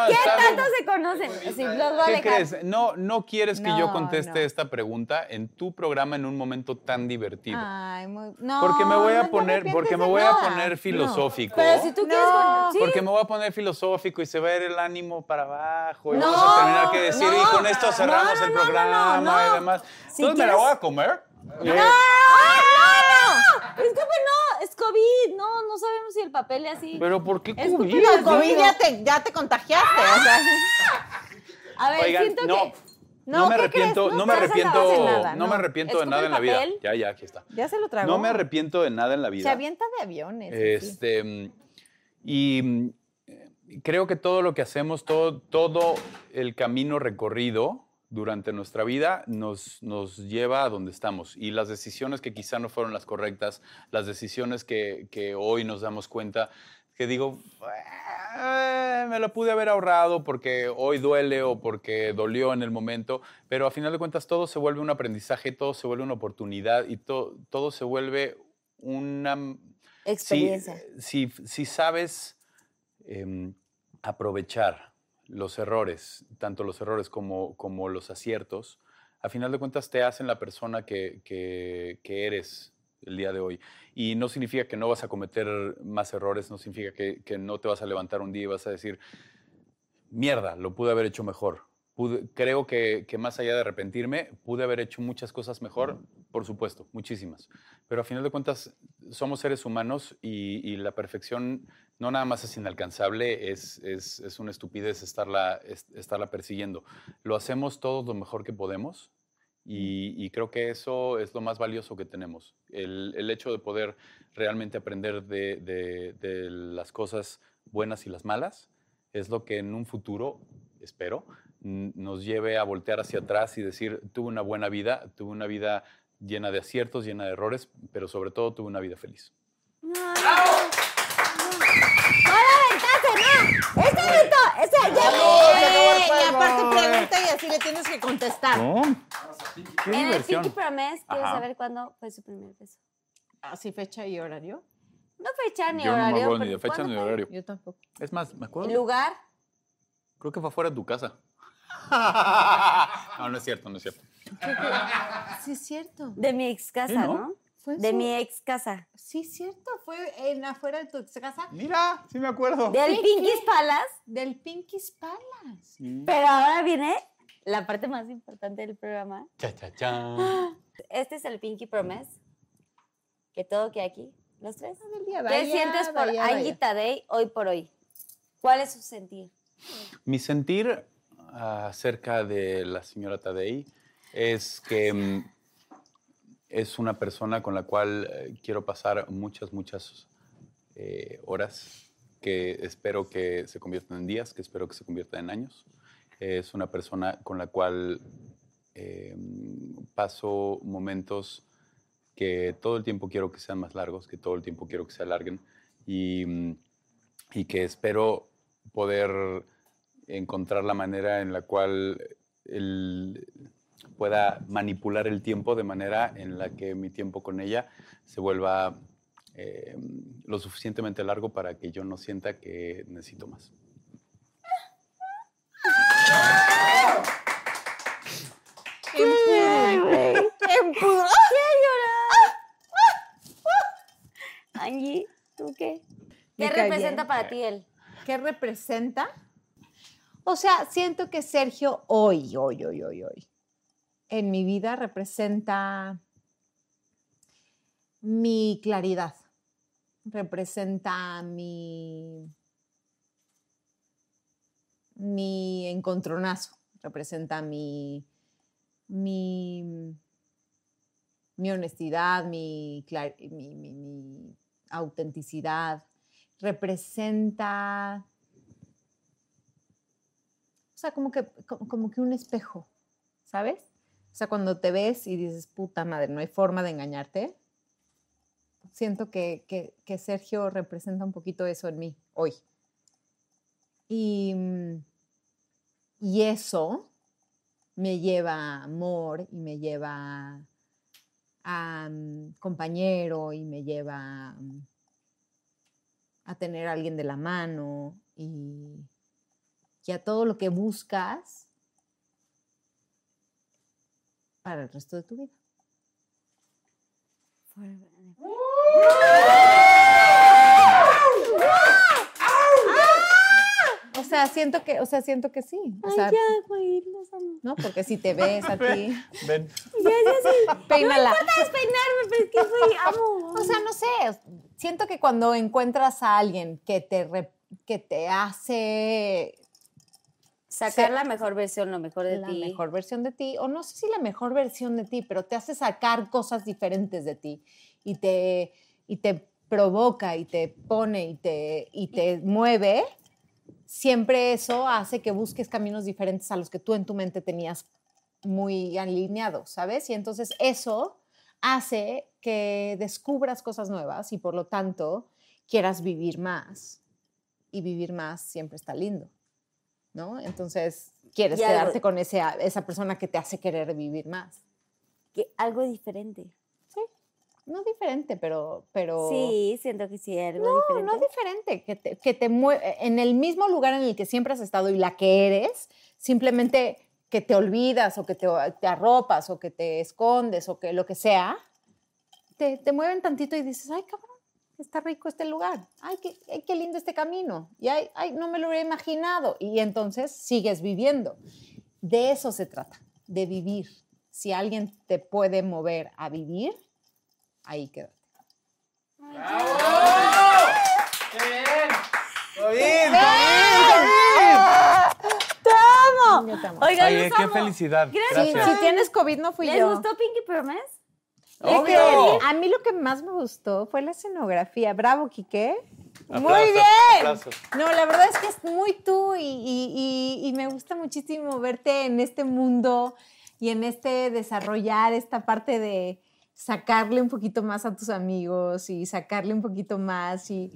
¿Qué ¿Tanto se conocen? Sí, los voy a ¿Qué dejar. crees? No, no quieres que yo No, no. conteste esta pregunta en tu programa en un momento tan divertido. Ay, muy. No. porque me voy no a te poner, arrepientes porque me de voy a nada. poner filosófico. Pero si tú quieres No. con- sí. Porque me voy a poner filosófico y se va a ir el ánimo para abajo y No, vamos a terminar que decir no, y con esto cerramos no, el no, no, programa no, no. y demás. Si Entonces me la quieres- voy a comer. Eh, ¡Ah, no, no! Disculpe, no, es COVID. No, no sabemos si el papel es así. Pero ¿por qué Escúpelo COVID? al Con COVID ya te, ya te contagiaste. O sea, A ver, Oigan, siento no, que. no, No, me ¿qué arrepiento, crees? no, No me te vas a acabar de arrepiento, nada, no me no. arrepiento de Escupe nada el en la vida. papel. Ya, ya, aquí está. ya se lo tragó. No me arrepiento de nada en la Se vida. avienta de aviones. así. Este, mm, y mm, eh, creo que todo lo que hacemos, todo, todo el camino recorrido durante nuestra vida nos, nos lleva a donde estamos. Y las decisiones que quizá no fueron las correctas, las decisiones que, que hoy nos damos cuenta, que digo, "Ah, me lo pude haber ahorrado porque hoy duele o porque dolió en el momento, pero a final de cuentas todo se vuelve un aprendizaje, todo se vuelve una oportunidad y to- todo se vuelve una, si- Experiencia. eh, Si, si sabes em, aprovechar los errores, tanto los errores como, como los aciertos, a final de cuentas te hacen la persona que, que- que eres el día de hoy. Y no significa que no vas a cometer más errores, no significa que, que no te vas a levantar un día y vas a decir, mierda, lo pude haber hecho mejor. Pude- creo que, que más allá de arrepentirme, pude haber hecho muchas cosas mejor, por supuesto, muchísimas. Pero a final de cuentas, somos seres humanos y, y la perfección no nada más es inalcanzable, es, es, es una estupidez estarla, es- estarla persiguiendo. Lo hacemos todos lo mejor que podemos y, y creo que eso es lo más valioso que tenemos. El, el hecho de poder realmente aprender de, de- de las cosas buenas y las malas es lo que en un futuro, espero, n- nos lleve a voltear hacia atrás y decir, tuve una buena vida, tuve una vida llena de aciertos, llena de errores, pero sobre todo tuve una vida feliz. Este Oye, y aparte pregunta y así le tienes que contestar. Qué En el diversión. Pinky Promise, quiero Ajá. saber cuándo fue su primer beso. Así fecha y horario. No fecha ni Yo no me horario. acuerdo ni pero de fecha ¿cuándo ni de fue? horario. Yo tampoco. Es más, me ¿Y acuerdo. lugar? Creo que fue afuera de tu casa. no, no es cierto, no es cierto. Sí, es cierto. De mi ex casa, no? ¿no? Fue De su- mi ex casa. Sí, es cierto. Fue en afuera de tu ex casa Mira, sí me acuerdo. Del Pinky's Palace. del Pinky's Palace. Pero ahora viene la parte más importante del programa. Cha, cha, cha. Este es el Pinky Promise. Que todo que aquí, los tres. El día, ¿Qué vaya, sientes por vaya, vaya. Anguita Day hoy por hoy? ¿Cuál es su sentir? Mi sentir ah, acerca de la señora Tadei es que mm, es una persona con la cual eh, quiero pasar muchas, muchas eh, horas que espero que se conviertan en días, que espero que se conviertan en años. Es una persona con la cual eh, paso momentos que todo el tiempo quiero que sean más largos, que todo el tiempo quiero que se alarguen y, mm, y que espero poder encontrar la manera en la cual él pueda manipular el tiempo de manera en la que mi tiempo con ella se vuelva eh, lo suficientemente largo para que yo no sienta que necesito más. Angie, ¿tú qué? Me ¿Qué cae representa bien. para ti él? ¿Qué representa? O sea, siento que Sergio hoy, hoy, hoy, hoy, hoy, en mi vida representa mi claridad, representa mi, mi encontronazo, representa mi, mi mi honestidad, mi, clar- mi- mi- mi autenticidad. Representa, o sea, como que, como, como que un espejo, ¿sabes? O sea, cuando te ves y dices, puta madre, no hay forma de engañarte, siento que, que- que Sergio representa un poquito eso en mí hoy. Y, mm, y eso me lleva a amor y me lleva a mm, compañero y me lleva mm, a tener a alguien de la mano y, y a todo lo que buscas para el resto de tu vida. O sea, siento que, o sea, siento que sí. O sea, ¿no? Porque si te ves a ti, Ven. peínala. despeinarme, pero es que soy amo. O sea, no sé, siento que cuando encuentras a alguien que te, re- que te hace Sacar Sí. la mejor versión, lo mejor de la ti. mejor versión de ti, o no sé si la mejor versión de ti, pero te hace sacar cosas diferentes de ti y te, y te provoca y te pone y te, y te mueve, siempre eso hace que busques caminos diferentes a los que tú en tu mente tenías muy alineados, ¿sabes? Y entonces eso hace que descubras cosas nuevas y por lo tanto quieras vivir más. Y vivir más siempre está lindo, ¿no? Entonces quieres Y algo- quedarte con ese, esa persona que te hace querer vivir más. Que- algo diferente. No diferente, pero... pero Sí, siento que sí, algo No, diferente. no diferente, que te, que te mue- eh, en el mismo lugar en el que siempre has estado y la que eres, simplemente que te olvidas o que te, te arropas o que te escondes o que lo que sea, te, te mueven tantito y dices, ay cabrón, está rico este lugar, ay qué, ay, qué lindo este camino, y ay, ay, no me lo hubiera imaginado, y entonces sigues viviendo. De eso se trata, de vivir. Si alguien te puede mover a vivir, ahí queda. Yo te amo. Oigan, Oye, los qué amo. felicidad. Gracias. Gracias. Si, si tienes COVID no fui ¿Les yo. gustó Pinky Promise? Es que ¡Obvio! a mí lo que más me gustó fue la escenografía. Bravo, Quique. Muy Aplausos, bien. aplausos. No, la verdad es que es muy tú y, y- y- y me gusta muchísimo verte en este mundo y en este desarrollar esta parte de sacarle un poquito más a tus amigos y sacarle un poquito más y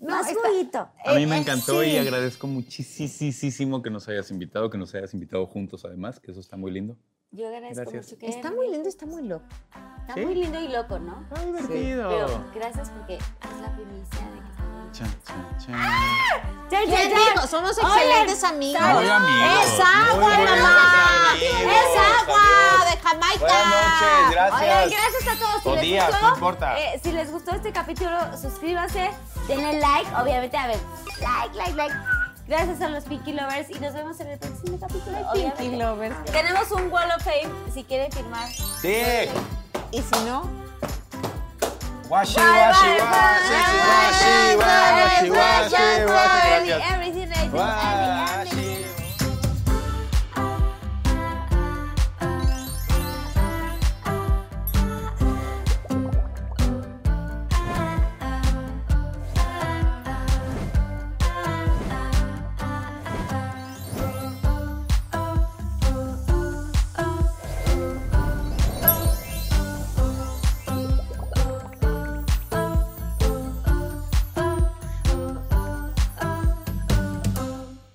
no, Más está- juguito. A mí me eh, eh, encantó sí. y agradezco muchísimo que nos hayas invitado, que nos hayas invitado juntos además, que eso está muy lindo. Yo agradezco Gracias. mucho que Está hayan muy venido. lindo, está muy loco. Está ¿Sí? muy lindo y loco, ¿no? Está divertido. Pero gracias porque es la primicia de que estamos. Chan, chan, chan. ¡Chan, ¿Qué chan, chan! digo? Somos Oigan, excelentes amigos. Muy amigos, ¡Es muy agua, buenos mamá! amigos, ¡Es agua adiós. de Jamaica! Buenas noches, gracias. Oigan, gracias a todos. Si O les días, gustó, no importa. eh, si les gustó este capítulo, suscríbanse, denle like, obviamente, a ver, like, like, like. Gracias a los Pinky Lovers y nos vemos en el próximo capítulo. obviamente. Pinky Lovers. Tenemos un Wall of Fame si quieren firmar. Sí. Y si no, Washi, washi, washi, washi, washi, washi, washi, washi, Every, gracias. everything, everything, Bye.